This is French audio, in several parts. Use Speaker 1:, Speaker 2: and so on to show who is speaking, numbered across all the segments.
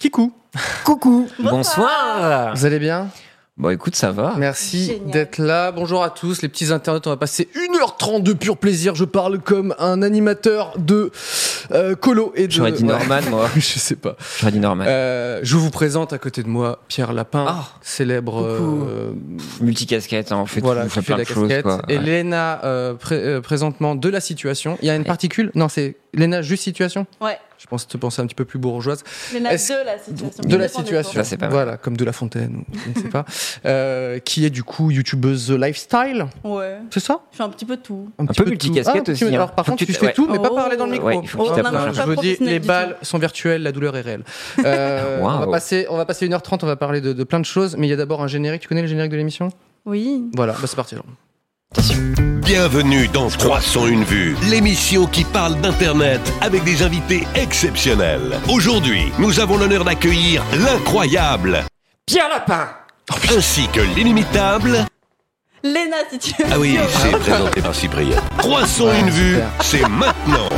Speaker 1: Kikou.
Speaker 2: Coucou.
Speaker 3: Bonsoir
Speaker 1: Vous allez bien
Speaker 3: Bon écoute, ça va.
Speaker 1: Merci
Speaker 2: Génial.
Speaker 1: d'être là. Bonjour à tous, les petits internautes. On va passer 1h30 de pur plaisir. Je parle comme un animateur de euh, Colo et de.
Speaker 3: J'aurais dit
Speaker 1: Ouais.
Speaker 3: Norman, moi.
Speaker 1: Je sais pas.
Speaker 3: J'aurais dit Norman.
Speaker 1: Euh, je vous présente à côté de moi Pierre Lapin,
Speaker 3: Ah.
Speaker 1: célèbre.
Speaker 2: Coucou.
Speaker 1: euh,
Speaker 3: Multicasquette, hein, on fait, tout,
Speaker 1: voilà,
Speaker 3: on
Speaker 1: qui
Speaker 3: fait
Speaker 1: fait
Speaker 3: plein
Speaker 1: de la
Speaker 3: de choses.
Speaker 1: casquette.
Speaker 3: quoi.
Speaker 1: Et
Speaker 3: Ouais.
Speaker 1: Léna, euh, pré- euh, présentement, de la situation. Il y a une
Speaker 3: Ouais.
Speaker 1: particule Non, c'est Léna, juste situation
Speaker 2: Ouais,
Speaker 1: Je pense te penser un petit peu plus bourgeoise.
Speaker 2: les nappes
Speaker 1: Est-ce-
Speaker 2: de la situation.
Speaker 1: de la
Speaker 2: Ça dépend des
Speaker 1: situation.
Speaker 3: Ça, c'est pas mal.
Speaker 1: voilà, comme de la fontaine, ou je ne sais pas. Euh, qui est du coup youtubeuse The Lifestyle,
Speaker 2: gens. Ouais,
Speaker 1: c'est ça
Speaker 2: je fais un petit peu de tout.
Speaker 1: Un,
Speaker 3: peu
Speaker 1: petit
Speaker 3: multicasquette
Speaker 1: un petit
Speaker 3: aussi,
Speaker 1: peu-
Speaker 3: hein.
Speaker 1: Alors, par
Speaker 3: Faut
Speaker 1: contre,
Speaker 3: que
Speaker 1: tu
Speaker 3: tu
Speaker 1: fais
Speaker 3: te-
Speaker 1: tout, mais pas
Speaker 2: Oh.
Speaker 1: parler dans le micro.
Speaker 3: Ouais, il faut que
Speaker 2: Oh,
Speaker 3: tu
Speaker 2: non, non,
Speaker 3: t'approches.
Speaker 1: je
Speaker 2: pas
Speaker 1: vous dis,
Speaker 2: professionnel
Speaker 1: les
Speaker 2: du
Speaker 1: balles sont virtuelles, la douleur est réelle. Euh, on, va
Speaker 3: Waouh.
Speaker 1: passer, on va passer 1h30, on va parler de, de plein de choses, mais il y a d'abord un générique. Tu connais le générique de l'émission
Speaker 2: Oui.
Speaker 1: Voilà, bah c'est parti. alors.
Speaker 4: Bienvenue dans 301 vues, l'émission qui parle d'Internet avec des invités exceptionnels. Aujourd'hui, nous avons l'honneur d'accueillir l'incroyable
Speaker 3: Pierre Lapin
Speaker 4: ainsi que l'inimitable.
Speaker 2: Léna, si tu veux.
Speaker 4: Ah oui, c'est présenté par Cyprien. 301 vues, c'est maintenant.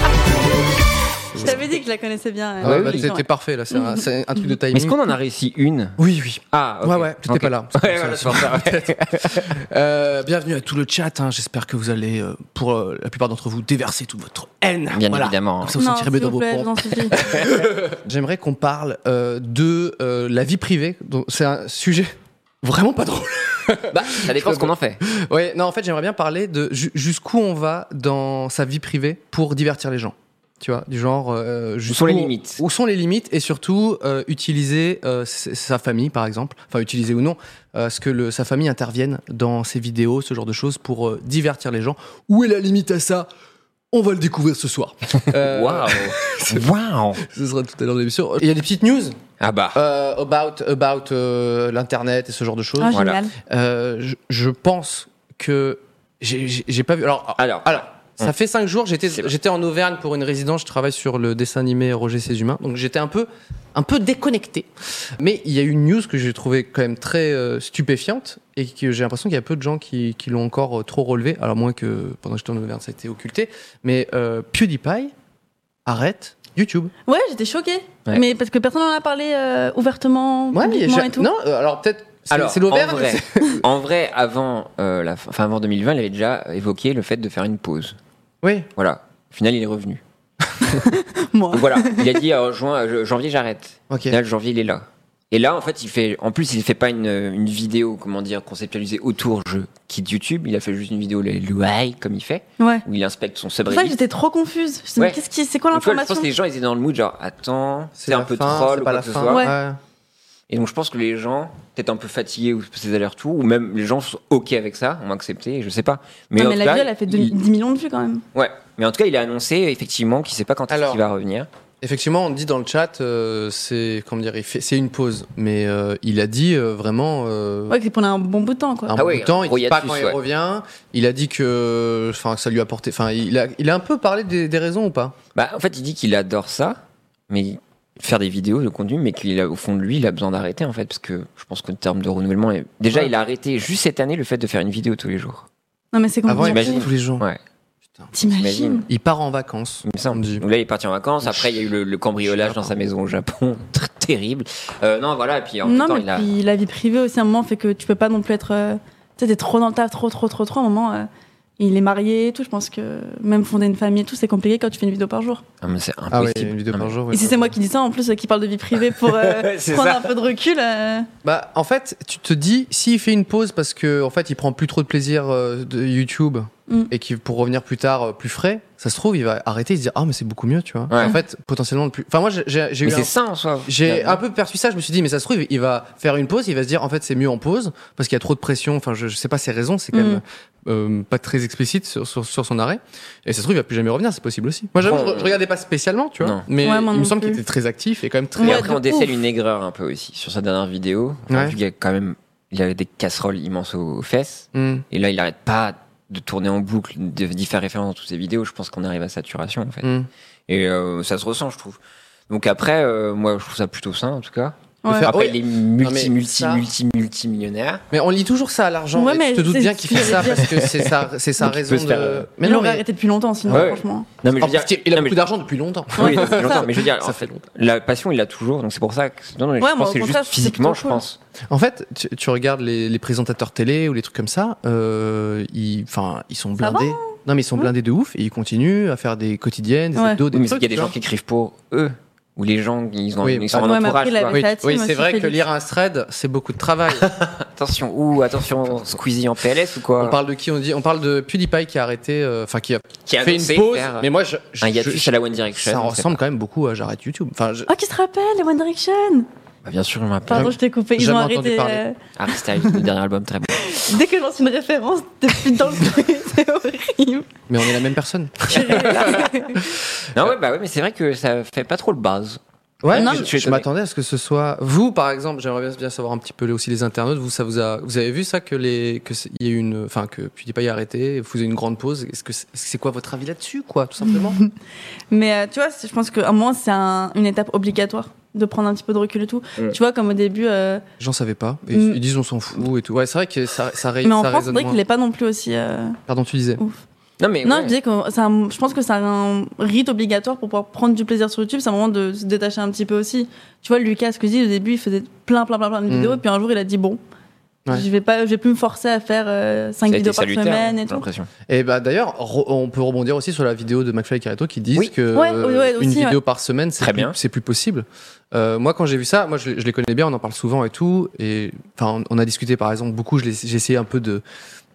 Speaker 2: Je t'avais dit que je la connaissais bien.
Speaker 1: Ah
Speaker 2: euh,
Speaker 1: ouais,
Speaker 3: oui,
Speaker 1: bah,
Speaker 2: oui.
Speaker 1: t'es- t'es parfait là, c'est un, c'est un truc de timing.
Speaker 3: Mais est-ce qu'on en a réussi une
Speaker 1: Oui, oui.
Speaker 3: Ah, ok.
Speaker 1: Ouais, ouais, t'étais
Speaker 3: Ok.
Speaker 1: pas là.
Speaker 3: Ouais, voilà, c'est pour ça.
Speaker 1: Euh, bienvenue à tout le chat. hein. J'espère que vous allez, euh, pour euh, la plupart d'entre vous, déverser toute votre haine.
Speaker 3: Bien
Speaker 1: Voilà.
Speaker 3: évidemment.
Speaker 1: Comme ça, vous
Speaker 2: Non,
Speaker 1: sentirez mieux
Speaker 2: s'il
Speaker 1: dans
Speaker 2: vous
Speaker 1: vos
Speaker 2: plaît,
Speaker 1: pompes.
Speaker 2: j'en suffit.
Speaker 1: J'aimerais qu'on parle euh, de euh, la vie privée. Donc, C'est un sujet vraiment pas drôle.
Speaker 3: Bah, ça dépend ce qu'on en fait.
Speaker 1: Ouais, non, en fait, j'aimerais bien parler de ju- jusqu'où on va dans sa vie privée pour divertir les gens. Tu vois, du genre. euh,
Speaker 3: Où
Speaker 1: jusqu'où-
Speaker 3: sont les limites
Speaker 1: Où sont les limites et surtout euh, utiliser euh, s- sa famille, par exemple, enfin utiliser ou non, euh, ce que le- sa famille intervienne dans ses vidéos, ce genre de choses pour euh, divertir les gens. Où est la limite à ça on va le découvrir ce soir. Euh,
Speaker 3: Waouh Waouh
Speaker 1: Ce sera tout à l'heure dans l'émission. Il y a des petites news
Speaker 3: Ah bah.
Speaker 1: euh, about, about euh, l'internet et ce genre de choses.
Speaker 2: Ah,
Speaker 3: Voilà.
Speaker 2: génial.
Speaker 1: Euh, je, je pense que j'ai- j'ai j'ai pas vu. Alors,
Speaker 3: Alors.
Speaker 1: alors ça
Speaker 3: Hum.
Speaker 1: fait cinq jours. J'étais
Speaker 3: C'est bon.
Speaker 1: j'étais en Auvergne pour une résidence. Je travaille sur le dessin animé Roger ses humains. Donc j'étais un peu un peu déconnecté. Mais il y a une news que j'ai trouvée quand même très euh, stupéfiante et que j'ai l'impression qu'il y a peu de gens qui, qui l'ont encore euh, trop relevé. Alors moins que pendant que j'étais en Auvergne, ça a été occulté. Mais euh, PewDiePie arrête YouTube.
Speaker 2: Ouais, j'étais choquée.
Speaker 3: Ouais.
Speaker 2: Mais parce que personne n'en a parlé euh, ouvertement,
Speaker 1: Ouais, mais
Speaker 2: publiquement
Speaker 1: j'ai-
Speaker 2: et tout.
Speaker 1: non. euh, Alors peut-être. c'est-
Speaker 3: Alors,
Speaker 1: c'est l'Auvergne.
Speaker 3: en vrai,
Speaker 1: c'est-
Speaker 3: en vrai, avant, euh, la fin, enfin, avant 2020, il avait déjà évoqué le fait de faire une pause.
Speaker 1: Oui.
Speaker 3: Voilà. Au final, il est revenu.
Speaker 2: Moi.
Speaker 3: Donc voilà, il a dit en juin, euh, janvier, j'arrête.
Speaker 1: Ok.
Speaker 3: Au final, janvier, il est là. Et là, en fait, il fait. En plus, il fait pas une, une vidéo, comment dire, conceptualisée autour jeu quitte YouTube. Il a fait juste une vidéo, les louailles, comme il fait,
Speaker 1: Bah,
Speaker 2: Ouais.
Speaker 3: où il inspecte son
Speaker 2: C'est pour ça que
Speaker 3: subreddit.
Speaker 2: j'étais trop confuse. Je me suis dit,
Speaker 3: Ouais.
Speaker 2: mais qu'est-ce qui, c'est quoi
Speaker 3: Donc, tu vois, je pense
Speaker 2: l'information
Speaker 3: que les gens, ils étaient dans le mood, genre, attends, c'est un
Speaker 1: la
Speaker 3: peu
Speaker 1: fin,
Speaker 3: troll
Speaker 1: c'est
Speaker 3: ou
Speaker 1: pas
Speaker 3: quoi
Speaker 1: la
Speaker 3: que ce
Speaker 1: fin.
Speaker 3: soit.
Speaker 2: Ouais.
Speaker 3: Et donc, je pense que les gens, peut-être un peu fatigués ou ces allers-retours, ou même les gens sont OK avec ça, ont accepté, je sais pas.
Speaker 2: Non,
Speaker 3: en
Speaker 2: mais
Speaker 3: tout
Speaker 2: la
Speaker 3: cas,
Speaker 2: vidéo, elle a fait deux-
Speaker 3: il-
Speaker 2: 10 millions de vues quand même.
Speaker 3: Ouais, mais en tout cas, il a annoncé effectivement qu'il sait pas quand est-ce
Speaker 1: Alors.
Speaker 3: qu'il va revenir.
Speaker 1: Effectivement, on dit dans le chat, euh, c'est comment dire, il fait- c'est une pause, mais euh, il a dit euh, vraiment euh,
Speaker 2: Ouais, que c'est pendant un bon bout de temps,
Speaker 1: un
Speaker 2: quoi.
Speaker 3: Ah
Speaker 1: bon
Speaker 3: ouais,
Speaker 1: bout de temps, il
Speaker 3: gros
Speaker 1: dit pas
Speaker 3: hiatus,
Speaker 1: quand il
Speaker 3: ouais.
Speaker 1: revient. Il a dit que, enfin, que ça lui a porté. Enfin, il a, il a un peu parlé des, des raisons ou pas
Speaker 3: Bah, en fait, il dit qu'il adore ça, mais faire des vidéos de contenu, mais qu'il a au fond de lui, il a besoin d'arrêter en fait, parce que je pense qu'en termes de renouvellement, et- déjà,
Speaker 1: Ouais.
Speaker 3: il a arrêté juste cette année le fait de faire une vidéo tous les jours.
Speaker 2: Non, mais c'est
Speaker 1: Avant, il
Speaker 2: compliqué.
Speaker 3: t'imagines
Speaker 1: tous les jours.
Speaker 3: Ouais,
Speaker 2: T'imagines
Speaker 3: T'imagines
Speaker 1: Il part en vacances.
Speaker 3: il me semble.
Speaker 1: Dis.
Speaker 3: Donc là, il est parti en vacances. Après, il y a eu le, le cambriolage dans sa maison au Japon, Tr- terrible. Euh, non, voilà. Et puis en même
Speaker 2: Non,
Speaker 3: temps,
Speaker 2: mais
Speaker 3: il a.
Speaker 2: puis la vie privée aussi, à un moment, fait que tu peux pas non plus être. euh, Tu sais, t'es trop dans le taf, trop, trop, trop, trop. À un moment, euh, il est marié et tout. Je pense que même fonder une famille et tout, c'est compliqué quand tu fais une vidéo par jour.
Speaker 3: Ah, mais c'est impossible.
Speaker 1: Ah ouais, une vidéo
Speaker 3: Non, mais-
Speaker 1: par jour.
Speaker 2: et si c'est moi qui dis ça, en plus, euh, qui parle de vie privée pour euh,
Speaker 3: C'est
Speaker 2: prendre
Speaker 3: ça.
Speaker 2: un peu de recul. euh,
Speaker 1: Bah, en fait, tu te dis, s'il fait une pause parce que, en fait, il prend plus trop de plaisir euh, de YouTube
Speaker 2: Mm.
Speaker 1: et qu'il pour revenir plus tard euh, plus frais, ça se trouve, il va arrêter, il se dire, ah, mais c'est beaucoup mieux, tu vois.
Speaker 3: Ouais.
Speaker 1: En fait, potentiellement, le plus. Enfin, moi, j'ai- j'ai j'ai
Speaker 3: Mais
Speaker 1: eu
Speaker 3: c'est
Speaker 1: un-
Speaker 3: ça en soi.
Speaker 1: J'ai
Speaker 3: finalement.
Speaker 1: un peu perçu ça, je me suis dit, mais ça se trouve, il va faire une pause, il va se dire, en fait, c'est mieux en pause, parce qu'il y a trop de pression, enfin, je, je sais pas ses raisons, c'est quand
Speaker 2: Mm.
Speaker 1: même euh, pas très explicite sur, sur, sur son arrêt. Et ça se trouve, il va plus jamais revenir, c'est possible aussi. Moi, j'avoue,
Speaker 3: Bon,
Speaker 1: je, je regardais pas spécialement, tu vois,
Speaker 3: Non.
Speaker 1: mais
Speaker 2: Ouais,
Speaker 1: il
Speaker 2: moi
Speaker 1: me
Speaker 2: non
Speaker 1: semble qu'il
Speaker 2: plus.
Speaker 1: était très actif et quand même très.
Speaker 3: Et
Speaker 2: Ouais,
Speaker 3: après, on
Speaker 2: de
Speaker 3: décèle
Speaker 2: ouf.
Speaker 3: une aigreur un peu aussi sur sa dernière vidéo. On a
Speaker 1: Ouais.
Speaker 3: vu qu'il y a quand même, il avait des casseroles immenses aux aux fesses.
Speaker 1: Mm.
Speaker 3: Et là, il n'arrête pas de tourner en boucle, de- d'y faire référence dans toutes ses vidéos. Je pense qu'on arrive à saturation en fait.
Speaker 1: Mm.
Speaker 3: Et euh, ça se ressent, je trouve. Donc après, euh, moi, je trouve ça plutôt sain en tout cas.
Speaker 1: de
Speaker 2: Ouais.
Speaker 1: faire,
Speaker 3: Après,
Speaker 1: oui.
Speaker 3: il est multi,
Speaker 1: mais
Speaker 3: multi,
Speaker 1: ça-
Speaker 3: multi, multimillionnaire.
Speaker 1: Mais on lit toujours ça à l'argent.
Speaker 2: Ouais,
Speaker 1: et
Speaker 2: mais
Speaker 1: tu te doutes
Speaker 2: c'est
Speaker 1: bien
Speaker 2: ce
Speaker 1: qu'il
Speaker 2: que
Speaker 1: fait ça
Speaker 2: j'allais dire.
Speaker 1: parce que c'est sa, c'est sa
Speaker 3: Donc, il peut
Speaker 1: raison
Speaker 3: se faire,
Speaker 1: de.
Speaker 3: euh,
Speaker 2: Mais
Speaker 1: Mais
Speaker 2: il
Speaker 1: non,
Speaker 2: aurait
Speaker 1: mais.
Speaker 2: arrêté depuis longtemps, sinon,
Speaker 3: Ouais.
Speaker 2: franchement.
Speaker 3: Non, mais je
Speaker 1: Oh,
Speaker 3: veux dire.
Speaker 1: parce qu'il- il a
Speaker 3: non, mais-
Speaker 1: beaucoup d'argent depuis longtemps.
Speaker 3: Oui, depuis longtemps, mais je veux dire,
Speaker 1: Ça
Speaker 3: en
Speaker 1: fait
Speaker 3: fait,
Speaker 1: longtemps.
Speaker 3: la passion, il l'a toujours, donc c'est pour ça que. Non, non, mais
Speaker 2: Ouais,
Speaker 3: je
Speaker 2: moi,
Speaker 3: pense que
Speaker 2: au
Speaker 3: c'est
Speaker 2: contraire,
Speaker 3: juste
Speaker 2: c'est
Speaker 3: physiquement, je
Speaker 2: plutôt
Speaker 3: pense.
Speaker 1: En fait, tu, tu regardes les, les présentateurs télé ou les trucs comme ça, euh, ils, 'fin, ils sont
Speaker 2: Ça va,
Speaker 1: blindés. non, mais ils sont
Speaker 2: Ouais.
Speaker 1: blindés de ouf et ils continuent à faire des quotidiennes, des
Speaker 2: Ouais.
Speaker 1: hebdos, des
Speaker 3: Oui, mais c'est
Speaker 1: trucs.
Speaker 3: qu'il y a des gens
Speaker 1: genre.
Speaker 3: qui écrivent pour eux, ou les gens, ils, ont,
Speaker 1: Oui,
Speaker 3: ils sont en
Speaker 2: ouais, mais
Speaker 3: entourage.
Speaker 2: après, il
Speaker 3: quoi.
Speaker 2: avait-
Speaker 1: Oui,
Speaker 2: Ça attire
Speaker 1: oui,
Speaker 2: aussi
Speaker 1: c'est vrai que
Speaker 2: Félix.
Speaker 1: lire un thread, c'est beaucoup de travail.
Speaker 3: Attention, ou attention, Squeezie en PLS ou quoi
Speaker 1: on parle de qui on dit On parle de PewDiePie qui a arrêté, euh, enfin qui a euh,
Speaker 3: Qui a
Speaker 1: fait
Speaker 3: annoncé
Speaker 1: une pause.
Speaker 3: faire
Speaker 1: Mais moi, je, je-
Speaker 3: un
Speaker 1: je-
Speaker 3: hiatus à la One Direction.
Speaker 1: ça
Speaker 3: on sait
Speaker 1: ressemble quand même beaucoup à j'arrête YouTube. Enfin, je-
Speaker 2: Oh, qui se rappelle, les One Direction
Speaker 3: pas. Bah, bien sûr, je m'appelle.
Speaker 2: Pardon, je t'ai coupé. Ils
Speaker 1: Jamais
Speaker 2: ont
Speaker 1: entendu
Speaker 2: arrêté.
Speaker 1: parler.
Speaker 2: euh,
Speaker 3: Harry Styles, le dernier album, très bon.
Speaker 2: Dès que je lance une référence, t'es plus dans le truc. C'est horrible.
Speaker 1: mais on est la même personne.
Speaker 3: Non, ouais, bah ouais, mais c'est vrai que ça fait pas trop le buzz.
Speaker 1: Ouais,
Speaker 3: Non,
Speaker 1: je-
Speaker 3: mais-
Speaker 1: je, m'attendais à ce que ce soit vous, par exemple. J'aimerais bien, bien savoir un petit peu les- aussi les internautes. Vous, ça vous a, vous avez vu ça que les, que c'est- il y a eu une, enfin que PewDiePie a arrêté, vous avez une grande pause. Est-ce que c'est c'est quoi votre avis là-dessus, quoi, tout simplement
Speaker 2: Mais euh, tu vois, c'est- je pense qu'à un moment, c'est un- une étape obligatoire de prendre un petit peu de recul et tout.
Speaker 3: Mm.
Speaker 2: Tu vois, comme au début. euh,
Speaker 1: J'en savais pas. Et
Speaker 2: Mm.
Speaker 1: Ils disent on s'en fout et tout. Ouais, c'est vrai que ça, ça, ré-
Speaker 2: mais en
Speaker 1: ça
Speaker 2: France, c'est
Speaker 1: résonne
Speaker 2: vrai
Speaker 1: moins.
Speaker 2: qu'il n'est pas non plus aussi. euh,
Speaker 1: Pardon, tu disais.
Speaker 3: Non, mais.
Speaker 2: Non,
Speaker 3: ouais.
Speaker 2: je disais que c'est un- je pense que c'est un rite obligatoire pour pouvoir prendre du plaisir sur YouTube. C'est un moment de se détacher un petit peu aussi. Tu vois, Lucas, ce que je dis, au début, il faisait plein, plein, plein, plein de
Speaker 1: Mm.
Speaker 2: vidéos. Et puis un jour, il a dit Bon,
Speaker 1: Ouais.
Speaker 2: je vais pas, je vais plus me forcer à faire 5
Speaker 3: Ça a été
Speaker 2: vidéos par
Speaker 3: salutaire,
Speaker 2: semaine
Speaker 3: hein,
Speaker 2: et
Speaker 3: j'ai
Speaker 2: tout.
Speaker 3: l'impression.
Speaker 1: Et bah d'ailleurs, re- on peut rebondir aussi sur la vidéo de McFly et Carito qui disent
Speaker 3: Oui.
Speaker 1: que
Speaker 2: Ouais,
Speaker 1: euh,
Speaker 2: ouais, ouais,
Speaker 1: une
Speaker 2: aussi,
Speaker 1: vidéo par semaine, c'est
Speaker 3: Très
Speaker 1: plus,
Speaker 3: bien.
Speaker 1: c'est plus possible. Euh, moi, quand j'ai vu ça, moi je, je les connais bien, on en parle souvent et tout. Et enfin, on, on a discuté par exemple beaucoup. je les- J'ai essayé un peu de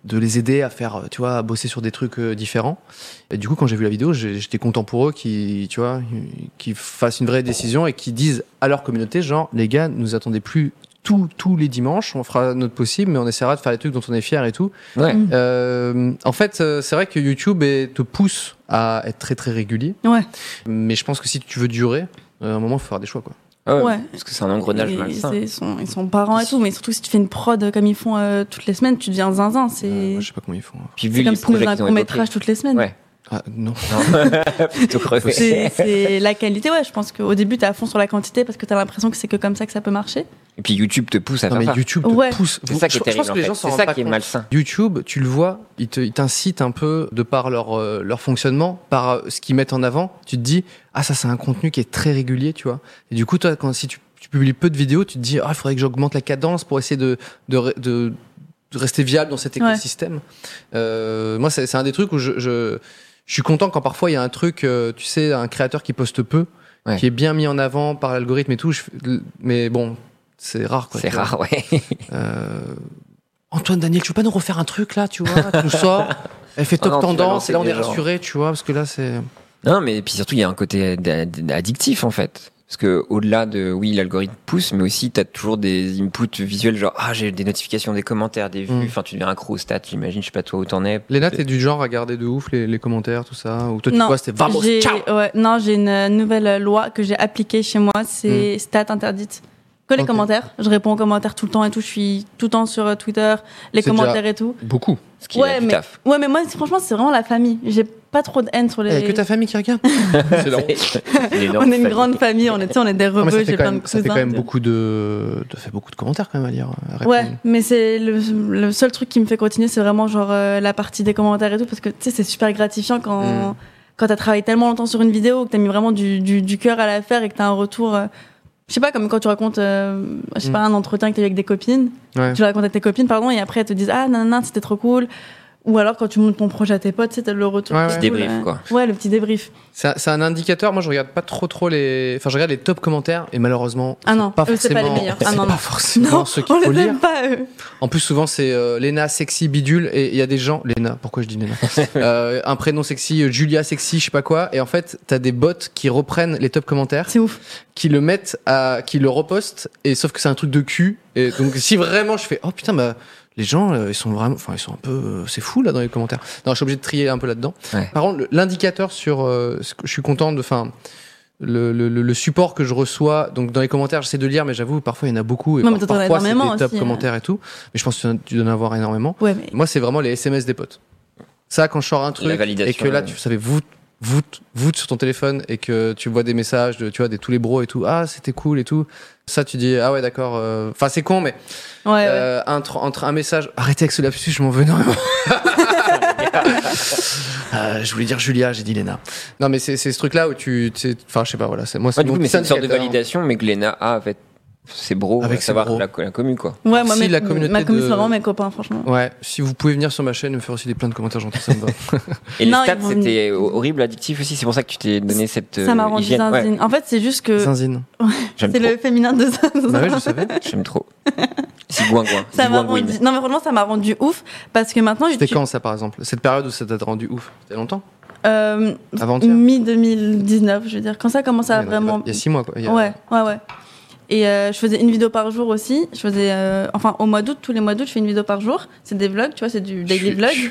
Speaker 1: de les aider à faire, euh, tu vois, à bosser sur des trucs euh, différents. Et du coup, quand j'ai vu la vidéo, j'ai- j'étais content pour eux qui, tu vois, qui fassent une vraie décision et qui disent à leur communauté, genre, les gars, nous attendez plus tous tous les dimanches, on fera notre possible, mais on essaiera de faire les trucs dont on est fier et tout.
Speaker 3: Ouais.
Speaker 2: Mm,
Speaker 1: Euh, en fait, euh, c'est vrai que YouTube est- te pousse à être très très régulier,
Speaker 2: Ouais.
Speaker 1: mais je pense que si tu veux durer, euh, à un moment, il faut faire des choix. Quoi.
Speaker 3: Ouais,
Speaker 2: Ouais.
Speaker 3: Parce que c'est un engrenage
Speaker 2: Et
Speaker 3: malsain.
Speaker 2: c'est- Ils sont, ils sont parents et tout, mais surtout si tu fais une prod comme ils font euh, toutes les semaines, tu deviens zinzin. C'est
Speaker 1: Euh, moi, je sais pas comment ils font.
Speaker 3: Puis
Speaker 2: c'est
Speaker 3: vu
Speaker 2: comme
Speaker 3: les
Speaker 2: si tu faisais
Speaker 3: projets
Speaker 2: un
Speaker 3: qu'ils ont
Speaker 2: court métrage
Speaker 3: évoqués.
Speaker 2: toutes les semaines.
Speaker 3: Ouais.
Speaker 1: Ah, non.
Speaker 3: Non. Plutôt crevé.
Speaker 2: C'est c'est la qualité, ouais. Je pense qu'au début, t'es à fond sur la quantité parce que t'as l'impression que c'est que comme ça que ça peut marcher.
Speaker 3: Et puis YouTube te pousse à
Speaker 1: Non,
Speaker 3: faire
Speaker 1: mais
Speaker 3: ça.
Speaker 1: YouTube te
Speaker 2: Ouais.
Speaker 1: pousse.
Speaker 3: C'est ça qui
Speaker 1: Je-
Speaker 3: est
Speaker 1: je
Speaker 3: terrible.
Speaker 1: pense que
Speaker 3: en
Speaker 1: les
Speaker 3: fait.
Speaker 1: gens s'en
Speaker 3: C'est
Speaker 1: rendent
Speaker 3: ça
Speaker 1: pas
Speaker 3: qui est
Speaker 1: compte.
Speaker 3: malsain.
Speaker 1: YouTube, tu le vois, ils te- ils t'incitent un peu de par leur, euh, leur fonctionnement, par euh, ce qu'ils mettent en avant. Tu te dis, ah, ça, c'est un contenu qui est très régulier, tu vois. Et du coup, toi, quand, si tu, tu publies peu de vidéos, tu te dis, ah, il faudrait que j'augmente la cadence pour essayer de, de, re- de- de rester viable dans cet
Speaker 2: Ouais.
Speaker 1: écosystème. Euh, moi, c'est c'est un des trucs où je, je, je suis content quand parfois il y a un truc, euh, tu sais, un créateur qui poste peu,
Speaker 3: Ouais.
Speaker 1: qui est bien mis en avant par l'algorithme et tout. je fais- mais bon, c'est rare, quoi.
Speaker 3: C'est
Speaker 1: tu vois.
Speaker 3: rare, ouais.
Speaker 1: Euh, Antoine Daniel, tu veux pas nous refaire un truc là, tu vois Tu nous sors, elle fait top
Speaker 3: Ah non, tu vas
Speaker 1: tendance,
Speaker 3: lancer
Speaker 1: et là on
Speaker 3: des
Speaker 1: est
Speaker 3: gens.
Speaker 1: rassuré, tu vois, parce que là c'est.
Speaker 3: Non, mais puis surtout, il y a un côté ad- ad- addictif, en fait. Parce que, au-delà de, oui, l'algorithme pousse, mais aussi, t'as toujours des inputs visuels, genre, ah, j'ai des notifications, des commentaires, des
Speaker 1: Mm.
Speaker 3: vues. Enfin, tu deviens accro au stat, j'imagine, je sais pas toi où t'en es.
Speaker 1: Léna, t'es du genre à garder de ouf les, les commentaires, tout ça Ou toi tu vois, c'était vamos,
Speaker 2: j'ai-
Speaker 1: ciao
Speaker 2: ouais, non, j'ai une euh, nouvelle euh, loi que j'ai appliquée chez moi, c'est stats interdites. Que les
Speaker 1: Hmm. Ok.
Speaker 2: commentaires, je réponds aux commentaires tout le temps et tout, je suis tout le temps sur euh, Twitter, les
Speaker 1: C'est
Speaker 2: commentaires et tout.
Speaker 1: Beaucoup.
Speaker 3: Ce qui est
Speaker 2: Ouais,
Speaker 3: du taf.
Speaker 2: Ouais, mais moi, c'est- franchement, c'est vraiment la famille. J'ai pas trop de haine sur
Speaker 1: Et
Speaker 2: les.
Speaker 1: Eh, que ta famille qui regarde C'est la honte.
Speaker 3: Une
Speaker 2: on est
Speaker 3: énorme
Speaker 2: une
Speaker 3: famille.
Speaker 2: grande famille, on est, tu sais, on est des
Speaker 1: Non, mais
Speaker 2: rebeux,
Speaker 1: ça fait,
Speaker 2: j'ai
Speaker 1: quand
Speaker 2: plein de
Speaker 1: même, ça
Speaker 2: cousins.
Speaker 1: fait quand même beaucoup de. Ça fait beaucoup de commentaires quand même à lire. à répondre.
Speaker 2: Ouais, mais c'est le, le seul truc qui me fait continuer, c'est vraiment genre euh, la partie des commentaires et tout, parce que tu sais, c'est super gratifiant quand,
Speaker 1: Mm.
Speaker 2: quand t'as travaillé tellement longtemps sur une vidéo, que t'as mis vraiment du, du, du cœur à l'affaire et que t'as un retour. euh, je sais pas, comme quand tu racontes, euh, je sais
Speaker 1: Mm.
Speaker 2: pas, un entretien que t'as eu avec des copines,
Speaker 1: Ouais.
Speaker 2: tu le racontes à tes copines, pardon, et après elles te disent Ah, nanana, c'était trop cool. Ou alors quand tu montes ton projet à tes potes, tu sais, t'as le retour.
Speaker 1: Ouais,
Speaker 2: qui est
Speaker 1: ouais.
Speaker 2: cool,
Speaker 3: Débrief,
Speaker 2: ouais.
Speaker 3: quoi.
Speaker 2: Ouais, le petit débrief.
Speaker 1: C'est un- c'est un indicateur. Moi, je regarde pas trop trop les. Enfin, je regarde les top commentaires et malheureusement,
Speaker 2: Ah non,
Speaker 1: pas
Speaker 2: eux, c'est pas les
Speaker 1: forcément.
Speaker 2: meilleurs. Ah non,
Speaker 1: pas
Speaker 2: non.
Speaker 1: forcément
Speaker 2: Non,
Speaker 1: ceux qu'il
Speaker 2: on
Speaker 1: faut
Speaker 2: les
Speaker 1: lire.
Speaker 2: aime pas, eux.
Speaker 1: En plus, souvent, c'est euh, Léna sexy bidule et il y a des gens. Léna, pourquoi je dis Léna Euh, Un prénom sexy, euh, Julia sexy, je sais pas quoi. Et en fait, t'as des bots qui reprennent les top commentaires,
Speaker 2: C'est ouf.
Speaker 1: qui le mettent à, qui le repostent. Et sauf que c'est un truc de cul. Et donc, si vraiment je fais, oh putain, bah les gens, euh, ils sont vraiment, enfin, ils sont un peu, euh, c'est fou là dans les commentaires. Non, je suis obligé de trier un peu là-dedans.
Speaker 3: Ouais.
Speaker 1: Par contre, le- l'indicateur sur, euh, ce que je suis content de, enfin. Le, le, le- le support que je reçois, donc dans les commentaires, j'essaie de lire, mais j'avoue, parfois il y en a beaucoup. Et
Speaker 2: Non, mais
Speaker 1: par-
Speaker 2: t'en as
Speaker 1: parfois, c'est
Speaker 2: énormément
Speaker 1: des top
Speaker 2: aussi, hein.
Speaker 1: commentaires et tout. Mais je pense que tu dois en avoir énormément.
Speaker 2: Ouais, mais
Speaker 1: Moi, c'est vraiment les SMS des potes. Ça, quand je sors un
Speaker 3: La
Speaker 1: truc
Speaker 3: validation,
Speaker 1: et que là,
Speaker 3: ouais.
Speaker 1: tu savais vous voûte, voûte sur ton téléphone et que tu vois des messages de, tu vois, des tous les bros et tout, ah, c'était cool et tout. Ça, tu dis, ah ouais, d'accord. euh, Enfin, c'est con, mais
Speaker 2: Ouais, Ah ouais.
Speaker 1: euh, entre, entre un message, arrêtez avec ce lapsus, je m'en veux énormément. Euh, je voulais dire Julia, j'ai dit Léna. Non, mais c'est c'est ce truc-là où tu, tu sais, enfin, je sais pas, voilà, c'est moi,
Speaker 3: Ouais, du
Speaker 1: mon
Speaker 3: coup, mais
Speaker 1: petit
Speaker 3: c'est une sorte de
Speaker 1: indicateur.
Speaker 3: validation, mais que Lena a avec ses bros,
Speaker 1: Avec
Speaker 3: avec
Speaker 1: ses
Speaker 3: savoir
Speaker 1: bros.
Speaker 3: la, la commu, quoi.
Speaker 2: Ouais, moi,
Speaker 1: si,
Speaker 2: mes-
Speaker 1: la communauté
Speaker 2: ma commu,
Speaker 1: de-
Speaker 2: c'est vraiment mes copains, franchement.
Speaker 1: Ouais, si vous pouvez venir sur ma chaîne et me faire aussi des pleins de commentaires gentils, ça me va.
Speaker 3: Et les
Speaker 2: Non, ils
Speaker 3: stats,
Speaker 2: vont-
Speaker 3: c'était horrible, addictif aussi. C'est pour ça que tu t'es donné cette
Speaker 2: Ça m'a
Speaker 3: euh,
Speaker 2: rendu
Speaker 3: hygiène. Ouais,
Speaker 2: zinzine. En fait, c'est juste que
Speaker 1: Zinzine.
Speaker 3: j'aime
Speaker 2: c'est
Speaker 3: trop.
Speaker 2: le féminin de zinzin.
Speaker 1: Bah ouais, je savais.
Speaker 3: J'aime trop. C'est gouin gouin.
Speaker 2: ça
Speaker 3: C'est
Speaker 2: m'a
Speaker 3: gouin
Speaker 2: rendu... Non, mais franchement, ça m'a rendu ouf parce que maintenant,
Speaker 1: C'était
Speaker 2: Ah, tu-
Speaker 1: quand ça, par exemple Cette période où ça t'a rendu ouf C'était longtemps
Speaker 2: euh,
Speaker 1: Avant-hier
Speaker 2: mi-2019, je veux dire, quand ça commence à
Speaker 1: Ouais, donc,
Speaker 2: vraiment.
Speaker 1: Il y a six mois, quoi. Il y a-
Speaker 2: Ouais, ouais, ouais. Et euh, je faisais une vidéo par jour aussi. Je faisais, euh, enfin, au mois d'août, tous les mois d'août, je fais une vidéo par jour. C'est des vlogs, tu vois, c'est du
Speaker 1: je
Speaker 2: daily
Speaker 1: suis-
Speaker 2: vlog.
Speaker 1: je-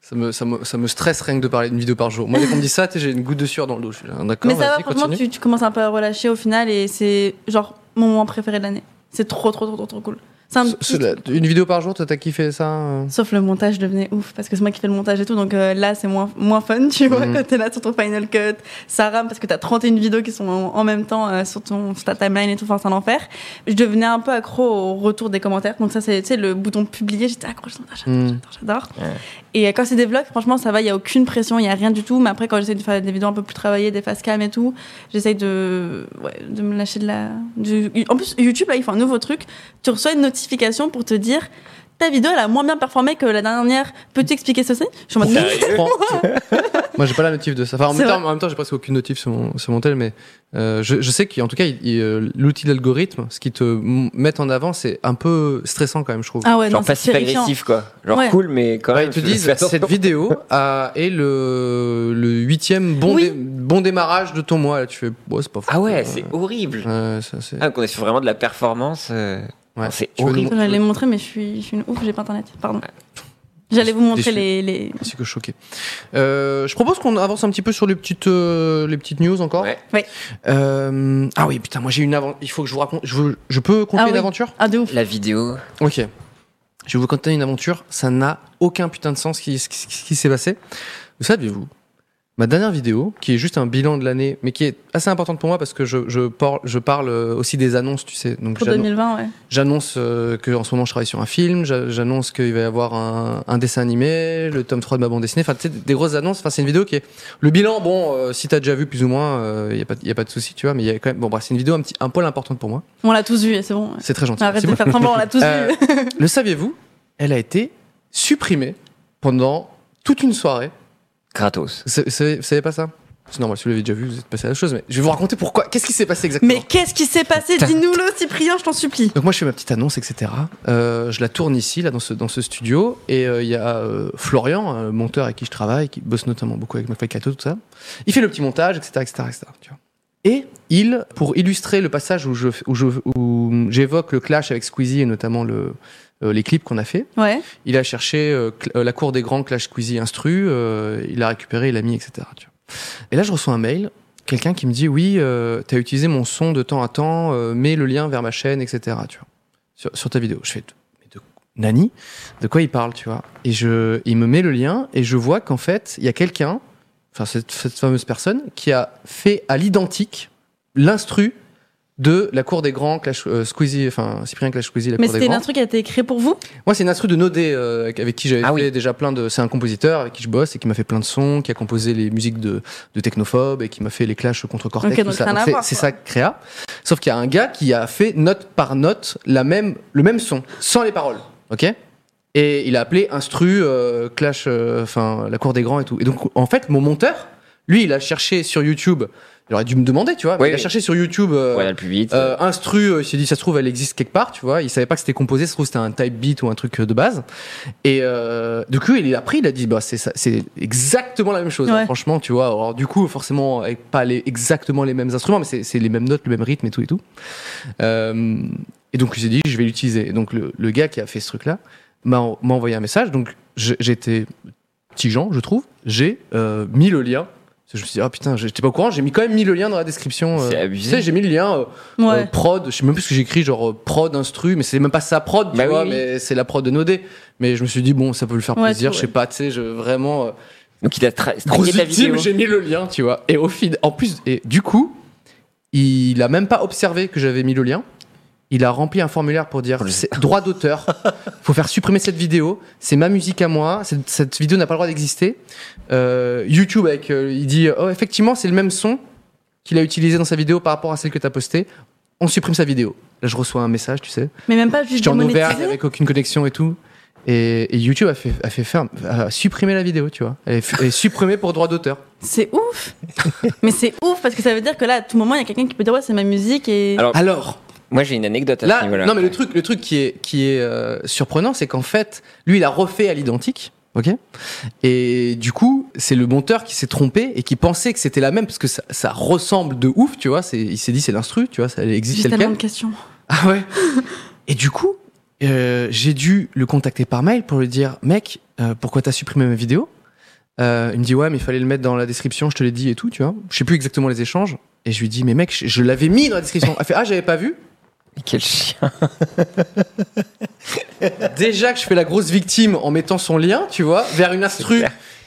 Speaker 1: Ça me, ça, me, ça me stresse rien que de parler d'une vidéo par jour. Moi, dès qu'on me dit ça, tu sais, j'ai une goutte de sueur dans le dos. Je suis là, hein, d'accord,
Speaker 2: Mais ça va,
Speaker 1: vas-y,
Speaker 2: franchement,
Speaker 1: continue.
Speaker 2: tu, tu commences un peu à relâcher au final et c'est genre mon moment préféré de l'année. C'est trop, trop, trop, trop, trop cool. C'est un
Speaker 1: Ce-
Speaker 2: petit-
Speaker 1: cela- Une vidéo par jour, toi, t'as kiffé ça euh
Speaker 2: Sauf le montage devenait ouf parce que c'est moi qui fais le montage et tout, donc euh, là c'est moins, moins fun, tu vois,
Speaker 1: Mhm.
Speaker 2: quand t'es là sur ton final cut, ça rame parce que t'as 31 vidéos qui sont en, en même temps euh, sur, ton, sur ta timeline et tout, enfin c'est un enfer. Je devenais un peu accro au retour des commentaires, donc ça c'est tu sais, le bouton publier, j'étais accro, j'adore, j'adore,
Speaker 1: Mhm.
Speaker 2: j'adore, j'adore.
Speaker 3: Ouais.
Speaker 2: Et euh, quand c'est des vlogs, franchement ça va, il y a aucune pression, il y a rien du tout, mais après quand j'essaie de faire des vidéos un peu plus travaillées, des face cam et tout, j'essaye de, ouais, de me lâcher de la. du- En plus, YouTube, là, ils font un nouveau truc. Tu reçois une notification pour te dire ta vidéo, elle a moins bien performé que la dernière. Peux-tu expliquer ceci Je suis en mode.
Speaker 3: Pourquoi
Speaker 2: oui.
Speaker 1: Je prends- Moi, j'ai pas la notif de ça. Enfin, en,
Speaker 2: C'est
Speaker 1: même
Speaker 2: vrai.
Speaker 1: temps, en même temps, j'ai presque aucune notif sur mon, sur mon tel, mais euh, je, je sais qu'en tout cas, il- il, euh, l'outil d'algorithme, ce qui te m- met en avant, c'est un peu stressant quand même, je trouve.
Speaker 2: Ah ouais, non,
Speaker 3: Genre
Speaker 2: c'est
Speaker 3: passif
Speaker 2: terrifiant.
Speaker 3: agressif, quoi. Genre
Speaker 2: Ouais.
Speaker 3: cool, mais quand
Speaker 1: Ouais,
Speaker 3: même.
Speaker 1: Bah, ils te
Speaker 3: je-
Speaker 1: disent
Speaker 3: je-
Speaker 1: cette vidéo a- est le le huitième bon
Speaker 2: Oui.
Speaker 1: dé- bon démarrage de ton mois. Là, tu fais ouais, c'est pas fou.
Speaker 3: Ah ouais,
Speaker 1: Euh,
Speaker 3: c'est horrible.
Speaker 1: ouais, ça, c'est-
Speaker 3: Ah, qu'on est sur vraiment de la performance. euh,
Speaker 1: ouais.
Speaker 3: c'est
Speaker 1: Tu veux
Speaker 3: horrible.
Speaker 1: nous-
Speaker 2: J'allais les montrer, mais je suis, je suis une ouf, j'ai pas internet. Pardon. J'allais vous montrer
Speaker 1: Déçu.
Speaker 2: les, les.
Speaker 1: C'est que choqué. Euh, je propose qu'on avance un petit peu sur les petites, euh, les petites news encore.
Speaker 3: Ouais.
Speaker 2: Ouais.
Speaker 1: Euh, ah oui, putain, moi j'ai une aventure. Il faut que je vous raconte. Je, veux- je peux compter
Speaker 2: Ah oui.
Speaker 1: une aventure
Speaker 2: Ah, de ouf.
Speaker 3: La vidéo.
Speaker 1: Ok. Je vais vous conter une aventure. Ça n'a aucun putain de sens ce qui, ce qui- ce qui s'est passé. Vous savez-vous Ma dernière vidéo, qui est juste un bilan de l'année, mais qui est assez importante pour moi parce que je, je, por- je parle euh, aussi des annonces, tu sais. Donc
Speaker 2: Pour
Speaker 1: j'annon-
Speaker 2: 2020, ouais.
Speaker 1: j'annonce euh, que en ce moment je travaille sur un film, j'a- j'annonce qu'il va y avoir un, un dessin animé, le tome 3 de ma bande dessinée, enfin tu sais, des grosses annonces. Enfin c'est une vidéo qui est le bilan. Bon, euh, si t'as déjà vu plus ou moins, il y a pas y a pas de souci, tu vois. Mais il y a quand même bon bref, c'est une vidéo un petit un poil importante pour moi.
Speaker 2: On l'a tous vu, et c'est bon. ouais.
Speaker 1: C'est très gentil.
Speaker 2: Arrête
Speaker 1: C'est
Speaker 2: de
Speaker 1: moi.
Speaker 2: faire semblant, on l'a tous
Speaker 1: Euh,
Speaker 2: vu.
Speaker 1: Le saviez-vous Elle a été supprimée pendant toute une soirée.
Speaker 3: Gratos.
Speaker 1: C'est- c'est- Vous savez pas ça C'est normal, si vous l'avez déjà vu, vous êtes passé à la chose. Mais je vais vous raconter pourquoi. Qu'est-ce qui s'est passé exactement
Speaker 2: Mais qu'est-ce qui s'est passé Dis-nous-le, Cyprien, je t'en supplie.
Speaker 1: Donc moi je fais ma petite annonce, etc. Euh, je la tourne ici, là dans ce, dans ce studio, et euh, il y a euh, Florian, un monteur avec qui je travaille, qui bosse notamment beaucoup avec McFly Cato, tout ça. Il fait le petit montage, etc., etc., etc. tu vois. Et il, pour illustrer le passage où je où je où j'évoque le clash avec Squeezie et notamment le euh, les clips qu'on a fait,
Speaker 2: Ouais.
Speaker 1: il a cherché euh, cl- euh, la cour des grands Clash Squeezie instru, euh, il l'a récupéré, il l'a mis, etc. tu vois. Et là, je reçois un mail, quelqu'un qui me dit Oui, euh, t'as utilisé mon son de temps à temps, euh, mets le lien vers ma chaîne, etc. Tu vois, sur, sur ta vidéo. Je fais Mais de Nani De quoi il parle, tu vois Et je, il me met le lien et je vois qu'en fait, il y a quelqu'un, enfin, cette, cette fameuse personne, qui a fait à l'identique l'instru de la cour des grands Clash euh, Squeezie, enfin, Cyprien Clash Squeezie, la
Speaker 2: Mais
Speaker 1: cour des
Speaker 2: c'était
Speaker 1: grands.
Speaker 2: l'instru qui a été créé pour vous
Speaker 1: Moi, c'est une instru de Nodé, euh, avec qui j'avais
Speaker 3: Ah
Speaker 1: fait
Speaker 3: oui.
Speaker 1: déjà plein de. C'est un compositeur avec qui je bosse et qui m'a fait plein de sons, qui a composé les musiques de, de Technophobe et qui m'a fait les clashs contre Cortex.
Speaker 2: Ok, donc
Speaker 1: tout ça.
Speaker 2: rien
Speaker 1: Donc
Speaker 2: à
Speaker 1: c'est-
Speaker 2: voir,
Speaker 1: c'est
Speaker 2: quoi.
Speaker 1: ça créa. Sauf qu'il y a un gars qui a fait note par note la même, le même son, sans les paroles. Ok Et il a appelé instru euh, clash, euh, enfin la cour des grands et tout. Et donc en fait, mon monteur, lui, il a cherché sur YouTube. Il aurait dû me demander, tu vois. mais
Speaker 3: Oui,
Speaker 1: il a
Speaker 3: oui.
Speaker 1: cherché sur YouTube. euh,
Speaker 3: Ouais, le plus vite.
Speaker 1: euh, instru, euh, il s'est dit, ça se trouve, elle existe quelque part, tu vois. Il savait pas que c'était composé, ça se trouve, c'était un type beat ou un truc euh, de base. Et euh, du coup, il a pris, il a dit, bah, c'est ça- c'est exactement la même chose, hein,
Speaker 2: Ouais.
Speaker 1: franchement, tu vois. Alors, du coup, forcément, avec pas les, exactement les mêmes instruments, mais c'est c'est les mêmes notes, le même rythme et tout et tout. Euh, et donc, il s'est dit, je vais l'utiliser. Et donc, le, le gars qui a fait ce truc-là m'a en- m'a envoyé un message. Donc, je- j'étais petit Jean, je trouve. J'ai euh, mis le lien. Je me suis dit, ah putain, j'étais pas au courant, j'ai mis quand même mis le lien dans la description.
Speaker 3: C'est
Speaker 1: euh.
Speaker 3: abusé.
Speaker 1: Tu sais, j'ai mis le lien. euh, euh,
Speaker 2: Ouais.
Speaker 1: prod, je sais même plus ce que j'écris, genre euh, prod instru, mais c'est même pas sa prod, tu
Speaker 3: Bah oui,
Speaker 1: vois,
Speaker 3: oui.
Speaker 1: mais c'est la prod de Nodé. Mais je me suis dit, bon, ça peut lui faire
Speaker 2: Ouais,
Speaker 1: plaisir,
Speaker 2: tout,
Speaker 1: je sais
Speaker 2: ouais.
Speaker 1: pas, tu sais, je, vraiment, euh,
Speaker 3: Donc il a tra-
Speaker 1: Grosse
Speaker 3: traqué ta
Speaker 1: victime,
Speaker 3: vidéo.
Speaker 1: j'ai mis le lien, tu vois. Et au fil, en plus, et du coup, il a même pas observé que j'avais mis le lien. Il a rempli un formulaire pour dire
Speaker 3: Oh, le-
Speaker 1: c'est droit d'auteur. Faut faire supprimer cette vidéo. C'est ma musique à moi. Cette, cette vidéo n'a pas le droit d'exister. Euh, YouTube avec, euh, il dit oh effectivement c'est le même son qu'il a utilisé dans sa vidéo par rapport à celle que t'as postée. On supprime sa vidéo. Là je reçois un message, tu sais.
Speaker 2: Mais même pas juste
Speaker 1: J'étais en Auvergne
Speaker 2: démonétisé.
Speaker 1: avec aucune connexion et tout. Et, et YouTube a fait, a fait ferme, a supprimé la vidéo, tu vois. Elle est, f- elle est supprimée pour droit d'auteur.
Speaker 2: C'est ouf. mais c'est ouf parce que ça veut dire que là, à tout moment, il y a quelqu'un qui peut dire ouais, c'est ma musique et.
Speaker 3: Alors,
Speaker 1: Alors,
Speaker 3: moi j'ai une anecdote Ah. à ce
Speaker 1: là,
Speaker 3: niveau-là.
Speaker 1: non mais le truc, le truc qui est, qui est euh, surprenant, c'est qu'en fait, lui, il a refait à l'identique. Ok. Et du coup, c'est le monteur qui s'est trompé et qui pensait que c'était la même parce que ça, ça ressemble de ouf, tu vois. C'est, il s'est dit c'est l'instru, tu vois, ça existe
Speaker 2: J'ai
Speaker 1: c'est
Speaker 2: tellement
Speaker 1: lequel.
Speaker 2: de questions.
Speaker 1: Ah ouais. Et du coup, euh, j'ai dû le contacter par mail pour lui dire, mec, euh, pourquoi t'as supprimé ma vidéo Euh, Il me dit ouais, mais il fallait le mettre dans la description, je te l'ai dit et tout, tu vois. Je sais plus exactement les échanges. Et je lui dis mais mec, je, je l'avais mis dans la description. Il fait ah j'avais pas vu.
Speaker 3: Mais Quel chien.
Speaker 1: Déjà que je fais la grosse victime en mettant son lien, tu vois, vers une instru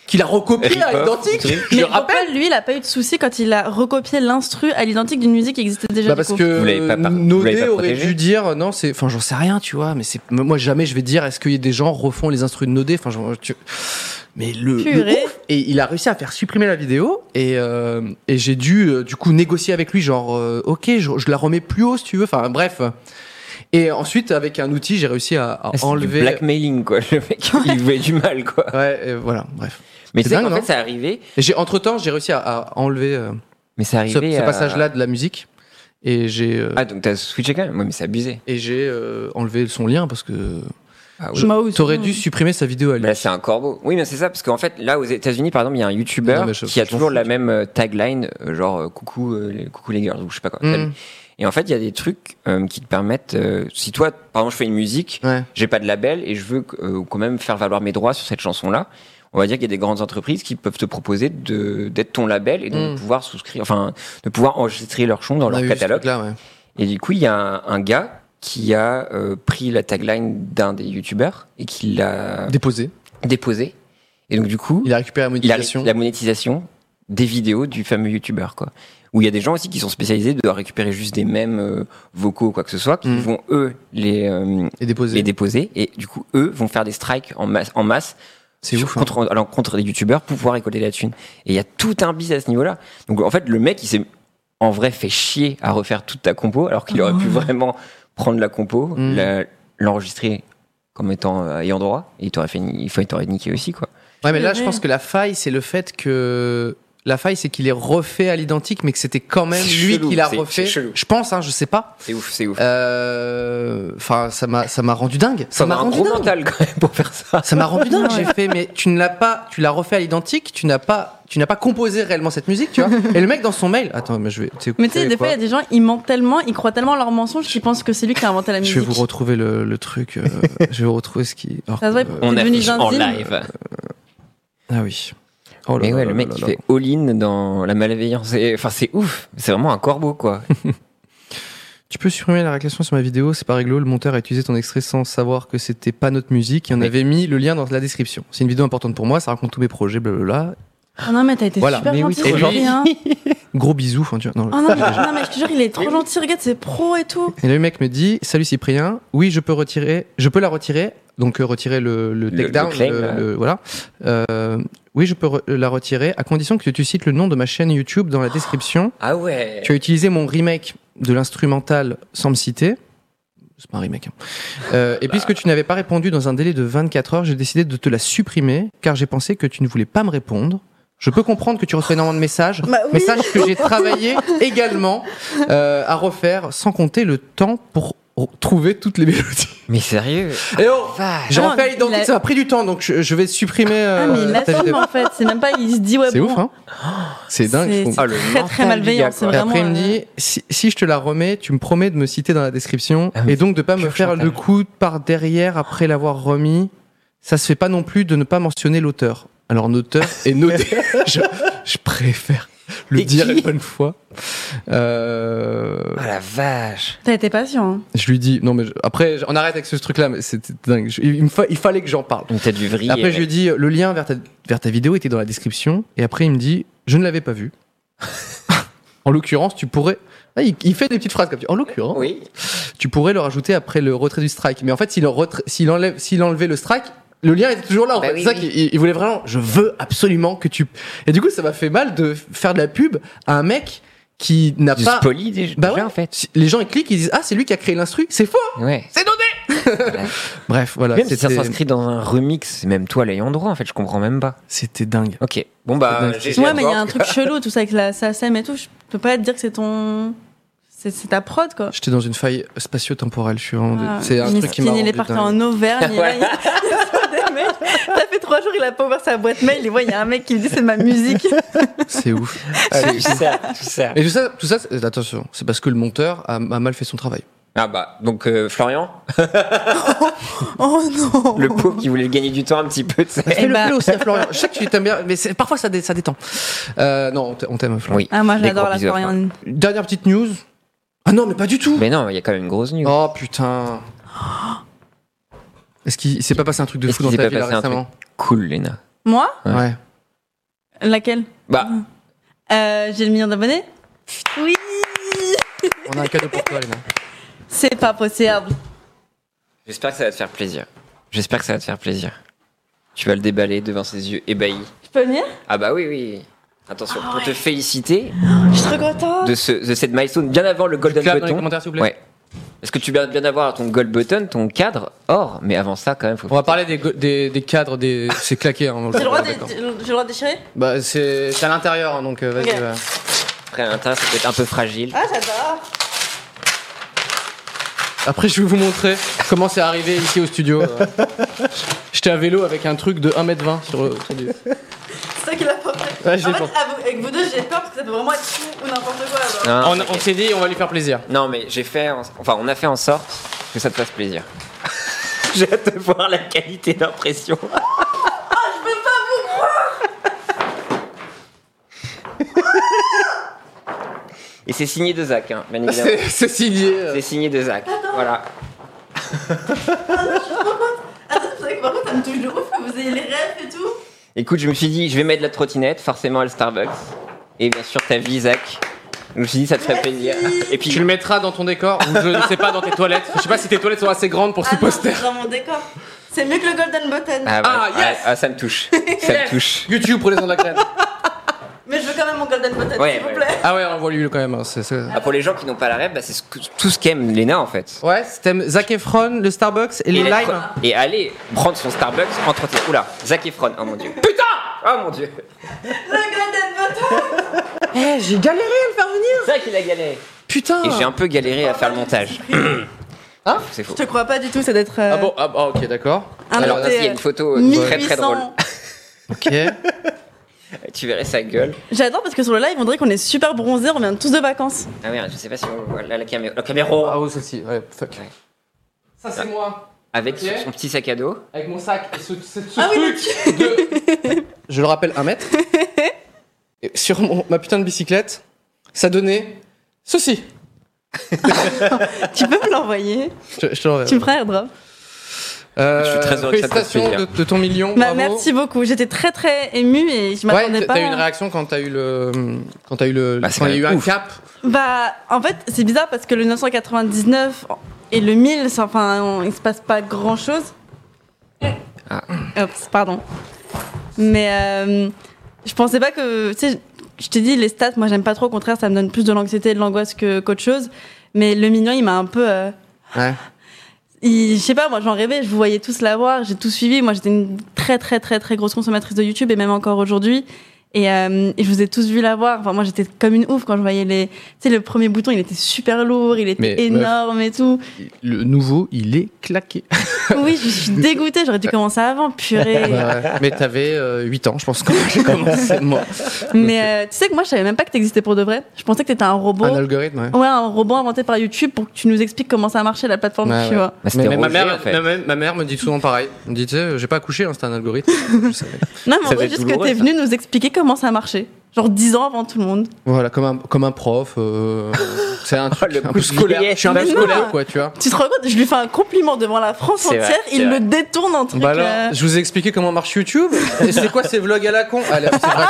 Speaker 1: qu'il a recopié à
Speaker 3: Rip-off,
Speaker 1: l'identique.
Speaker 3: truc.
Speaker 1: Je
Speaker 2: Mais
Speaker 1: le rappelle.
Speaker 2: pourquoi lui, il a pas eu de souci quand il a recopié l'instru à l'identique d'une musique qui existait déjà
Speaker 1: Bah
Speaker 2: du
Speaker 1: parce
Speaker 2: coup.
Speaker 1: que
Speaker 3: Vous l'avez pas par- vous l'avez
Speaker 1: Nodé
Speaker 3: pas
Speaker 1: aurait
Speaker 3: protégé
Speaker 1: dû dire non c'est enfin j'en sais rien tu vois mais c'est moi jamais je vais dire est-ce qu'il y a des gens refont les instruments de Nodé enfin j'en- tu- mais le, le
Speaker 2: Purée.
Speaker 1: ouf et il a réussi à faire supprimer la vidéo et, euh, et j'ai dû euh, du coup négocier avec lui genre euh, ok je, je la remets plus haut si tu veux enfin bref et ensuite avec un outil j'ai réussi à, à
Speaker 3: Ah, c'est du
Speaker 1: enlever
Speaker 3: blackmailing quoi. Le mec il voulait du mal quoi.
Speaker 1: ouais et voilà bref
Speaker 3: Mais
Speaker 1: C'est
Speaker 3: tu sais
Speaker 1: dingue, hein.
Speaker 3: qu'en fait
Speaker 1: non
Speaker 3: c'est arrivé.
Speaker 1: et j'ai entre temps j'ai réussi à, à enlever euh,
Speaker 3: Mais c'est
Speaker 1: ce,
Speaker 3: arrivé. à-
Speaker 1: passage là de la musique et j'ai euh,
Speaker 3: Ah donc t'as switché quand même. Ouais mais c'est abusé.
Speaker 1: et j'ai euh, enlevé son lien parce que
Speaker 3: Ah,
Speaker 2: Je- Moi aussi. hein.
Speaker 1: T'aurais dû supprimer sa vidéo à lui.
Speaker 3: Mais là, c'est un corbeau. Oui, mais c'est ça, parce qu'en fait, là, aux États-Unis, par exemple, il y a un
Speaker 1: Non,
Speaker 3: YouTuber
Speaker 1: mais je-
Speaker 3: qui a
Speaker 1: je m'en
Speaker 3: toujours
Speaker 1: fous.
Speaker 3: la même euh, tagline, euh, genre euh, coucou, euh, les, coucou les girls, ou je sais pas quoi.
Speaker 1: Mm.
Speaker 3: Et en fait, il y a des trucs euh, qui te permettent, euh, si toi, par exemple, je fais une musique,
Speaker 1: Ouais.
Speaker 3: j'ai pas de label et je veux euh, quand même faire valoir mes droits sur cette chanson-là. On va dire qu'il y a des grandes entreprises qui peuvent te proposer de d'être ton label et donc
Speaker 1: Mm.
Speaker 3: de pouvoir souscrire, enfin, de pouvoir enregistrer leur chant dans
Speaker 1: On a
Speaker 3: leur
Speaker 1: vu ce
Speaker 3: catalogue.
Speaker 1: truc-là, ouais.
Speaker 3: Et du coup, il y a un, un gars qui a euh, pris la tagline d'un des youtubeurs et qui l'a
Speaker 1: Déposé.
Speaker 3: déposé. Et donc, du coup,
Speaker 1: Il a récupéré la
Speaker 3: il a
Speaker 1: monétisation.
Speaker 3: la monétisation des vidéos du fameux youtubeur, quoi. Où il y a des gens aussi qui sont spécialisés de récupérer juste des mêmes euh, vocaux ou quoi que ce soit, qui
Speaker 1: Mm.
Speaker 3: vont eux les, euh,
Speaker 1: Et déposé.
Speaker 3: les déposer et du coup eux vont faire des strikes en masse, en masse
Speaker 1: C'est
Speaker 3: sur-
Speaker 1: ouf. hein.
Speaker 3: contre, alors, contre les youtubeurs pour pouvoir récolter la thune. Et il y a tout un bis à ce niveau-là. Donc en fait le mec il s'est en vrai fait chier à refaire toute ta compo alors qu'il aurait pu vraiment prendre la compo,
Speaker 1: Mm.
Speaker 3: la- l'enregistrer comme étant euh, ayant droit et il t'aurait fait ni- il faut- il t'aurait niqué aussi quoi.
Speaker 1: Ouais, mais là, je
Speaker 2: Ouais.
Speaker 1: pense que la faille, c'est le fait que. La faille, c'est qu'il est refait à l'identique, mais que c'était quand même
Speaker 3: C'est
Speaker 1: lui
Speaker 3: chelou,
Speaker 1: qui l'a
Speaker 3: c'est-
Speaker 1: refait.
Speaker 3: c'est chelou.
Speaker 1: Je pense, hein, je sais pas.
Speaker 3: C'est ouf, c'est ouf.
Speaker 1: Euh, Enfin, ça m'a, ça m'a rendu dingue. Ça
Speaker 3: Ça
Speaker 1: m'a
Speaker 3: m'a un
Speaker 1: rendu
Speaker 3: gros
Speaker 1: dingue.
Speaker 3: mental quand même pour faire ça.
Speaker 1: Ça m'a rendu dingue. J'ai fait, mais tu ne l'as pas, tu l'as refait à l'identique, tu n'as pas, tu n'as pas composé réellement cette musique, tu vois. Et le mec dans son mail, attends, mais je vais.
Speaker 2: Mais tu sais,
Speaker 1: vous
Speaker 2: des
Speaker 1: savez
Speaker 2: fois, il y a
Speaker 1: quoi
Speaker 2: des gens, ils mentent tellement, ils croient tellement à leur mensonge qu'ils pensent que c'est lui qui a inventé la
Speaker 1: Je
Speaker 2: musique.
Speaker 1: vais vous retrouver le, le truc. euh, je vais vous retrouver ce qui. alors
Speaker 2: Ça se
Speaker 1: que,
Speaker 2: voit,
Speaker 1: euh,
Speaker 3: On
Speaker 2: T'es devenu
Speaker 3: affiche en
Speaker 2: zinzine.
Speaker 3: live.
Speaker 1: Ah oui. Oh là
Speaker 3: Mais
Speaker 1: là
Speaker 3: ouais,
Speaker 1: là
Speaker 3: le mec
Speaker 1: là
Speaker 3: qui
Speaker 1: là.
Speaker 3: fait all-in dans la malveillance. Et- Enfin, c'est ouf. C'est vraiment un corbeau, quoi.
Speaker 1: Tu peux supprimer la réclamation sur ma vidéo, c'est pas réglo. Le monteur a utilisé ton extrait sans savoir que c'était pas notre musique et on
Speaker 3: Oui.
Speaker 1: avait mis le lien dans la description. C'est une vidéo importante pour moi, ça raconte tous mes projets, blablabla.
Speaker 2: Oh non, mais t'as été
Speaker 1: Voilà.
Speaker 2: super
Speaker 1: Mais oui,
Speaker 2: gentil.
Speaker 1: c'est
Speaker 2: aujourd'hui,
Speaker 1: gentil.
Speaker 2: hein.
Speaker 1: Gros bisous, enfin tu vois. non,
Speaker 2: Oh non, mais, non, mais je te jure, il est trop gentil. Regarde, c'est pro et tout.
Speaker 1: Et là, le mec me dit Salut Cyprien, oui, je peux retirer, je peux la retirer. Donc euh, retirer le, le
Speaker 3: Le-
Speaker 1: takedown,
Speaker 3: le claim,
Speaker 1: le-
Speaker 3: là.
Speaker 1: le- voilà. Euh, oui, je peux re- la retirer à condition que tu cites le nom de ma chaîne YouTube
Speaker 2: Oh.
Speaker 1: dans la description.
Speaker 3: Ah ouais.
Speaker 1: Tu as utilisé mon remake de l'instrumental sans me citer. C'est pas un remake. hein. Euh, et puisque tu n'avais pas répondu dans un délai de 24 heures, j'ai décidé de te la supprimer car j'ai pensé que tu ne voulais pas me répondre. Je peux comprendre que tu reçois énormément de messages,
Speaker 2: Bah oui.
Speaker 1: mais sache que j'ai travaillé également euh, à refaire, sans compter le temps pour r- trouver toutes les mélodies.
Speaker 3: Mais sérieux.
Speaker 1: Et oh,
Speaker 3: Vache.
Speaker 1: j'ai
Speaker 2: Ah non,
Speaker 1: refait à
Speaker 2: il
Speaker 1: l'identique,
Speaker 2: a-
Speaker 1: ça m'a pris du temps, donc je, je vais supprimer. euh,
Speaker 2: Ah, mais il
Speaker 1: la page
Speaker 2: l'assume
Speaker 1: de-
Speaker 2: en fait. C'est même pas, il se dit, ouais,
Speaker 1: C'est
Speaker 2: bon,
Speaker 1: ouf, hein C'est dingue. je
Speaker 2: C'est
Speaker 1: trouve.
Speaker 2: c'est
Speaker 3: Ah, le
Speaker 2: très
Speaker 3: mental
Speaker 2: très
Speaker 3: du
Speaker 2: malveillant.
Speaker 3: gars,
Speaker 2: C'est
Speaker 3: quoi.
Speaker 1: Et
Speaker 2: vraiment.
Speaker 1: après, il me
Speaker 2: euh,
Speaker 1: dit si, si je te la remets, tu me promets de me citer dans la description
Speaker 3: Ah oui,
Speaker 1: et donc de pas me
Speaker 3: pur
Speaker 1: faire
Speaker 3: chantage.
Speaker 1: le coup par derrière après l'avoir remis. Ça se fait pas non plus de ne pas mentionner l'auteur. Alors noteur et noté, je, je préfère le
Speaker 3: Et
Speaker 1: dire
Speaker 3: qui
Speaker 1: une bonne fois. Euh,
Speaker 3: Ah la vache.
Speaker 2: T'as été patient. hein.
Speaker 1: je lui dis non mais je- après on arrête avec ce truc là mais c'était dingue. Je- il, me fa- il fallait que j'en parle.
Speaker 3: Donc t'as dû vriller.
Speaker 1: Après, je lui ai dit, le lien vers ta, vers ta vidéo était dans la description. Et après, il me dit, je ne l'avais pas vu. en l'occurrence, tu pourrais. Ah, il, il fait des petites phrases comme ça. En l'occurrence,
Speaker 3: Oui.
Speaker 1: tu pourrais le rajouter après le retrait du strike. Mais en fait, s'il en retra- s'il enlève, s'il enlevait le strike, le lien était toujours là. en
Speaker 3: Bah
Speaker 1: fait.
Speaker 3: oui,
Speaker 1: C'est ça
Speaker 3: oui.
Speaker 1: qu'il il- il voulait vraiment. Je veux absolument que tu. Et du coup, ça m'a fait mal de faire de la pub à un mec qui n'a
Speaker 3: Du
Speaker 1: pas.
Speaker 3: spoli déjà,
Speaker 1: Bah ouais.
Speaker 3: en fait.
Speaker 1: Si- Les gens ils cliquent, ils disent ah c'est lui qui a créé l'instru, c'est faux. hein.
Speaker 3: Ouais.
Speaker 1: Bref, voilà.
Speaker 3: même si ça
Speaker 1: c'était-
Speaker 3: s'inscrit dans un remix, c'est même toi l'ayant droit en fait, je comprends même pas.
Speaker 1: C'était dingue.
Speaker 3: Ok. Bon bah,
Speaker 1: Ouais,
Speaker 3: GG à
Speaker 2: Ouais, mais il y
Speaker 3: toi.
Speaker 2: a un truc chelou, tout ça, avec la SACEM et tout. Je peux pas te dire que c'est ton. C'est c'est ta prod, quoi.
Speaker 1: J'étais dans une faille spatio-temporelle. Je suis vraiment. dé-
Speaker 2: Ah,
Speaker 1: c'est un
Speaker 2: Miss
Speaker 1: truc qui m'a.
Speaker 2: Skinny, Il est
Speaker 1: rendu
Speaker 2: parti
Speaker 1: dingue.
Speaker 2: en Auvergne. et là, il- des mecs. Ça fait trois jours, il a pas ouvert sa boîte mail. Il voit, il y a un mec qui me dit c'est de ma musique.
Speaker 1: C'est ouf.
Speaker 3: Ah, tout ça, tout ça.
Speaker 1: Et tout ça, tout ça, c'est- attention, c'est parce que le monteur a, a mal fait son travail.
Speaker 2: Eh
Speaker 3: Ah bah, donc euh, Florian,
Speaker 2: Oh non.
Speaker 3: le pauvre qui voulait gagner du temps un petit peu. tu sais.
Speaker 1: Fais-le
Speaker 2: bah-
Speaker 1: fais-le aussi, à Florian. Je sais que tu t'aimes bien, mais c'est- parfois ça, dé- ça détend. Euh, non, on t'a- on t'aime, Florian.
Speaker 3: Oui.
Speaker 2: Ah, moi,
Speaker 3: Des
Speaker 2: j'adore
Speaker 3: gros
Speaker 2: la
Speaker 3: bisous à Florian.
Speaker 2: Florian.
Speaker 1: Une Dernière petite news. Ah non, mais pas du tout.
Speaker 3: Mais non, il y a quand même une grosse news.
Speaker 1: Oh putain. Est-ce qu'il s'est pas passé un truc de
Speaker 3: Est-ce
Speaker 1: fou
Speaker 3: qu'il
Speaker 1: dans
Speaker 3: s'est pas
Speaker 1: ta vie là,
Speaker 3: passé un truc
Speaker 1: récemment
Speaker 3: Cool, Léna.
Speaker 2: Moi
Speaker 3: Ouais.
Speaker 1: Ouais.
Speaker 2: Laquelle
Speaker 3: Bah,
Speaker 2: Mm. Euh, J'ai le million d'abonnés Oui
Speaker 1: On a un cadeau pour toi, Léna.
Speaker 2: C'est pas possible.
Speaker 3: j'espère que ça va te faire plaisir. J'espère que ça va te faire plaisir. Tu vas le déballer devant ses yeux ébahis.
Speaker 2: Je peux venir
Speaker 3: Ah bah oui, oui. Attention, pour te féliciter
Speaker 2: Je suis trop contente.
Speaker 3: de, ce, de cette milestone bien avant le golden
Speaker 1: Clap dans les
Speaker 3: button.
Speaker 1: commentaires, s'il vous plaît.
Speaker 3: Ouais. Parce que tu viens bien avoir ton gold button, ton cadre or, mais avant ça quand même faut.
Speaker 1: On va parler des, go- des, des cadres, des... c'est claqué. Hein,
Speaker 2: J'ai le droit de,
Speaker 1: D'accord.
Speaker 2: j'ai le droit de déchirer
Speaker 1: Bah, c'est c'est à l'intérieur, hein, donc euh, vas-y.
Speaker 2: Ok.
Speaker 1: va.
Speaker 3: Après à l'intérieur, ça peut être un peu fragile.
Speaker 2: Ah, j'adore.
Speaker 1: Après, je vais vous montrer comment c'est arrivé ici au studio. Euh, J'étais à vélo avec un truc de 1m20 sur le. sur du-
Speaker 2: C'est ça qui l'a pas fait.
Speaker 1: Ouais, je
Speaker 2: en
Speaker 1: l'ai
Speaker 2: fait,
Speaker 1: pas.
Speaker 2: à vous- avec vous deux, j'ai peur parce que ça peut vraiment être tout ou n'importe quoi. genre.
Speaker 3: Non,
Speaker 1: On,
Speaker 3: t'inquiète.
Speaker 1: on s'est dit, on va lui faire plaisir.
Speaker 3: Non, mais j'ai fait, en- enfin, on a fait en sorte que ça te fasse plaisir. J'ai hâte de voir la qualité d'impression. Ah, Et c'est signé de Zach, hein, bien évidemment.
Speaker 1: C'est c'est signé. euh.
Speaker 3: C'est signé de Zach. Voilà.
Speaker 2: Attends, vous savez Ah, que par contre, ça me touche de ouf que vous ayez les rêves et tout.
Speaker 3: Écoute, je me suis dit, je vais mettre la trottinette, forcément, à le Starbucks. Et bien sûr, ta vie, Zach. Je me suis dit, ça te ferait plaisir. Et puis,
Speaker 1: Tu le mettras dans ton décor ou je ne sais pas dans tes toilettes. Je sais pas si tes toilettes sont assez grandes pour ce
Speaker 2: Ah non, c'est
Speaker 1: poster.
Speaker 2: dans mon décor. C'est mieux que le Golden Button.
Speaker 3: Ah, ouais.
Speaker 1: Ah, yes
Speaker 3: Ah, ça me touche. Ça me touche.
Speaker 1: YouTube, prenez-en de la crème.
Speaker 2: Mais je veux quand même mon Golden Button,
Speaker 3: Ouais,
Speaker 2: s'il vous
Speaker 3: ouais.
Speaker 2: plaît.
Speaker 1: Ah ouais, on voit lui quand même. hein, c'est- c'est-
Speaker 3: Ah, pour les gens qui n'ont pas la rêve, bah, c'est ce que- tout ce qu'aime Léna en fait.
Speaker 1: Ouais, c'était Zac Efron, le Starbucks et les
Speaker 3: Et
Speaker 1: limes.
Speaker 3: être- Et aller prendre son Starbucks en trottinette. Oula, Zac Efron, oh mon dieu. Putain Oh mon dieu.
Speaker 2: Le Golden Button.
Speaker 1: J'ai galéré à le faire venir.
Speaker 3: Zach il a galéré.
Speaker 1: Putain.
Speaker 3: Et j'ai un peu galéré à faire le montage.
Speaker 1: Hein
Speaker 3: C'est faux.
Speaker 2: Je te crois pas du tout, c'est d'être. euh,
Speaker 1: Ah bon, ah, bah, ok, d'accord.
Speaker 2: un
Speaker 3: Alors,
Speaker 2: des,
Speaker 3: là, il y a une photo euh, très très
Speaker 2: 1800.
Speaker 3: drôle.
Speaker 1: Ok.
Speaker 3: Tu verrais sa gueule.
Speaker 2: J'adore parce que sur le live, on dirait qu'on est super bronzés, on vient tous de vacances.
Speaker 3: Ah merde, je sais pas si on voit là la caméra. La caméra
Speaker 1: Ah ouais, celle-ci. Ouais, fuck.
Speaker 3: Ouais.
Speaker 1: Ça c'est moi.
Speaker 3: Avec
Speaker 1: Ok.
Speaker 3: son petit sac à dos.
Speaker 1: avec mon sac et ce, ce- ce
Speaker 2: Ah oui,
Speaker 1: truc de- Je le rappelle, un mètre. Et sur mon- ma putain de bicyclette, ça donnait ceci.
Speaker 2: tu peux me l'envoyer
Speaker 1: Je, je te l'enverrai.
Speaker 2: Tu me feras airdrop.
Speaker 1: Euh,
Speaker 3: Je suis très heureux que ça te fasse
Speaker 1: Félicitations de,
Speaker 3: plaisir.
Speaker 1: de ton million.
Speaker 2: Bah,
Speaker 1: bravo.
Speaker 2: merci beaucoup, j'étais très très émue et je
Speaker 1: Ouais,
Speaker 2: m'attendais
Speaker 1: t'as-
Speaker 2: pas.
Speaker 1: t'as eu une réaction quand t'as eu le, quand t'as eu le,
Speaker 3: Bah, c'est
Speaker 1: quand il y a eu
Speaker 3: quand même
Speaker 1: un
Speaker 3: ouf.
Speaker 1: cap.
Speaker 2: Bah, en fait, c'est bizarre parce que le 999 et le 1000, c'est- enfin, on- il se passe pas grand chose.
Speaker 3: Ah.
Speaker 2: Oups, pardon. Mais euh, je pensais pas que. Tu sais, je t'ai dit, les stats, moi j'aime pas trop, au contraire, ça me donne plus de l'anxiété et de l'angoisse que- qu'autre chose. Mais le million, il m'a un peu. euh,
Speaker 1: Ouais.
Speaker 2: il- je sais pas, moi j'en rêvais, je vous voyais tous l'avoir, j'ai tout suivi. Moi j'étais une très très très très grosse consommatrice de YouTube et même encore aujourd'hui. Et, euh, et je vous ai tous vu la voir. Enfin, moi, j'étais comme une ouf quand je voyais les. Tu sais, le premier bouton, il était super lourd, il était
Speaker 1: Mais,
Speaker 2: énorme et tout.
Speaker 1: Le nouveau, il est claqué.
Speaker 2: Oui, je suis dégoûtée. J'aurais dû commencer avant, purée.
Speaker 1: Mais t'avais euh, 8 ans, je pense, quand j'ai commencé, moi.
Speaker 2: Mais euh, tu sais que moi, je savais même pas que t'existais pour de vrai. Je pensais que t'étais un robot.
Speaker 1: Un algorithme, ouais.
Speaker 2: Ouais, un robot inventé par YouTube pour que tu nous expliques comment ça marchait la plateforme,
Speaker 1: Ouais,
Speaker 2: tu
Speaker 1: ouais.
Speaker 2: vois.
Speaker 3: Bah,
Speaker 1: Mais,
Speaker 3: c'était
Speaker 1: ma,
Speaker 3: Roger,
Speaker 1: mère,
Speaker 3: en fait.
Speaker 1: ma, mère- ma mère me dit souvent pareil. Elle me dit, tu sais, j'ai pas accouché, hein, c'était un algorithme. Je savais.
Speaker 2: Non,
Speaker 3: Ça
Speaker 2: mais en
Speaker 3: doit
Speaker 2: vrai,
Speaker 3: être
Speaker 2: juste que
Speaker 3: douloureux,
Speaker 2: t'es
Speaker 3: ça.
Speaker 2: venu nous expliquer comment ça marchait. Genre 10 ans avant tout le monde.
Speaker 1: Voilà, comme un, comme un prof. euh, c'est un truc
Speaker 3: le
Speaker 1: un
Speaker 3: coup
Speaker 1: peu
Speaker 3: de
Speaker 1: scolaire.
Speaker 3: collier.
Speaker 1: Je suis un peu
Speaker 2: Mais non.
Speaker 1: scolaire, quoi, tu vois.
Speaker 2: Tu te rends compte Je lui fais un compliment devant la France
Speaker 3: C'est vrai,
Speaker 2: entière,
Speaker 3: c'est
Speaker 2: il
Speaker 3: vrai.
Speaker 2: le détourne en truc.
Speaker 1: Bah alors,
Speaker 2: euh,
Speaker 1: je vous ai expliqué comment marche YouTube. Et c'est quoi ces vlogs à la con Allez, c'est vrai.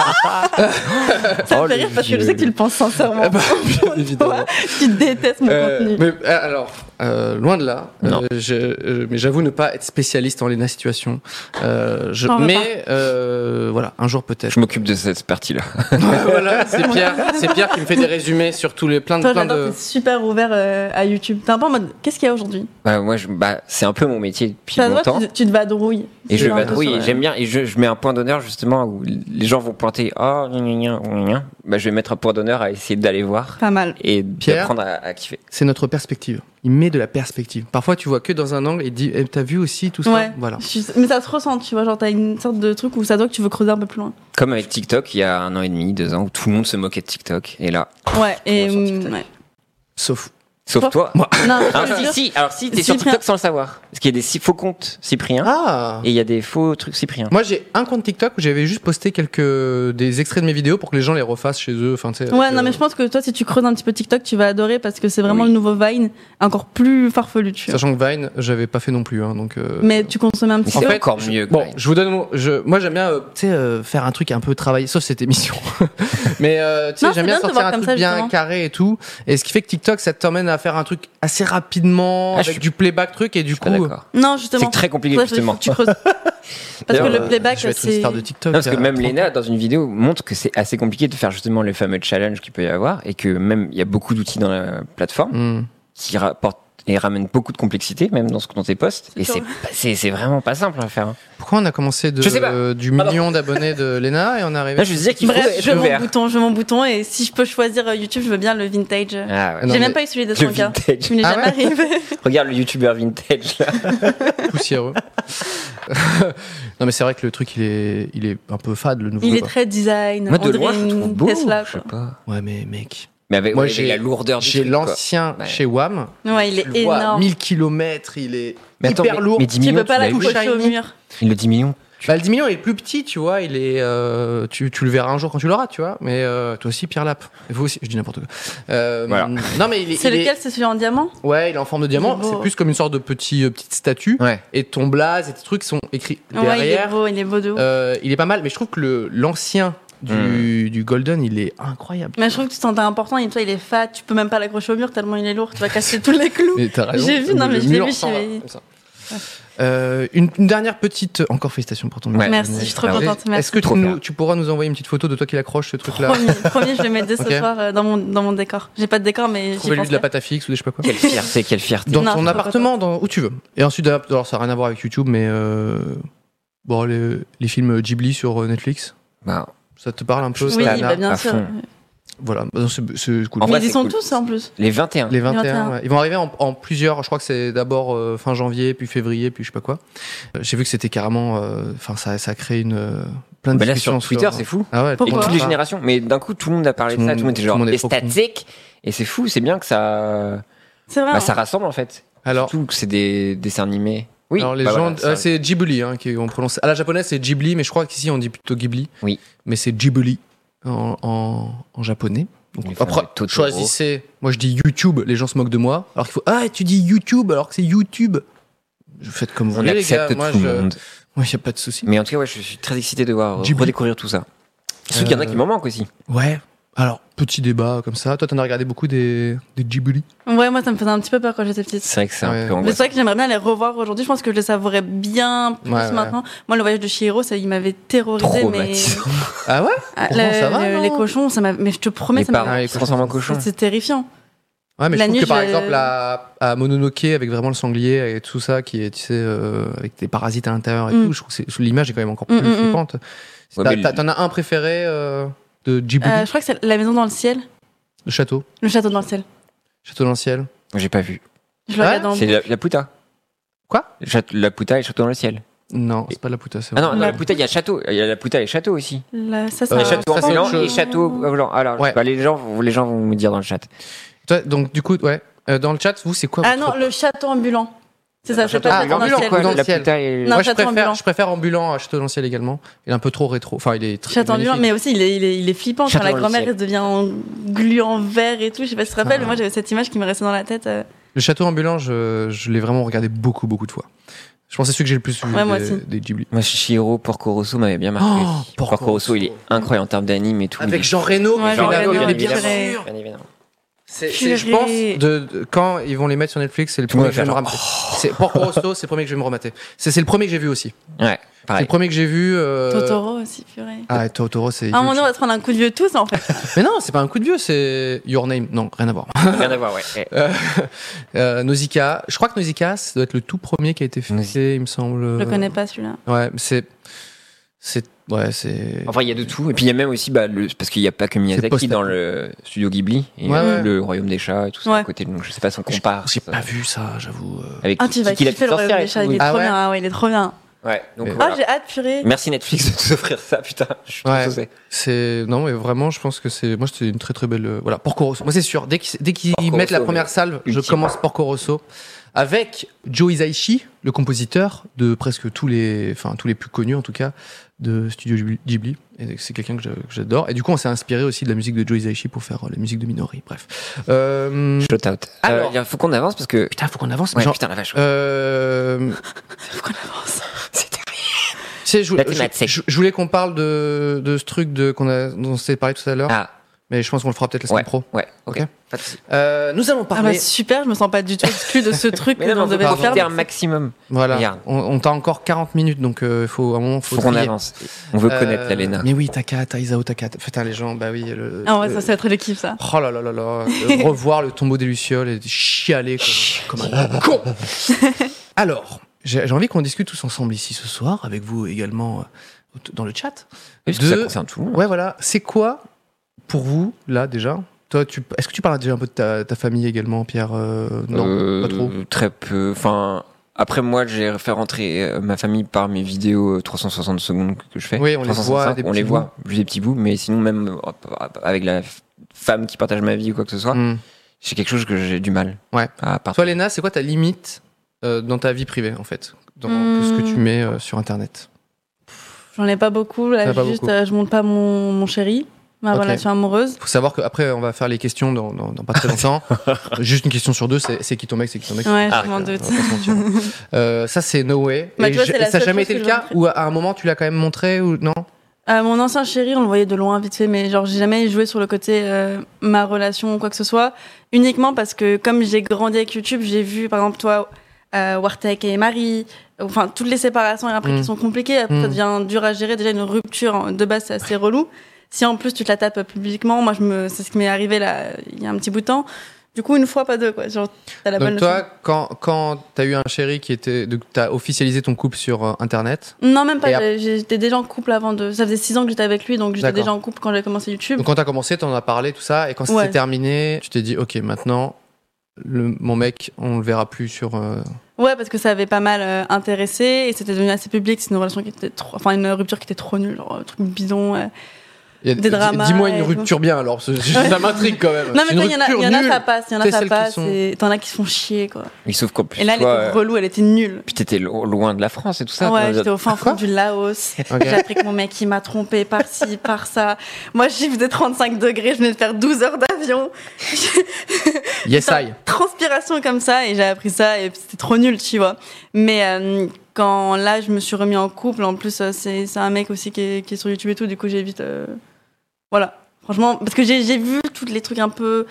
Speaker 2: Ça
Speaker 3: Oh,
Speaker 2: me fait
Speaker 3: le
Speaker 2: rire parce que je
Speaker 3: vieux,
Speaker 2: sais que tu le penses sincèrement.
Speaker 1: bah, bien
Speaker 2: Tu
Speaker 1: évidemment.
Speaker 2: vois, tu détestes mon
Speaker 1: Euh,
Speaker 2: contenu.
Speaker 1: mais euh, alors, euh, loin de là. euh,
Speaker 3: Non.
Speaker 1: je- euh, mais j'avoue ne pas être spécialiste en Lena situation. Euh, je,
Speaker 2: T'en veux
Speaker 1: mais euh, voilà, un jour peut-être.
Speaker 3: Je m'occupe de cette partie-là.
Speaker 1: voilà, c'est Pierre, c'est Pierre qui me fait des résumés sur tous les plein de
Speaker 2: Toi,
Speaker 1: plein
Speaker 2: j'adore,
Speaker 1: de.
Speaker 2: t'es super ouvert euh, à YouTube. T'es un peu en mode, qu'est-ce qu'il y a aujourd'hui
Speaker 3: Bah, moi, je- bah, c'est un peu mon métier depuis
Speaker 2: Ça se voit,
Speaker 3: longtemps.
Speaker 2: tu, tu te vadrouilles.
Speaker 3: Et je
Speaker 2: Tu es un peu
Speaker 3: vadrouille,
Speaker 2: sur,
Speaker 3: et
Speaker 2: euh,
Speaker 3: j'aime bien, et je, je mets un point d'honneur justement où les gens vont pointer Ah, gna gna gna, gna gna. Bah, je vais mettre un point d'honneur à essayer d'aller voir
Speaker 2: Pas mal.
Speaker 3: et
Speaker 1: Pierre
Speaker 3: d'apprendre à, à kiffer.
Speaker 1: C'est notre perspective. Il met de la perspective. Parfois, tu vois que dans un angle et dit, eh, t'as vu aussi tout ça.
Speaker 2: Ouais.
Speaker 1: Voilà.
Speaker 2: Je suis- Mais ça se ressent, tu vois. Genre, t'as une sorte de truc où ça doit que tu veux creuser un peu plus loin.
Speaker 3: Comme avec TikTok, il y a un an et demi, deux ans, où tout le monde se moquait de TikTok. Et là,
Speaker 2: Ouais, et.
Speaker 3: sur
Speaker 2: hum,
Speaker 3: TikTok.
Speaker 2: ouais.
Speaker 1: Sauf.
Speaker 3: sauf
Speaker 2: Toi-
Speaker 3: toi.
Speaker 2: Non, je
Speaker 3: Hein,
Speaker 2: te
Speaker 3: si,
Speaker 2: jure.
Speaker 3: si, alors si, t'es sur
Speaker 2: Cyprien.
Speaker 3: TikTok sans le savoir. Parce qu'il y a des si- faux comptes Cyprien,
Speaker 1: Ah.
Speaker 3: et il y a des faux trucs Cyprien.
Speaker 1: Moi, j'ai un compte TikTok où j'avais juste posté quelques des extraits de mes vidéos pour que les gens les refassent chez eux. Enfin, tu sais,
Speaker 2: Ouais,
Speaker 1: avec,
Speaker 2: non, mais
Speaker 1: euh,
Speaker 2: je pense que toi, si tu creuses un petit peu TikTok, tu vas adorer parce que c'est vraiment
Speaker 3: Oui.
Speaker 2: le nouveau Vine, encore plus farfelu, tu vois.
Speaker 1: Sachant que Vine, j'avais pas fait non plus, hein, donc. euh,
Speaker 2: Mais tu consommes un petit
Speaker 1: En
Speaker 3: C'est
Speaker 1: fait,
Speaker 3: encore mieux. que
Speaker 1: Bon,
Speaker 3: Vine.
Speaker 1: je vous donne. mon- Je, moi, j'aime bien, euh, tu sais, euh, faire un truc un peu travaillé, sauf cette émission. mais euh, tu sais,
Speaker 2: Non, c'est bien
Speaker 1: j'aime bien
Speaker 2: de te
Speaker 1: sortir
Speaker 2: voir
Speaker 1: un
Speaker 2: comme
Speaker 1: truc
Speaker 2: ça,
Speaker 1: bien
Speaker 2: justement.
Speaker 1: carré et tout. Et ce qui fait que TikTok, ça t'emmène à faire un truc assez rapidement,
Speaker 3: Ah, je
Speaker 1: avec
Speaker 3: suis-
Speaker 1: du playback truc, et du
Speaker 3: Pas
Speaker 1: coup.
Speaker 3: d'accord.
Speaker 2: Non,
Speaker 3: C'est
Speaker 2: justement.
Speaker 3: très compliqué
Speaker 2: Toi, faut-
Speaker 3: justement.
Speaker 2: faut que tu creuses. Parce que
Speaker 3: D'ailleurs,
Speaker 2: le playback,
Speaker 1: euh, je vais être une
Speaker 2: c'est.
Speaker 1: star de TikTok.
Speaker 3: Non, parce que
Speaker 1: euh,
Speaker 3: même Léna, dans une vidéo, montre que c'est assez compliqué de faire justement le fameux challenge qu'il peut y avoir et que même il y a beaucoup d'outils dans la plateforme
Speaker 1: Hmm.
Speaker 3: qui rapportent et ramènent beaucoup de complexité, même dans ce dans tes posts.
Speaker 2: C'est
Speaker 3: Et
Speaker 2: sûr.
Speaker 3: c'est pas- c'est c'est vraiment pas simple à faire. hein.
Speaker 1: Pourquoi on a commencé de,
Speaker 3: Je sais pas.
Speaker 1: euh, du
Speaker 3: Pardon.
Speaker 1: million d'abonnés de Lena et on est arrivé
Speaker 3: Là, je veux dire qu'il faut
Speaker 2: Bref, je
Speaker 3: être
Speaker 2: veux mon
Speaker 3: ouvert.
Speaker 2: bouton, je veux mon bouton, et si je peux choisir euh, YouTube, je veux bien le vintage.
Speaker 3: Ah ouais.
Speaker 1: Euh, Non,
Speaker 2: J'ai
Speaker 1: mais
Speaker 2: même pas eu celui de
Speaker 3: Le
Speaker 2: 100K.
Speaker 3: vintage.
Speaker 2: Tu me l'es
Speaker 1: Ah
Speaker 2: jamais arrivé.
Speaker 3: Regarde le youtubeur vintage là.
Speaker 1: poussiéreux. non, mais c'est vrai que le truc, il est, il est un peu fade, le nouveau.
Speaker 2: Il est
Speaker 1: quoi.
Speaker 2: très design.
Speaker 3: Moi, de
Speaker 2: On
Speaker 3: loin,
Speaker 2: dirait
Speaker 3: je le
Speaker 2: une
Speaker 3: trouve beau.
Speaker 2: Tesla,
Speaker 3: je sais
Speaker 2: quoi.
Speaker 3: pas.
Speaker 1: Ouais, mais mec.
Speaker 3: Mais avec,
Speaker 1: Moi,
Speaker 3: ouais, avec
Speaker 1: j'ai-
Speaker 3: la lourdeur du
Speaker 1: J'ai
Speaker 3: truc, quoi.
Speaker 1: l'ancien
Speaker 3: Ouais.
Speaker 1: chez WAM.
Speaker 2: Ouais, il est
Speaker 1: Tu le vois,
Speaker 2: énorme.
Speaker 1: 1000 km, il est
Speaker 3: Mais attends,
Speaker 1: hyper
Speaker 3: mais-
Speaker 1: lourd.
Speaker 3: mais 10
Speaker 2: Tu
Speaker 3: millions,
Speaker 2: peux pas
Speaker 3: tu
Speaker 2: la
Speaker 3: l'as vu
Speaker 2: coucher au
Speaker 1: Shiny.
Speaker 2: mur.
Speaker 3: Le 10 millions.
Speaker 1: Bah, le 10 millions, il est plus petit, tu vois. Il est, euh, tu, tu le verras un jour quand tu l'auras, tu vois. Mais euh, toi aussi, Pierre Lap. Et vous aussi, je dis n'importe quoi. Euh,
Speaker 3: Voilà.
Speaker 1: Non, mais il est.
Speaker 2: C'est
Speaker 1: il est-
Speaker 2: lequel C'est celui en diamant
Speaker 1: Ouais, il est en forme de diamant.
Speaker 2: Il est beau. hein.
Speaker 1: C'est plus comme une sorte de petit, euh, petite statue.
Speaker 3: Ouais.
Speaker 1: Et ton blaze et tes trucs sont écrits
Speaker 2: Ouais, il est
Speaker 1: derrière.
Speaker 2: beau, il est beau de ouf.
Speaker 1: Euh, il est pas mal, mais je trouve que le- l'ancien du,
Speaker 3: Hmm.
Speaker 1: du Golden, il est incroyable.
Speaker 2: Mais je trouve que tu te sentais important et toi il est fat, tu peux même pas l'accrocher au mur tellement il est lourd, tu vas casser tous les clous.
Speaker 1: Mais t'as raison.
Speaker 2: J'ai vu, non,
Speaker 1: Le
Speaker 2: mais je l'ai
Speaker 1: mur
Speaker 2: vu
Speaker 1: s'en
Speaker 2: chez-
Speaker 1: va, comme ça. Euh, une, une dernière petite. euh, Encore félicitations pour ton
Speaker 3: Ouais.
Speaker 2: Merci, je suis trop
Speaker 3: Ah ouais.
Speaker 2: contente, merci. Oh,
Speaker 1: Est-ce que tu,
Speaker 3: Trop
Speaker 1: nous-
Speaker 3: fier.
Speaker 1: tu pourras nous envoyer une petite photo de toi qui l'accroche ce truc-là
Speaker 2: Promis, promis, je vais mettre dès ce
Speaker 1: Ok.
Speaker 2: soir euh, dans mon, dans mon décor. J'ai pas de décor, mais j'y
Speaker 1: Trouvez-lui de la
Speaker 2: penserai.
Speaker 1: pâte à fixe ou des je sais pas quoi.
Speaker 3: Quelle fierté, quelle fierté.
Speaker 1: Dans
Speaker 2: Non,
Speaker 1: ton
Speaker 2: je
Speaker 1: appartement, dans, où tu veux. Et ensuite, alors ça n'a rien à voir avec YouTube, mais euh, bon, les, les films Ghibli sur euh, Netflix,
Speaker 3: Bah,
Speaker 1: ça te parle un peu
Speaker 2: Oui,
Speaker 1: Anna
Speaker 2: bah, bien
Speaker 3: à
Speaker 2: sûr.
Speaker 3: fond.
Speaker 1: Voilà, Bah, non, c'est c'est cool.
Speaker 3: En
Speaker 2: Mais
Speaker 3: vrai,
Speaker 2: ils y
Speaker 3: c'est
Speaker 2: sont
Speaker 3: cool.
Speaker 2: tous en plus.
Speaker 3: les 21.
Speaker 1: Les 21,
Speaker 2: Les 21.
Speaker 1: ouais. ils vont arriver en, en plusieurs. Je crois que c'est d'abord euh, fin janvier, puis février, puis je sais pas quoi. Euh, J'ai vu que c'était carrément, euh, enfin ça, ça crée une euh, plein de
Speaker 3: Bah là,
Speaker 1: discussions
Speaker 3: sur Twitter, c'est fou.
Speaker 1: Ah ouais,
Speaker 3: Et
Speaker 2: Pourquoi
Speaker 3: toutes les générations. Mais d'un coup, tout le monde a parlé
Speaker 1: Tout
Speaker 3: de ça.
Speaker 1: le
Speaker 3: Tout le monde était
Speaker 1: monde-
Speaker 3: genre
Speaker 1: tout le monde est
Speaker 3: les
Speaker 1: trop con.
Speaker 3: statiques. Et c'est fou, c'est bien que ça,
Speaker 2: C'est vrai.
Speaker 3: bah,
Speaker 2: hein.
Speaker 3: ça rassemble en fait.
Speaker 1: Alors,
Speaker 3: Surtout que c'est des dessins animés. Oui.
Speaker 1: alors les
Speaker 3: bah
Speaker 1: gens,
Speaker 3: voilà, ça-
Speaker 1: euh, c'est Ghibli hein, qui on prononce. À la japonaise, c'est Ghibli, mais je crois qu'ici on dit plutôt Ghibli.
Speaker 3: Oui.
Speaker 1: Mais c'est Ghibli en, en, en japonais. Donc,
Speaker 3: Les
Speaker 1: après,
Speaker 3: fameux Totoro.
Speaker 1: choisissez. Moi, je dis YouTube, les gens se moquent de moi. Alors qu'il faut, ah, tu dis YouTube alors que c'est YouTube. Je- Faites comme vous
Speaker 3: on
Speaker 1: voulez, les gars.
Speaker 3: accepte
Speaker 1: Moi,
Speaker 3: tout
Speaker 1: je-
Speaker 3: le monde.
Speaker 1: Moi, y a pas de souci.
Speaker 3: Mais en tout cas, ouais, je suis très excité de voir euh,
Speaker 1: Ghibli.
Speaker 3: redécouvrir tout ça. Sauf qu'il y en a
Speaker 1: Euh,
Speaker 3: qui m'en manquent aussi.
Speaker 1: Ouais. Alors, petit débat comme ça. Toi, t'en as regardé beaucoup des, des Ghibli.
Speaker 2: Ouais, moi ça me faisait un petit peu peur quand j'étais petite.
Speaker 3: C'est vrai que c'est
Speaker 1: Ouais.
Speaker 3: un peu
Speaker 2: Mais c'est
Speaker 3: angoissant.
Speaker 2: vrai que j'aimerais bien les revoir aujourd'hui. Je pense que je les savourais bien plus
Speaker 1: Ouais, ouais.
Speaker 2: maintenant. Moi, le voyage de Chihiro, ça, il m'avait terrorisé. Mais
Speaker 3: Traumatisant.
Speaker 1: Ah ouais
Speaker 2: Ah,
Speaker 1: Pourtant,
Speaker 2: le-
Speaker 1: ça va,
Speaker 2: le-
Speaker 1: non
Speaker 2: les cochons, ça m'a. Mais je te promets,
Speaker 3: Les
Speaker 2: ça m'a.
Speaker 3: parents
Speaker 1: Ouais,
Speaker 3: qui se transforment en cochon.
Speaker 2: C'est terrifiant.
Speaker 1: Ouais, mais
Speaker 2: La
Speaker 1: je trouve
Speaker 2: nuit,
Speaker 1: que par
Speaker 2: je-
Speaker 1: exemple, à, à Mononoke, avec vraiment le sanglier et tout ça, qui est, tu sais, euh, avec des parasites à l'intérieur et
Speaker 2: Mm.
Speaker 1: tout, je trouve que c'est- l'image est quand même encore plus
Speaker 2: Mm, mm, mm.
Speaker 1: flippante.
Speaker 3: Ouais,
Speaker 1: T'as-
Speaker 3: mais-
Speaker 1: t'as- T'en as un préféré euh, de Djibouti,
Speaker 2: Euh, je crois que c'est la maison dans le ciel.
Speaker 1: le château,
Speaker 2: Le château dans le ciel.
Speaker 1: château dans le ciel.
Speaker 3: J'ai pas vu.
Speaker 2: Je le
Speaker 1: Ouais,
Speaker 2: regarde en
Speaker 3: C'est la, la Puta.
Speaker 1: Quoi
Speaker 3: Le château- La Puta et le Château dans le ciel.
Speaker 1: Non, c'est pas la puta, c'est
Speaker 3: Ah non,
Speaker 1: vrai.
Speaker 3: non, la
Speaker 2: Ouais.
Speaker 3: Puta, il y a Château. Il y a la Puta et Château aussi.
Speaker 2: La- Ah, ça, c'est
Speaker 1: Euh,
Speaker 2: un-
Speaker 3: Les châteaux
Speaker 1: ça, c'est
Speaker 3: ambulants
Speaker 1: autre chose.
Speaker 3: et châteaux volants. Alors,
Speaker 1: Ouais.
Speaker 3: bah, les, gens, vont- les gens vont me dire dans le chat.
Speaker 1: Toi, donc du coup, ouais. Euh, dans le chat, vous, c'est quoi
Speaker 2: Ah
Speaker 1: votre-
Speaker 2: non, le château ambulant. C'est ça, c'est
Speaker 3: Château
Speaker 2: pas le château dans le
Speaker 1: ambulant,
Speaker 3: Ah,
Speaker 2: ciel.
Speaker 3: quoi,
Speaker 1: Dans Ah, le
Speaker 3: la
Speaker 1: ciel.
Speaker 3: Puta et...
Speaker 2: Non,
Speaker 1: Moi, je
Speaker 2: château
Speaker 1: préfère,
Speaker 2: ambulant.
Speaker 1: je préfère ambulant à château dans le ciel également. Il est un peu trop rétro. Enfin, il est très.
Speaker 2: Château ambulant,
Speaker 1: magnifique.
Speaker 2: mais aussi il est, il est, il est flippant
Speaker 3: Château
Speaker 2: quand la
Speaker 3: dans le
Speaker 2: grand-mère
Speaker 3: ciel.
Speaker 2: elle devient en gluant vert et tout. Je sais pas si tu te rappelles,
Speaker 1: Ah.
Speaker 2: mais moi j'avais cette image qui me restait dans la tête. euh.
Speaker 1: Le château ambulant, je, je l'ai vraiment regardé beaucoup, beaucoup de fois. Je pense que c'est celui que j'ai le plus vu
Speaker 2: Ouais, moi
Speaker 1: des,
Speaker 2: aussi.
Speaker 1: des Ghibli.
Speaker 3: Moi, Shiro Porco Rosso m'avait bien marqué.
Speaker 1: Oh, Porco
Speaker 3: Porco, Rosso, il est incroyable en termes d'anime et tout. Il est-
Speaker 1: Avec Jean Reno,
Speaker 2: Ouais,
Speaker 1: qui
Speaker 2: Jean
Speaker 1: fait la
Speaker 2: Reno,
Speaker 1: voix,
Speaker 2: bien
Speaker 1: mais bien
Speaker 2: évidemment.
Speaker 1: sûr.
Speaker 3: Bien évidemment.
Speaker 1: C'est-
Speaker 2: Purée.
Speaker 1: c'est- Je pense, de, de- quand ils vont les mettre sur Netflix, c'est le
Speaker 3: Tout le monde
Speaker 1: premier que je vais me
Speaker 3: va oh.
Speaker 1: remater. C'est Porco Rosso, c'est le premier que je vais me remater. C'est c'est le premier que j'ai vu aussi.
Speaker 3: Ouais,
Speaker 1: C'est le
Speaker 3: pareil.
Speaker 1: premier que j'ai vu. euh,
Speaker 2: Totoro aussi, purée.
Speaker 1: Ah, et Totoro, c'est.
Speaker 2: À un
Speaker 1: huge.
Speaker 2: moment donné, on va se prendre un coup de vieux tous en fait.
Speaker 1: Mais non, c'est pas un coup de vieux, c'est Your Name. Non, rien à voir.
Speaker 3: Rien à voir, ouais. Eh,
Speaker 1: Euh, Nausicaa, je crois que Nausicaa, ça doit être le tout premier qui a été fait,
Speaker 3: Nausicaa.
Speaker 1: il me semble.
Speaker 2: Je le connais pas celui-là.
Speaker 1: Ouais, mais c'est. C'est. Ouais, c'est.
Speaker 3: Enfin, il y a de tout. Et puis, il y a même aussi, bah, le... parce qu'il n'y a pas que Miyazaki
Speaker 1: post-apo.
Speaker 3: dans le studio Ghibli et
Speaker 1: Ouais, ouais.
Speaker 3: le Royaume des Chats et tout ça
Speaker 2: Ouais.
Speaker 3: à côté. Donc, je sais pas si on compare.
Speaker 1: J'ai
Speaker 3: ça.
Speaker 1: pas vu ça, j'avoue. euh.
Speaker 3: Avec
Speaker 2: Ah, tu vas
Speaker 3: Kiki la
Speaker 2: kiffer le
Speaker 3: petite
Speaker 2: royaume des chats,
Speaker 3: sorcière
Speaker 2: il
Speaker 3: et
Speaker 2: est
Speaker 3: tout.
Speaker 1: Ah
Speaker 2: trop
Speaker 1: ouais.
Speaker 2: bien. Ah ouais, il est trop bien.
Speaker 3: Ouais, donc
Speaker 1: Mais-
Speaker 2: Ah,
Speaker 3: voilà.
Speaker 2: j'ai hâte, purée.
Speaker 3: Merci Netflix de nous offrir ça, putain. Je suis trop
Speaker 1: Ouais.
Speaker 3: saucé.
Speaker 1: C'est non mais vraiment je pense que c'est moi c'était une très très belle euh, voilà Porco Rosso moi c'est sûr dès qu'ils dès qu'ils
Speaker 3: Porco
Speaker 1: mettent la
Speaker 3: Rosso,
Speaker 1: première
Speaker 3: mais
Speaker 1: salve je
Speaker 3: ultime.
Speaker 1: commence Porco Rosso avec Joe Hisaishi le compositeur de presque tous les enfin tous les plus connus en tout cas de Studio Ghibli- Ghibli et c'est quelqu'un que j'a- que j'adore et du coup on s'est inspiré aussi de la musique de Joe Hisaishi pour faire euh, la musique de Minori bref euh...
Speaker 3: Shout out.
Speaker 1: Alors-
Speaker 3: Alors, il faut qu'on avance parce que.
Speaker 1: putain faut qu'on avance
Speaker 3: Ouais,
Speaker 1: genre,
Speaker 3: putain, la vache. ouais.
Speaker 1: euh...
Speaker 2: Faut qu'on avance.
Speaker 3: C'est terrible.
Speaker 1: tu sais, je,
Speaker 3: La thématique,
Speaker 1: je-
Speaker 3: c'est-
Speaker 1: je- je voulais qu'on parle de, de ce truc de qu'on a dont on s'est parlé tout à l'heure
Speaker 3: Ah,
Speaker 1: mais je pense qu'on le fera peut-être la semaine
Speaker 3: ouais.
Speaker 1: pro
Speaker 3: Ouais, ok.
Speaker 1: euh, Ok.
Speaker 3: Pas de soucis.
Speaker 1: Euh, nous allons
Speaker 2: Ah
Speaker 1: parler
Speaker 2: bah super, je me sens pas du tout exclue de ce truc
Speaker 3: Mais
Speaker 2: que
Speaker 3: non,
Speaker 2: l'on
Speaker 3: on devait
Speaker 2: devait
Speaker 1: pardon.
Speaker 2: faire.
Speaker 3: profiter un maximum.
Speaker 1: Voilà,
Speaker 3: Regarde.
Speaker 1: on, on t'a encore 40 minutes, donc euh, faut à un moment, faut,
Speaker 3: Faut qu'on
Speaker 1: trier.
Speaker 3: avance. On veut
Speaker 1: Euh,
Speaker 3: connaître l'Alena.
Speaker 1: Mais oui, Taka, Taizao Taka. Putain, les gens, bah oui. Le,
Speaker 2: Ah ouais,
Speaker 1: le-
Speaker 2: ça, ça va être le kiff ça.
Speaker 1: Oh là là là là, euh, revoir le tombeau des Lucioles et chialer comme, comme un con. Alors, j'ai j'ai envie qu'on discute tous ensemble ici ce soir, avec vous également euh, dans le chat.
Speaker 3: Parce que ça
Speaker 1: de-
Speaker 3: concerne tout le monde.
Speaker 1: Ouais, voilà. C'est quoi pour vous, là, déjà Toi, tu, est-ce que tu parles déjà un peu de ta, ta famille également, Pierre Euh, Non,
Speaker 3: Euh,
Speaker 1: pas trop.
Speaker 3: Très peu. Enfin, après moi, j'ai fait rentrer euh, ma famille par mes vidéos euh, 360 secondes que je fais.
Speaker 1: Oui, on les voit,
Speaker 3: 365,
Speaker 1: des
Speaker 3: on
Speaker 1: petits
Speaker 3: les voit, juste des petits bouts. Mais sinon, même euh, hop, avec la f- femme qui partage ma vie ou quoi que ce soit,
Speaker 1: Hmm.
Speaker 3: c'est quelque chose que j'ai du mal.
Speaker 1: Ouais.
Speaker 3: À part.
Speaker 1: Toi, Léna, c'est quoi ta limite euh, dans ta vie privée, en fait Dans
Speaker 2: Hmm.
Speaker 1: ce que tu mets euh, sur Internet
Speaker 2: J'en ai pas beaucoup,
Speaker 1: T'en
Speaker 2: là,
Speaker 1: as pas
Speaker 2: juste
Speaker 1: beaucoup.
Speaker 2: euh, je monte pas mon, mon chéri, ma
Speaker 1: Ok.
Speaker 2: relation amoureuse.
Speaker 1: faut savoir qu'après, on va faire les questions dans, dans- dans pas très longtemps. Juste une question sur deux, c'est c'est qui ton mec, c'est qui ton mec c'est
Speaker 2: Ouais,
Speaker 1: qui ton
Speaker 2: je
Speaker 1: mec.
Speaker 2: m'en doute.
Speaker 1: On va pas se mentir. Euh, ça, c'est no way.
Speaker 2: Bah,
Speaker 1: Et
Speaker 2: tu vois,
Speaker 1: je-
Speaker 2: c'est la
Speaker 1: ça n'a
Speaker 2: seule
Speaker 1: jamais
Speaker 2: chose
Speaker 1: été le
Speaker 2: que je
Speaker 1: cas
Speaker 2: montrais.
Speaker 1: Ou à à un moment, tu l'as quand même montré ou non
Speaker 2: Euh, mon ancien chéri, on le voyait de loin vite fait, mais genre j'ai jamais joué sur le côté euh, ma relation ou quoi que ce soit, uniquement parce que comme j'ai grandi avec YouTube, j'ai vu par exemple toi, euh, Wartek et Marie, enfin toutes les séparations et après
Speaker 1: Mm.
Speaker 2: qui sont compliquées, après
Speaker 1: Mm.
Speaker 2: ça devient dur à gérer, déjà une rupture en- de base c'est assez relou. Si en plus tu te la tapes publiquement, moi je me, c'est ce qui m'est arrivé là il y a un petit bout de temps. Du coup une fois pas deux quoi, genre t'as la bonne
Speaker 1: Donc, toi,
Speaker 2: leçon.
Speaker 1: quand, quand t'as eu un chéri qui était. donc, T'as officialisé ton couple sur euh, Internet.
Speaker 2: Non même pas,
Speaker 1: Et après-
Speaker 2: j'ai- j'étais déjà en couple avant de, ça faisait six ans que j'étais avec lui donc j'étais
Speaker 1: D'accord.
Speaker 2: déjà en couple quand j'ai commencé YouTube.
Speaker 1: Donc, quand t'as commencé, t'en as parlé, tout ça. Et quand
Speaker 2: Mm. Ouais.
Speaker 1: c'était terminé, tu t'es dit, OK, maintenant, le, mon mec, on le verra plus sur. euh,
Speaker 2: Ouais, parce que ça avait pas mal euh, intéressé et c'était devenu assez public. C'est une relation qui était trop, enfin une rupture qui était trop nulle, genre, un truc bidon. ouais.
Speaker 1: Il y a-
Speaker 2: Des
Speaker 1: dis-
Speaker 2: dramas
Speaker 1: Dis-moi une
Speaker 2: et tout.
Speaker 1: rupture bien alors, parce que ça m'intrigue quand même.
Speaker 2: Non mais
Speaker 1: C'est une
Speaker 2: toi, il y en a,
Speaker 1: rupture
Speaker 2: il y en a
Speaker 1: nulle.
Speaker 2: ça passe, il y en a
Speaker 1: C'est
Speaker 2: ça
Speaker 1: celles qui
Speaker 2: passe.
Speaker 1: sont-
Speaker 2: et T'en as qui se font chier quoi.
Speaker 3: Mais sauf qu'en plus,
Speaker 2: Et là, elle
Speaker 3: toi,
Speaker 2: était
Speaker 3: euh,
Speaker 2: relou, elle était nulle.
Speaker 3: puis t'étais lo- loin de la France et tout ça.
Speaker 2: ouais,
Speaker 3: toi.
Speaker 2: j'étais au fin fond du Laos.
Speaker 1: Ok.
Speaker 2: J'ai appris que mon mec il m'a trompé par-ci, par-ça. Moi, j'y faisais 35 degrés, je venais de faire 12 heures d'avion.
Speaker 1: Yes, I.
Speaker 2: transpiration comme ça et j'ai appris ça et c'était trop nul tu vois mais euh, quand là je me suis remis en couple en plus euh, c'est c'est un mec aussi qui est, qui est sur YouTube et tout du coup j'ai vite euh, voilà franchement parce que j'ai j'ai vu tous les trucs un peu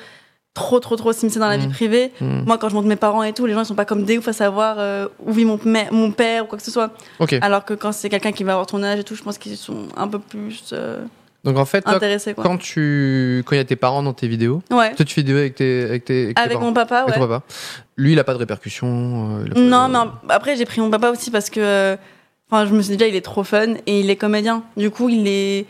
Speaker 2: trop trop trop simsés dans la
Speaker 1: Mm.
Speaker 2: vie privée
Speaker 1: Hmm.
Speaker 2: moi quand je montre mes parents et tout les gens ils sont pas comme des ouf à savoir euh, où vit mon, mè- mon père ou quoi que ce soit
Speaker 1: Ok.
Speaker 2: alors que quand c'est quelqu'un qui va avoir ton âge et tout je pense qu'ils sont un peu plus euh,
Speaker 1: Donc en fait, toi,
Speaker 2: intéressée quoi.
Speaker 1: quand tu quand il y a tes parents dans tes vidéos,
Speaker 2: Ouais.
Speaker 1: toi tu fais des vidéos avec tes avec tes, avec tes
Speaker 2: Avec
Speaker 1: parents.
Speaker 2: mon papa,
Speaker 1: Avec
Speaker 2: ouais.
Speaker 1: ton papa. Lui, il a pas de répercussions. euh, il a pas
Speaker 2: Non,
Speaker 1: de-
Speaker 2: mais en- après, j'ai pris mon papa aussi parce que. euh, Enfin, je me suis dit, déjà, il est trop fun et il est comédien. Du coup, il est.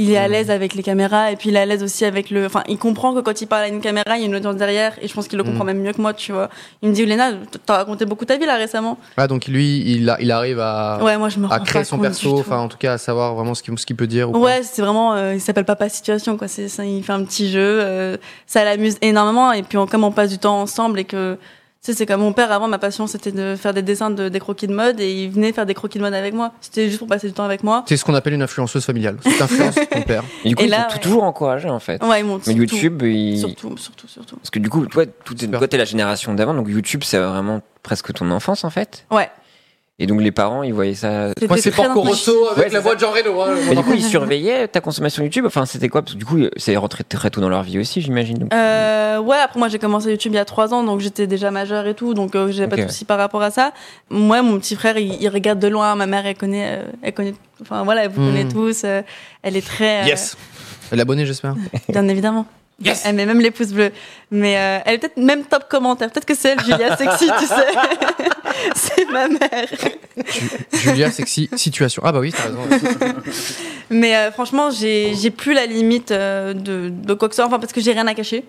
Speaker 2: Il est à l'aise avec les caméras et puis il est à l'aise aussi avec le. Enfin, il comprend que quand il parle à une caméra, il y a une audience derrière et je pense qu'il le
Speaker 1: Mm.
Speaker 2: comprend même mieux que moi, tu vois. Il me dit, Léna, t'as raconté beaucoup ta vie là récemment.
Speaker 1: Ah, donc lui, il a- il arrive à
Speaker 2: ouais, moi je me rends
Speaker 1: Ah. à créer
Speaker 2: pas
Speaker 1: son
Speaker 2: compte du
Speaker 1: perso,
Speaker 2: tout.
Speaker 1: enfin en tout cas à savoir vraiment ce qu'il ce qu'il peut dire. Ou pas.
Speaker 2: Ouais, c'est vraiment. euh, il s'appelle Papa Situation, quoi. C'est, ça, il fait un petit jeu. euh, ça l'amuse énormément. Et puis, on, comme on passe du temps ensemble et que. Tu sais, c'est comme mon père avant, ma passion c'était de faire des dessins de, des croquis de mode et il venait faire des croquis de mode avec moi. C'était juste pour passer du temps avec moi.
Speaker 1: C'est ce qu'on appelle une influenceuse familiale. C'est influence ton père.
Speaker 3: Et du coup,
Speaker 2: Et
Speaker 3: il
Speaker 2: là,
Speaker 3: faut
Speaker 2: ouais.
Speaker 3: toujours encourager en fait.
Speaker 2: Ouais, ils m'ont
Speaker 3: Mais
Speaker 2: surtout-
Speaker 3: YouTube, il-
Speaker 2: Surtout, surtout, surtout.
Speaker 3: parce que du coup, toi, tout est...
Speaker 1: Super.
Speaker 3: toi, t'es la génération d'avant, donc YouTube, c'est vraiment presque ton enfance en fait.
Speaker 2: Ouais.
Speaker 3: Et donc les parents, ils voyaient ça.
Speaker 2: C'était
Speaker 1: Moi, c'est
Speaker 2: très
Speaker 1: Porco
Speaker 2: intuitif.
Speaker 1: Rosso avec
Speaker 3: Ouais, c'est
Speaker 1: la voix de Jean Reno. hein,
Speaker 3: Mais
Speaker 1: mon
Speaker 3: du coup,
Speaker 1: enfant.
Speaker 3: ils surveillaient ta consommation YouTube. Enfin, c'était quoi Parce que du coup, c'est rentré très tôt dans leur vie aussi, j'imagine. Donc,
Speaker 2: Euh, ouais, après moi j'ai commencé YouTube il y a trois ans, donc j'étais déjà majeure et tout, donc euh, j'avais pas
Speaker 3: Ok.
Speaker 2: de soucis par rapport à ça. Moi, mon petit frère, il, il regarde de loin, ma mère, elle connaît, euh, elle connaît, enfin voilà, elle vous
Speaker 1: Hmm.
Speaker 2: connaît tous, euh, elle est très, euh,
Speaker 1: Yes. L'abonné, j'espère.
Speaker 2: bien évidemment. Elle met même les pouces bleus, mais euh, elle est peut-être même top commentaire. Peut-être que c'est elle, Julia sexy, tu sais. c'est ma mère.
Speaker 1: Julia, sexy situation. Ah bah oui, t'as raison.
Speaker 2: Mais euh, franchement, j'ai j'ai plus la limite euh, de, de quoi que ce soit, enfin, parce que j'ai rien à cacher.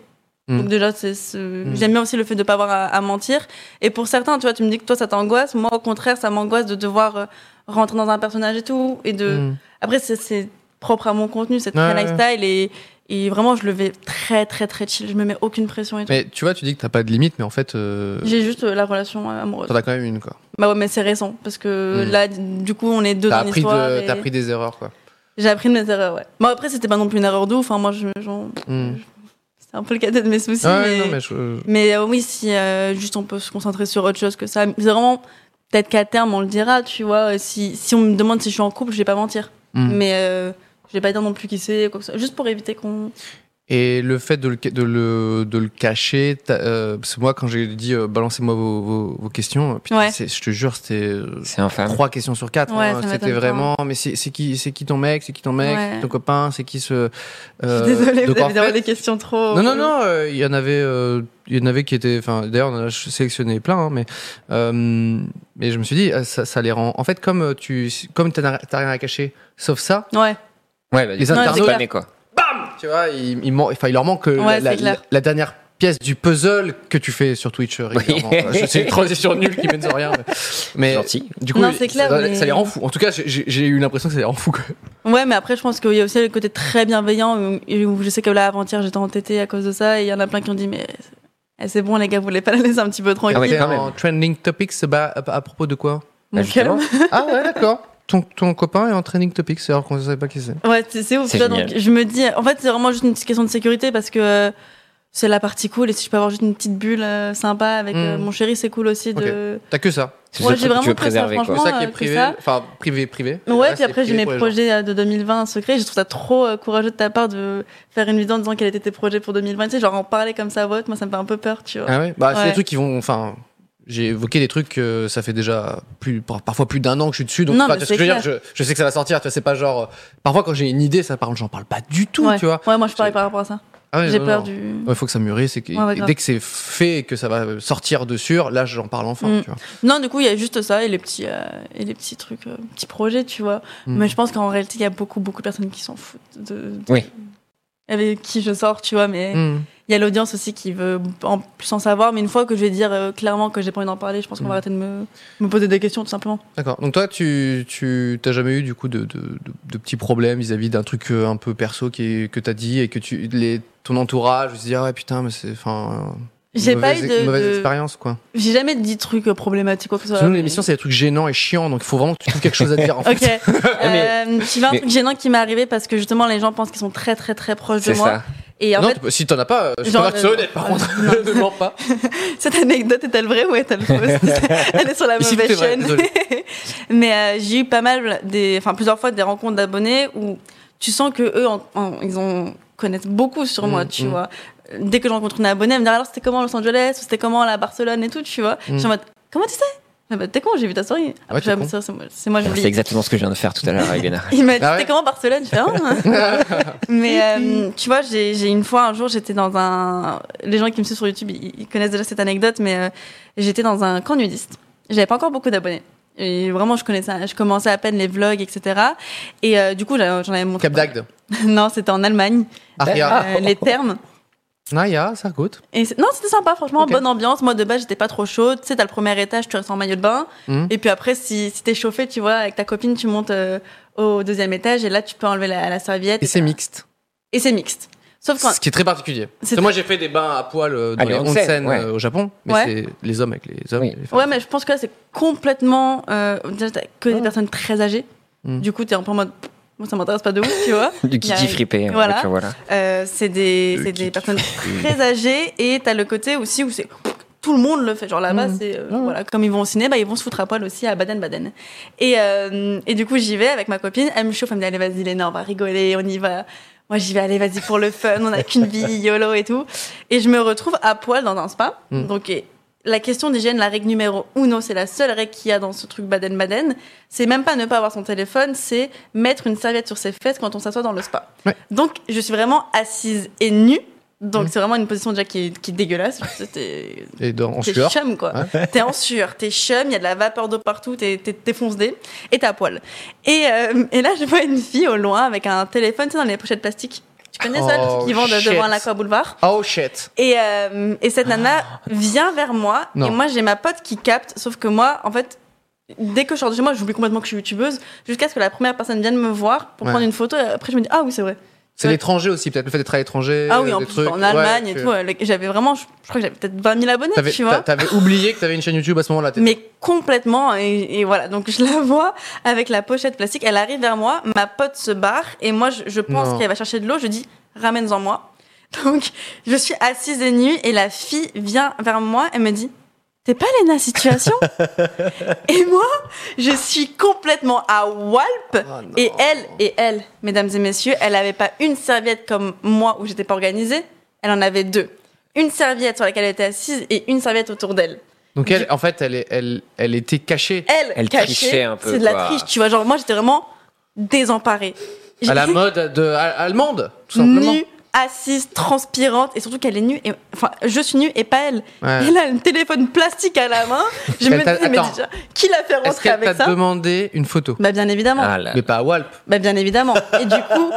Speaker 1: Mm.
Speaker 2: Donc déjà, c'est ce-
Speaker 1: Mm.
Speaker 2: j'aime bien aussi le fait de pas avoir à, à mentir. Et pour certains, tu vois, tu me dis que toi, ça t'angoisse. Moi, au contraire, ça m'angoisse de devoir euh, rentrer dans un personnage et tout. Et de...
Speaker 1: Mm.
Speaker 2: Après, c'est- c'est propre à mon contenu, c'est
Speaker 1: Ouais,
Speaker 2: très
Speaker 1: ouais.
Speaker 2: lifestyle. Et, et vraiment, je le vais très, très, très chill. Je me mets aucune pression et tout.
Speaker 1: Mais tu vois, tu dis que t'as pas de limite, mais en fait, euh,
Speaker 2: J'ai juste euh, la relation euh, amoureuse.
Speaker 1: t'en as quand même une quoi.
Speaker 2: Bah ouais, mais c'est récent. Parce que
Speaker 1: Mm.
Speaker 2: là, du coup, on est deux
Speaker 1: T'as
Speaker 2: dans
Speaker 1: appris,
Speaker 2: l'histoire.
Speaker 1: de-
Speaker 2: et
Speaker 1: t'as appris des erreurs quoi.
Speaker 2: J'ai appris de mes erreurs, ouais. Bon, après, c'était pas non plus une erreur de ouf. Enfin, moi, je, j'en-
Speaker 1: Mm.
Speaker 2: C'est un peu le cadet de mes soucis.
Speaker 1: Ah ouais,
Speaker 2: mais
Speaker 1: non, mais je-
Speaker 2: mais, euh, oui, si euh, juste on peut se concentrer sur autre chose que ça. C'est vraiment, peut-être qu'à terme, on le dira, tu vois. euh, Si, si on me demande si je suis en couple, je vais pas mentir.
Speaker 1: Mm.
Speaker 2: Mais euh, je vais pas dire non plus qui c'est, quoi que ce soit. Juste pour éviter qu'on.
Speaker 1: Et le fait de le, de le, de le cacher, t'as- euh, parce que moi, quand j'ai dit euh, balancez-moi vos, vos, vos questions, euh, putain,
Speaker 2: Ouais.
Speaker 1: c'est- je te jure, c'était euh,
Speaker 3: C'est infâme.
Speaker 1: trois questions sur quatre.
Speaker 2: Ouais,
Speaker 1: hein.
Speaker 2: ça
Speaker 1: C'était
Speaker 2: m'étonne pas.
Speaker 1: vraiment, mais c'est c'est qui, c'est qui ton mec, c'est qui ton mec,
Speaker 2: Ouais.
Speaker 1: c'est qui ton copain, c'est qui ce. euh,
Speaker 2: Désolée,
Speaker 1: donc
Speaker 2: vous
Speaker 1: en
Speaker 2: avez
Speaker 1: fait-
Speaker 2: vraiment des questions trop.
Speaker 1: Non, non, non, euh, il y en avait, euh, il y en avait qui étaient, enfin, d'ailleurs, on en a ch- sélectionné plein, hein, mais, euh, mais je me suis dit, ah, ça, ça les rend. En fait, comme euh, tu, comme t'as t'as rien à cacher, sauf ça,
Speaker 2: Ouais,
Speaker 3: Ouais, bah,
Speaker 1: Les
Speaker 3: ils
Speaker 1: internautes-
Speaker 3: étaient spamés, quoi.
Speaker 1: tu vois, il, il, man- enfin, il leur manque euh,
Speaker 2: Ouais,
Speaker 1: la,
Speaker 2: c'est
Speaker 1: la-
Speaker 2: clair.
Speaker 1: la dernière pièce du puzzle que tu fais sur Twitch euh, régulièrement.
Speaker 3: Oui.
Speaker 1: Je- C'est une transition nulle qui mène sur rien. Mais, mais
Speaker 3: Gentil.
Speaker 1: du coup,
Speaker 2: Non, c'est clair,
Speaker 1: ça,
Speaker 2: mais-
Speaker 1: ça les rend fous. En tout cas, j'ai- j'ai j'ai eu l'impression que ça les rend fous. quoi.
Speaker 2: ouais, mais après, je pense qu'il y a aussi le côté très bienveillant où, où je sais que là, avant-hier, j'étais entêtée à cause de ça et il y en a plein qui ont dit, mais eh, c'est bon, les gars, vous voulez pas la laisser un petit peu tranquille.
Speaker 3: Ah ouais,
Speaker 1: T'es
Speaker 3: quand
Speaker 1: en trending topics bah, à, à propos de quoi
Speaker 3: Bah,
Speaker 2: Donc,
Speaker 3: justement.
Speaker 2: euh,
Speaker 1: Ah ouais, d'accord. Ton, ton copain est en trending topics alors qu'on ne savait pas qui c'est.
Speaker 2: Ouais, c'est c'est ouf.
Speaker 3: C'est
Speaker 2: tu vois,
Speaker 3: génial.
Speaker 2: donc, je me dis, en fait, c'est vraiment juste une petite question de sécurité parce que euh, c'est la partie cool. Et si je peux avoir juste une petite bulle euh, sympa avec euh,
Speaker 3: Hmm.
Speaker 1: Mm.
Speaker 2: mon chéri, c'est cool aussi. De...
Speaker 1: T'as que ça.
Speaker 3: C'est
Speaker 2: Moi,
Speaker 3: le
Speaker 2: j'ai
Speaker 3: truc que
Speaker 2: vraiment
Speaker 3: tu veux
Speaker 2: pris ça,
Speaker 3: préserver, quoi.
Speaker 2: franchement.
Speaker 1: C'est ça qui
Speaker 2: euh,
Speaker 1: est
Speaker 2: que
Speaker 1: privé.
Speaker 2: ça.
Speaker 1: Enfin, privé, privé.
Speaker 2: Mais
Speaker 1: Le
Speaker 2: Ouais,
Speaker 1: reste
Speaker 2: puis après,
Speaker 1: est
Speaker 2: j'ai mes
Speaker 1: privé pour les gens.
Speaker 2: projets euh, de 2020 secrets. Je trouve ça trop euh, courageux de ta part de faire une vidéo en disant quels étaient tes projets pour 2020. Tu sais, genre en parler comme ça à vote, moi, ça me fait un peu peur, tu vois.
Speaker 1: Ah ouais Bah, c'est des
Speaker 2: Ouais.
Speaker 1: trucs qui vont. Enfin, j'ai évoqué des trucs que ça fait déjà plus, par- parfois plus d'un an que je suis dessus. Donc,
Speaker 2: Non,
Speaker 1: enfin,
Speaker 2: mais
Speaker 1: tu vois ce que
Speaker 2: c'est
Speaker 1: je, veux dire, je, je sais que ça va sortir. Tu vois, c'est pas genre. euh, Parfois, quand j'ai une idée, ça parle. J'en parle pas du tout,
Speaker 2: ouais.
Speaker 1: tu vois.
Speaker 2: ouais, moi, je parlais
Speaker 1: C'est-
Speaker 2: par rapport à ça.
Speaker 1: Ah ouais,
Speaker 2: J'ai
Speaker 1: non,
Speaker 2: peur
Speaker 1: non.
Speaker 2: du.
Speaker 1: Ouais, faut que ça mûrisse. Et que-
Speaker 2: Ouais, ouais,
Speaker 1: et
Speaker 2: grave.
Speaker 1: dès que c'est fait et que ça va sortir de sûr, là, j'en parle enfin.
Speaker 2: Mm.
Speaker 1: Tu vois.
Speaker 2: Non, du coup, il y a juste ça et les petits, euh, et les petits trucs, euh, petits projets, tu vois.
Speaker 1: Mm.
Speaker 2: Mais je pense qu'en réalité, il y a beaucoup, beaucoup de personnes qui s'en foutent de, de-
Speaker 3: Oui.
Speaker 2: avec qui je sors, tu vois. Mais il
Speaker 1: Mm.
Speaker 2: y a l'audience aussi qui veut en plus en savoir. Mais une fois que je vais dire euh, clairement que j'ai pas envie d'en parler, je pense qu'on
Speaker 1: Mm.
Speaker 2: va arrêter de me, me poser des questions, tout simplement.
Speaker 1: D'accord. Donc, toi, tu tu- t'as jamais eu du coup de, de, de- de petits problèmes vis-à-vis d'un truc euh, un peu perso qui est- que t'as dit et que tu, les, ton entourage se dit Ah ouais, putain, mais c'est. Enfin.
Speaker 2: J'ai pas
Speaker 1: mauvaise-
Speaker 2: eu de.
Speaker 1: Mauvaise
Speaker 2: de-
Speaker 1: expérience, quoi.
Speaker 2: J'ai jamais dit de trucs euh, problématiques, quoi que ce soit.
Speaker 1: Sinon, l'émission, c'est des trucs gênants et chiants, donc il faut vraiment que tu trouves quelque chose à dire. En fait.
Speaker 2: Ok. Euh, tu vois, un
Speaker 3: mais-
Speaker 2: truc gênant qui m'est arrivé parce que justement, les gens pensent qu'ils sont très, très, très proches
Speaker 3: C'est
Speaker 2: de moi.
Speaker 3: ça.
Speaker 2: Et en
Speaker 1: non,
Speaker 2: fait,
Speaker 1: tu peux- si t'en as pas, euh, je suis
Speaker 2: Genre,
Speaker 1: pas
Speaker 2: euh,
Speaker 1: honnête, par contre. ne mens pas.
Speaker 2: Cette anecdote est-elle vraie ou est-elle fausse Elle est sur la
Speaker 1: Ici, tout
Speaker 2: mauvaise
Speaker 1: est vrai,
Speaker 2: chaîne.
Speaker 1: désolé.
Speaker 2: Mais euh, j'ai eu pas mal des, enfin plusieurs fois des rencontres d'abonnés où tu sens que eux, en- en- ils en connaissent beaucoup sur
Speaker 1: Mm,
Speaker 2: moi, tu
Speaker 1: mm.
Speaker 2: vois. Euh, Dès que je rencontre un abonné, elle me dit alors c'était comment Los Angeles ou c'était comment la Barcelone et tout, tu vois. Je suis en mode comment tu sais Ah bah, t'es con, j'ai vu ta story. Après,
Speaker 1: Mm. Ouais, t'es
Speaker 2: j'ai- c'est-
Speaker 1: con.
Speaker 2: c'est moi- C'est moi,
Speaker 3: C'est
Speaker 2: j'oublie.
Speaker 3: exactement ce que je viens de faire tout à l'heure, Elena.
Speaker 2: Il m'a dit,
Speaker 1: Ah ouais
Speaker 2: t'es comment Barcelone Je fais, Ah. Mais euh, tu vois, j'ai j'ai une fois, un jour, j'étais dans un. Les gens qui me suivent sur YouTube, ils, ils connaissent déjà cette anecdote, mais euh, j'étais dans un camp nudiste. J'avais pas encore beaucoup d'abonnés. Et vraiment, je connaissais, je commençais à peine les vlogs, etc. Et euh, du coup, j'en j'en avais montré.
Speaker 1: Cap d'Agde.
Speaker 2: Non, c'était en Allemagne.
Speaker 1: Aria.
Speaker 2: Euh, les termes.
Speaker 1: Naya, ça goûte.
Speaker 2: Et c'est- non, c'était sympa, franchement,
Speaker 1: Ok.
Speaker 2: bonne ambiance. Moi, de base, j'étais pas trop chaude. Tu sais, t'as le premier étage, tu restes en maillot de bain.
Speaker 1: Mhm.
Speaker 2: Et puis après, si, si t'es chauffé, tu vois, avec ta copine, tu montes euh, au deuxième étage et là, tu peux enlever la, la serviette.
Speaker 1: Et c'est mixte.
Speaker 2: Et c'est mixte. Sauf quand.
Speaker 1: Ce qui est très particulier. Parce que
Speaker 2: C'est-
Speaker 1: Moi, j'ai fait des bains à poil euh, dans
Speaker 3: Ah,
Speaker 1: les
Speaker 3: les
Speaker 1: onsen
Speaker 3: onsen, ouais.
Speaker 1: euh, au Japon, mais
Speaker 2: Ouais.
Speaker 1: c'est les hommes avec les hommes.
Speaker 3: Oui.
Speaker 1: et les femmes.
Speaker 2: Ouais, mais je pense que là, c'est complètement. Euh, déjà, t'as que des personnes très âgées.
Speaker 1: Mhm.
Speaker 2: Du coup, t'es un peu en mode. Moi, ça m'intéresse pas de ouf, tu vois.
Speaker 3: Du kiki
Speaker 2: Il y a-
Speaker 3: fripé.
Speaker 2: Voilà.
Speaker 3: Voilà. voilà.
Speaker 2: Euh, c'est des,
Speaker 3: Le
Speaker 2: c'est des
Speaker 3: kick.
Speaker 2: personnes très âgées et t'as le côté aussi où c'est tout le monde le fait. Genre là-bas,
Speaker 1: Mhm.
Speaker 2: c'est euh,
Speaker 1: Mhm.
Speaker 2: voilà, comme ils vont au ciné, bah, ils vont se foutre à poil aussi à Baden-Baden. Et, euh, et du coup, j'y vais avec ma copine. Elle me chauffe, elle me dit allez vas-y Léna, on va rigoler, on y va. Moi, j'y vais, allez vas-y pour le fun. On a qu'une vie, yolo et tout. Et je me retrouve à poil dans un spa.
Speaker 1: Mhm.
Speaker 2: Donc et la question d'hygiène, la règle numéro uno, c'est la seule règle qu'il y a dans ce truc Baden-Baden. C'est même pas ne pas avoir son téléphone, c'est mettre une serviette sur ses fesses quand on s'assoit dans le spa. Donc, je suis vraiment assise et nue.
Speaker 1: Mm.
Speaker 2: Donc, c'est vraiment une position déjà qui est, qui est dégueulasse. Parce que T'es
Speaker 1: Et dans, en
Speaker 2: t'es
Speaker 1: sueur.
Speaker 2: chum, quoi. T'es en sueur, t'es chum, il y a de la vapeur d'eau partout, t'es t'es- t'es foncedé et t'es à poil. Et, euh, et là, je vois une fille au loin avec un téléphone, tu sais, dans les pochettes plastiques. Tu connais ça, le
Speaker 1: Oh,
Speaker 2: truc qu'ils vendent
Speaker 1: shit.
Speaker 2: devant l'Aqua Boulevard
Speaker 1: Oh shit.
Speaker 2: et, euh, et cette nana vient vers moi.
Speaker 1: Ah. Non.
Speaker 2: Et moi, j'ai ma pote qui capte. Sauf que moi, en fait, dès que je sors de chez moi, j'oublie complètement que je suis youtubeuse. Jusqu'à ce que la première personne vienne me voir pour
Speaker 1: Ouais.
Speaker 2: prendre une photo. Et après, je me dis, ah oui, c'est vrai.
Speaker 1: C'est
Speaker 2: Ouais.
Speaker 1: l'étranger aussi, peut-être le fait d'être à l'étranger.
Speaker 2: Ah oui,
Speaker 1: euh,
Speaker 2: en
Speaker 1: des
Speaker 2: plus,
Speaker 1: trucs.
Speaker 2: en Allemagne
Speaker 1: Ouais,
Speaker 2: et
Speaker 1: tu-
Speaker 2: tout. avec- J'avais vraiment, je, je crois que j'avais peut-être 20 000 abonnés,
Speaker 1: T'avais,
Speaker 2: tu vois.
Speaker 1: t'a- t'avais oublié que t'avais une chaîne YouTube à ce moment-là. t'étais-
Speaker 2: Mais complètement, et, et voilà. Donc je la vois avec la pochette plastique. Elle arrive vers moi, ma pote se barre, et moi je, je pense
Speaker 1: Non.
Speaker 2: qu'elle va chercher de l'eau. Je dis, ramène-en moi. Donc je suis assise et nue, et la fille vient vers moi, elle me dit, t'es pas Léna Situation Et moi, je suis complètement à Walp.
Speaker 1: Oh, non.
Speaker 2: Et elle, et elle, mesdames et messieurs, elle n'avait pas une serviette comme moi où j'étais pas organisée, elle en avait deux. Une serviette sur laquelle elle était assise et une serviette autour d'elle.
Speaker 1: Donc elle, en fait, elle, est- elle, elle était cachée
Speaker 2: Elle,
Speaker 3: Elle
Speaker 2: cachée,
Speaker 3: trichait un peu,
Speaker 2: C'est de la
Speaker 3: quoi.
Speaker 2: triche, tu vois. Genre, moi, j'étais vraiment désemparée.
Speaker 1: à la
Speaker 2: J'étais
Speaker 1: mode de, à- allemande, tout simplement.
Speaker 2: nue, assise, transpirante, et surtout qu'elle est nue. Et, enfin, je suis nue et pas elle.
Speaker 1: Ouais.
Speaker 2: Elle a un téléphone plastique à la main. Je me
Speaker 1: Elle t'a-
Speaker 2: disais, mais
Speaker 1: attends.
Speaker 2: déjà, qui l'a fait
Speaker 1: Est-ce
Speaker 2: rentrer
Speaker 1: qu'elle t'a
Speaker 2: avec ça
Speaker 1: demandé une photo
Speaker 2: Bah, bien évidemment.
Speaker 3: Ah là.
Speaker 1: Mais pas à Walp.
Speaker 2: Bah bien évidemment. Et du coup,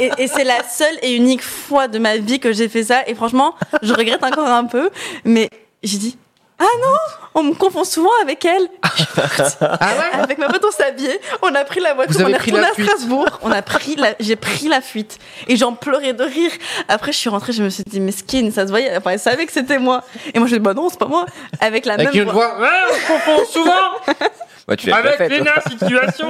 Speaker 2: et, et c'est la seule et unique fois de ma vie que j'ai fait ça. Et franchement, je regrette encore un peu, mais j'ai dit ah non, on me confond souvent avec elle. Je suis partie.
Speaker 1: Ah
Speaker 2: avec ma pote, on s'est habillés, on a pris la voiture,
Speaker 1: Vous avez
Speaker 2: on est
Speaker 1: pris la
Speaker 2: retourné à
Speaker 1: fuite.
Speaker 2: Strasbourg. On a pris la, j'ai pris la fuite et j'en pleurais de rire. Après, je suis rentrée, je me suis dit mais skin, ça se voyait. Enfin, elle savait que c'était moi. Et moi, je dis bah non, c'est pas moi. Avec la
Speaker 1: Avec
Speaker 2: même
Speaker 1: une
Speaker 2: voix.
Speaker 1: voix. Ah, on se confond souvent
Speaker 3: Bah, tu l'as pas fait. toi.
Speaker 1: situation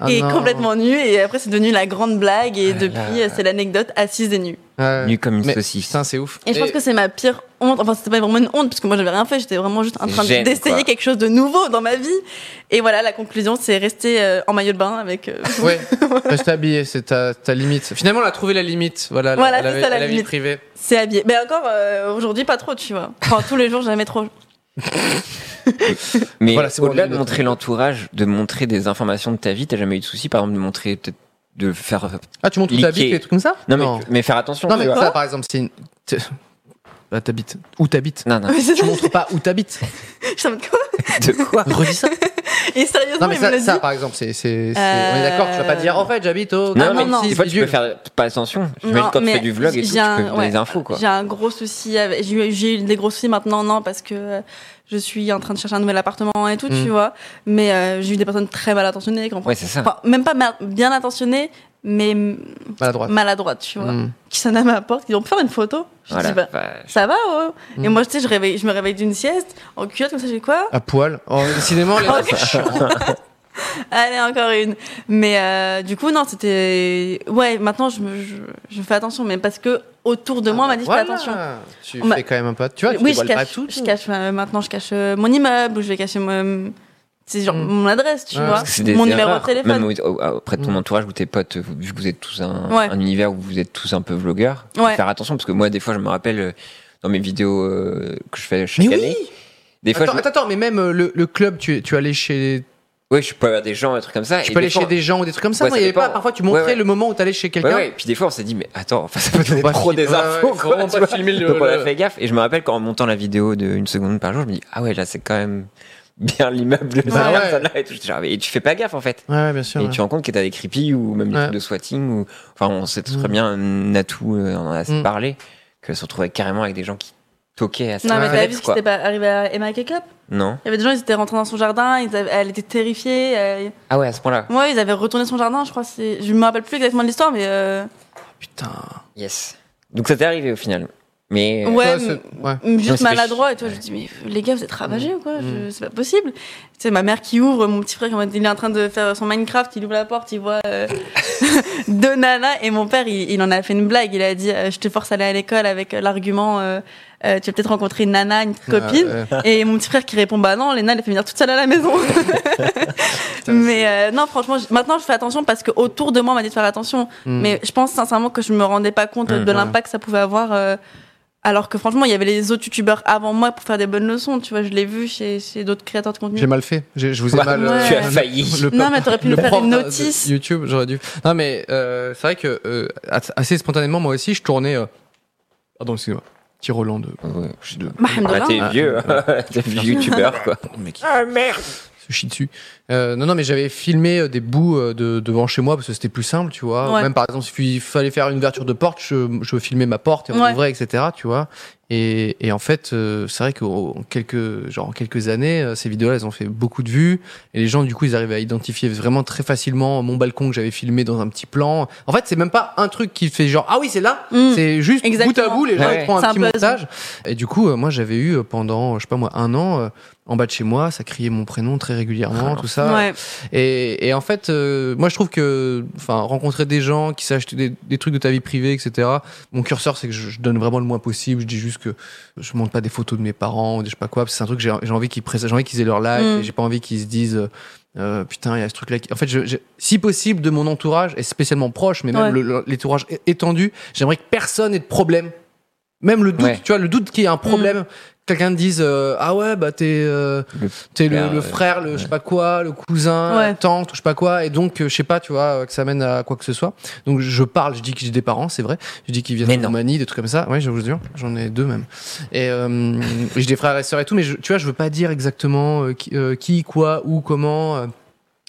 Speaker 1: Ah
Speaker 2: et
Speaker 1: non.
Speaker 2: complètement nue. Et après, c'est devenu la grande blague. Et
Speaker 3: Ah là
Speaker 2: depuis,
Speaker 3: là.
Speaker 2: c'est l'anecdote assise et nue.
Speaker 1: Ouais.
Speaker 3: Nue comme une
Speaker 1: Mais-
Speaker 3: saucisse.
Speaker 1: Putain, c'est ouf.
Speaker 2: Et je pense que c'est ma pire honte. Enfin, c'était pas vraiment une honte, parce que moi, j'avais rien fait. J'étais vraiment juste en
Speaker 3: C'est
Speaker 2: train
Speaker 3: gêne, quoi.
Speaker 2: d'essayer quelque chose de nouveau dans ma vie. Et voilà, la conclusion, c'est rester euh, en maillot de bain avec. euh,
Speaker 1: Ouais, reste habillé, c'est ta, ta limite. Finalement, elle a trouvé la limite. Voilà,
Speaker 2: Voilà,
Speaker 1: elle
Speaker 2: c'est
Speaker 1: avait-
Speaker 2: ça, la
Speaker 1: elle avait
Speaker 2: limite.
Speaker 1: privée.
Speaker 2: c'est habillé. Mais encore, euh, aujourd'hui, pas trop, tu vois. Enfin, tous les jours, jamais trop.
Speaker 3: Mais
Speaker 1: Voilà, c'est bon, on
Speaker 3: au-delà
Speaker 1: est
Speaker 3: de
Speaker 1: de-
Speaker 3: montrer l'entourage, de montrer des informations de ta vie, t'as jamais eu de soucis, par exemple, de montrer, peut-être, de faire.
Speaker 1: Ah, tu montes toute ta
Speaker 3: Liqué.
Speaker 1: bite et des trucs comme ça
Speaker 3: Non, mais,
Speaker 1: non.
Speaker 3: mais faire attention.
Speaker 1: Non,
Speaker 3: tu
Speaker 1: mais
Speaker 3: vois.
Speaker 1: ça, par exemple, c'est une. t- Bah, t'habites. Où t'habites
Speaker 3: Non, non.
Speaker 2: Mais c'est
Speaker 1: Tu
Speaker 2: ça,
Speaker 1: montres pas où t'habites.
Speaker 2: je suis en mode quoi
Speaker 3: De quoi
Speaker 1: Redis ça.
Speaker 2: Et sérieusement,
Speaker 1: Non, mais
Speaker 2: il me
Speaker 1: ça,
Speaker 2: l'a
Speaker 1: ça,
Speaker 2: dit.
Speaker 1: par exemple, c'est. c'est- c'est-
Speaker 2: Euh,
Speaker 1: On est d'accord, tu vas pas dire en fait, j'habite au.
Speaker 3: Non,
Speaker 2: Ah,
Speaker 3: mais
Speaker 2: non, non.
Speaker 3: des
Speaker 1: 46,
Speaker 3: fois, tu peux
Speaker 1: bidule.
Speaker 3: faire pas attention.
Speaker 2: Non,
Speaker 3: J'imagine quand tu
Speaker 2: mais
Speaker 3: fais du vlog et tout,
Speaker 2: j'ai
Speaker 3: tu peux
Speaker 2: un-
Speaker 3: donner
Speaker 2: ouais.
Speaker 3: des infos, quoi.
Speaker 2: J'ai un gros souci. Avec... J'ai eu- j'ai eu des gros soucis maintenant, non, parce que euh, je suis en train de chercher un nouvel appartement et tout,
Speaker 1: Mm.
Speaker 2: tu vois. Mais euh, j'ai eu des personnes très mal intentionnées. qui en-
Speaker 3: Ouais, c'est ça.
Speaker 2: Enfin, même pas mal- bien intentionnées, mais mm,
Speaker 1: Maladroite.
Speaker 2: maladroite, tu vois.
Speaker 1: Mm.
Speaker 2: qui sonne à ma porte, qui dit on peut faire une photo. Je
Speaker 3: Voilà.
Speaker 2: dis bah,
Speaker 3: Bah,
Speaker 2: ça va, oh. Et
Speaker 1: Mm.
Speaker 2: moi, tu sais, je, réveille, je me réveille d'une sieste, en culotte, comme ça, j'ai quoi
Speaker 1: À poil. Oh, décidément, les gens, c'est chiant.
Speaker 2: Allez, encore une. Mais euh, du coup, non, c'était. Ouais, maintenant, je, me, je, je fais attention, mais parce que autour de moi, on m'a dit
Speaker 1: Ah bah Voilà.
Speaker 2: fais attention.
Speaker 1: Tu
Speaker 2: On m'a-
Speaker 1: fais quand même un pas. Tu vois, tu
Speaker 2: oui, je
Speaker 1: dévoiles pas
Speaker 2: cache,
Speaker 1: tout.
Speaker 2: je cache euh, maintenant, je cache euh, mon immeuble, ou je vais cacher mon. C'est genre
Speaker 1: Mm.
Speaker 2: mon adresse, tu
Speaker 1: Ouais.
Speaker 2: vois.
Speaker 1: Parce
Speaker 3: c'est des
Speaker 2: Mon numéro
Speaker 3: erreurs.
Speaker 2: de téléphone. Mm.
Speaker 3: Même au- au- auprès de ton entourage ou tes potes, vous- vu que vous êtes tous un,
Speaker 2: Ouais.
Speaker 3: un univers où vous êtes tous un peu vlogueurs, faut
Speaker 2: Ouais.
Speaker 3: faire attention parce que moi, des fois, je me rappelle euh, dans mes vidéos euh, que je fais chaque
Speaker 1: Mais oui
Speaker 3: année, Des fois,
Speaker 1: Attends,
Speaker 3: je...
Speaker 1: attends, attends, mais même euh, le, le club, tu, tu allais chez,
Speaker 3: ouais, je peux aller à des gens, un truc comme ça.
Speaker 1: tu
Speaker 3: et
Speaker 1: peux
Speaker 3: des
Speaker 1: aller
Speaker 3: fois-
Speaker 1: chez des gens ou des trucs comme ça.
Speaker 3: Ouais,
Speaker 1: non,
Speaker 3: ça
Speaker 1: il y avait
Speaker 3: dépend.
Speaker 1: pas. Parfois, tu montrais
Speaker 3: Ouais, ouais.
Speaker 1: le moment où t'allais chez
Speaker 3: Ouais,
Speaker 1: quelqu'un.
Speaker 3: ouais, puis des fois on s'est dit, mais attends, enfin, ça peut donner
Speaker 1: Ouais,
Speaker 3: trop
Speaker 1: filmer,
Speaker 3: des
Speaker 1: ouais,
Speaker 3: infos.
Speaker 1: ouais, faut
Speaker 3: quoi,
Speaker 1: vraiment
Speaker 3: tu
Speaker 1: pas
Speaker 3: vois.
Speaker 1: filmer le-
Speaker 3: Donc on a
Speaker 1: le-
Speaker 3: fait gaffe. Et je me rappelle qu'en montant la vidéo de une seconde par jour, je me dis, ah ouais, là c'est quand même bien l'immeuble de
Speaker 1: Bah ouais.
Speaker 3: personne-là et, tout. J'étais genre, mais tu fais pas gaffe en fait.
Speaker 1: Ouais, ouais, bien sûr.
Speaker 3: Et
Speaker 1: ouais.
Speaker 3: tu te rends compte que t'as des creepy ou même des
Speaker 1: Ouais.
Speaker 3: trucs de swatting ou, enfin, on sait très
Speaker 1: Mm.
Speaker 3: bien, Natou, euh, on en a assez
Speaker 1: Mm.
Speaker 3: parlé, que se retrouvait carrément avec des gens qui toquaient à sa
Speaker 2: Non, mais t'as vu
Speaker 3: fenêtre,
Speaker 2: ce qui
Speaker 3: quoi.
Speaker 2: s'était pas arrivé à Emma Jacob
Speaker 3: Non.
Speaker 2: Il y avait des gens, ils étaient rentrés dans son jardin, ils avaient- elle était terrifiée. euh,
Speaker 3: Ah ouais, à ce point-là.
Speaker 2: Moi, ils avaient retourné son jardin, je crois. c'est- Je me rappelle plus exactement de l'histoire, mais. euh,
Speaker 1: Putain.
Speaker 3: Yes. Donc ça t'est arrivé au final. Mais. euh,
Speaker 2: Ouais,
Speaker 1: Ouais, c'est- ouais.
Speaker 2: juste
Speaker 3: c'est
Speaker 2: maladroit.
Speaker 3: fait
Speaker 2: Et toi,
Speaker 3: chier.
Speaker 2: je dis, mais les gars, vous êtes ravagés ou quoi Je-
Speaker 1: Mm.
Speaker 2: C'est pas possible. C'est ma mère qui ouvre, mon petit frère, qui est en mode- il est en train de faire son Minecraft, il ouvre la porte, il voit euh, deux nanas. Et mon père, il, il en a fait une blague. Il a dit, euh, je te force à aller à l'école avec euh, l'argument, euh, euh, tu vas peut-être rencontrer une nana, une copine.
Speaker 1: Euh,
Speaker 2: Et mon petit frère qui répond bah non, Léna elle fait venir toute seule à la maison. mais euh, non, franchement, je- maintenant je fais attention parce que autour de moi on m'a dit de faire attention.
Speaker 1: hmm.
Speaker 2: Mais je pense sincèrement que je me rendais pas compte
Speaker 3: Mm,
Speaker 2: de
Speaker 1: ouais.
Speaker 2: l'impact que ça pouvait avoir. euh, alors que franchement, il y avait les autres youtubeurs avant moi pour faire des bonnes leçons. Tu vois, je l'ai vu chez, chez d'autres créateurs de contenu.
Speaker 1: J'ai mal fait. J'ai- Je vous ai
Speaker 3: Bah,
Speaker 1: mal.
Speaker 2: tu
Speaker 1: euh,
Speaker 2: as
Speaker 1: le-
Speaker 3: failli.
Speaker 1: le-
Speaker 2: Non, mais t'aurais pu nous
Speaker 1: le
Speaker 2: faire une
Speaker 1: prof de-
Speaker 2: notice.
Speaker 1: de YouTube, j'aurais dû. Non, mais euh, c'est vrai que euh, as- assez spontanément, moi aussi, je tournais. euh, Pardon, excusez-moi. Petit Roland de.
Speaker 3: ouais, je suis de-
Speaker 2: Bah,
Speaker 3: Ah,
Speaker 2: Hamdallah.
Speaker 3: t'es vieux,
Speaker 1: Ah.
Speaker 3: hein. t'es vieux youtubeur, quoi.
Speaker 1: Oh, mec,
Speaker 3: Ah merde!
Speaker 1: se chie dessus. Euh, non, non, mais j'avais filmé euh, des bouts euh, de, devant chez moi parce que c'était plus simple, tu vois.
Speaker 2: Ouais.
Speaker 1: Même par exemple, s'il fallait faire une ouverture de porte, je, je filmais ma porte et on
Speaker 2: Ouais.
Speaker 1: ouvrait, etc. Tu vois. Et, et en fait, euh, c'est vrai qu'en quelques, genre, en quelques années, euh, ces vidéos-là, elles ont fait beaucoup de vues. Et les gens, du coup, ils arrivaient à identifier vraiment très facilement mon balcon que j'avais filmé dans un petit plan. En fait, c'est même pas un truc qui fait genre, ah oui, c'est là.
Speaker 2: Mm.
Speaker 1: C'est juste bout à
Speaker 2: Exactement.
Speaker 1: bout, les gens,
Speaker 3: Ouais.
Speaker 1: ils font un
Speaker 2: C'est un
Speaker 1: petit
Speaker 2: puzzle.
Speaker 1: montage. Et du coup, euh, moi, j'avais eu euh, pendant, euh, je sais pas moi, un an, euh, en bas de chez moi, ça criait mon prénom très régulièrement,
Speaker 3: Ah,
Speaker 1: tout ça.
Speaker 2: Ouais.
Speaker 1: Et, et en fait, euh, moi je trouve que, enfin, rencontrer des gens qui s'achètent des, des trucs de ta vie privée, etc. Mon curseur, c'est que je, je donne vraiment le moins possible. Je dis juste que je montre pas des photos de mes parents ou des je sais pas quoi. parce que C'est un truc que j'ai j'ai envie qu'ils présagent, j'ai envie qu'ils aient leur life.
Speaker 2: Mm.
Speaker 1: Et j'ai pas envie qu'ils se disent. euh, euh, putain, il y a ce truc-là. qui- En fait, je, je- si possible, de mon entourage, et spécialement proche, mais même
Speaker 2: Ouais.
Speaker 1: le- le- l'entourage é- étendu, j'aimerais que personne ait de problème. Même le doute,
Speaker 3: Ouais. Mm.
Speaker 1: tu vois, le doute qu'il y a un problème. Quelqu'un te dise euh, Ah ouais, bah t'es euh,
Speaker 3: Le
Speaker 1: t'es le,
Speaker 3: père,
Speaker 1: le
Speaker 3: euh,
Speaker 1: frère, le je sais pas quoi, le cousin,
Speaker 2: Ouais.
Speaker 1: la tante, ou je sais pas quoi. Et donc, euh, je sais pas, tu vois, euh, que ça mène à quoi que ce soit. Donc, je parle, je dis que j'ai des parents, c'est vrai. Je dis qu'ils viennent
Speaker 3: Mais
Speaker 1: de
Speaker 3: non.
Speaker 1: Roumanie, des trucs comme ça. Ouais, je vous jure, j'en ai deux même. Et euh, j'ai des frères et sœurs et tout, mais je- tu vois, je veux pas dire exactement euh, qui, euh, qui, quoi, où, comment. euh,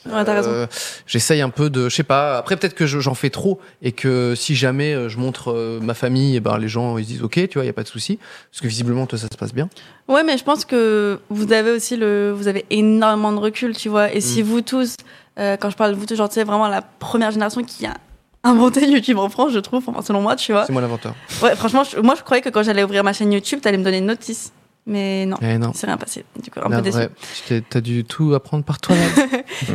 Speaker 2: Ouais, t'as raison.
Speaker 1: euh, J'essaye un peu de, je sais pas. Après, peut-être que je- j'en fais trop et que si jamais euh, je montre euh, ma famille, et ben les gens ils se disent ok, tu vois, y a pas de souci. Parce que visiblement, toi, ça se passe bien.
Speaker 2: Ouais, mais je pense que vous avez aussi le, vous avez énormément de recul, tu vois. Et si
Speaker 1: Mm.
Speaker 2: vous tous, euh, quand je parle de vous tous, genre, tu sais, vraiment la première génération qui a inventé YouTube en France, je trouve, enfin, selon moi, tu vois.
Speaker 1: C'est moi l'inventeur.
Speaker 2: Ouais, franchement, je- moi, je croyais que quand j'allais ouvrir ma chaîne YouTube, t'allais me donner une notice. Mais non,
Speaker 1: Eh non.
Speaker 2: c'est rien passé. Du coup, un
Speaker 1: La
Speaker 2: peu déçu.
Speaker 1: vraie. Mm. Tu t'es- T'as dû tout apprendre par toi-même.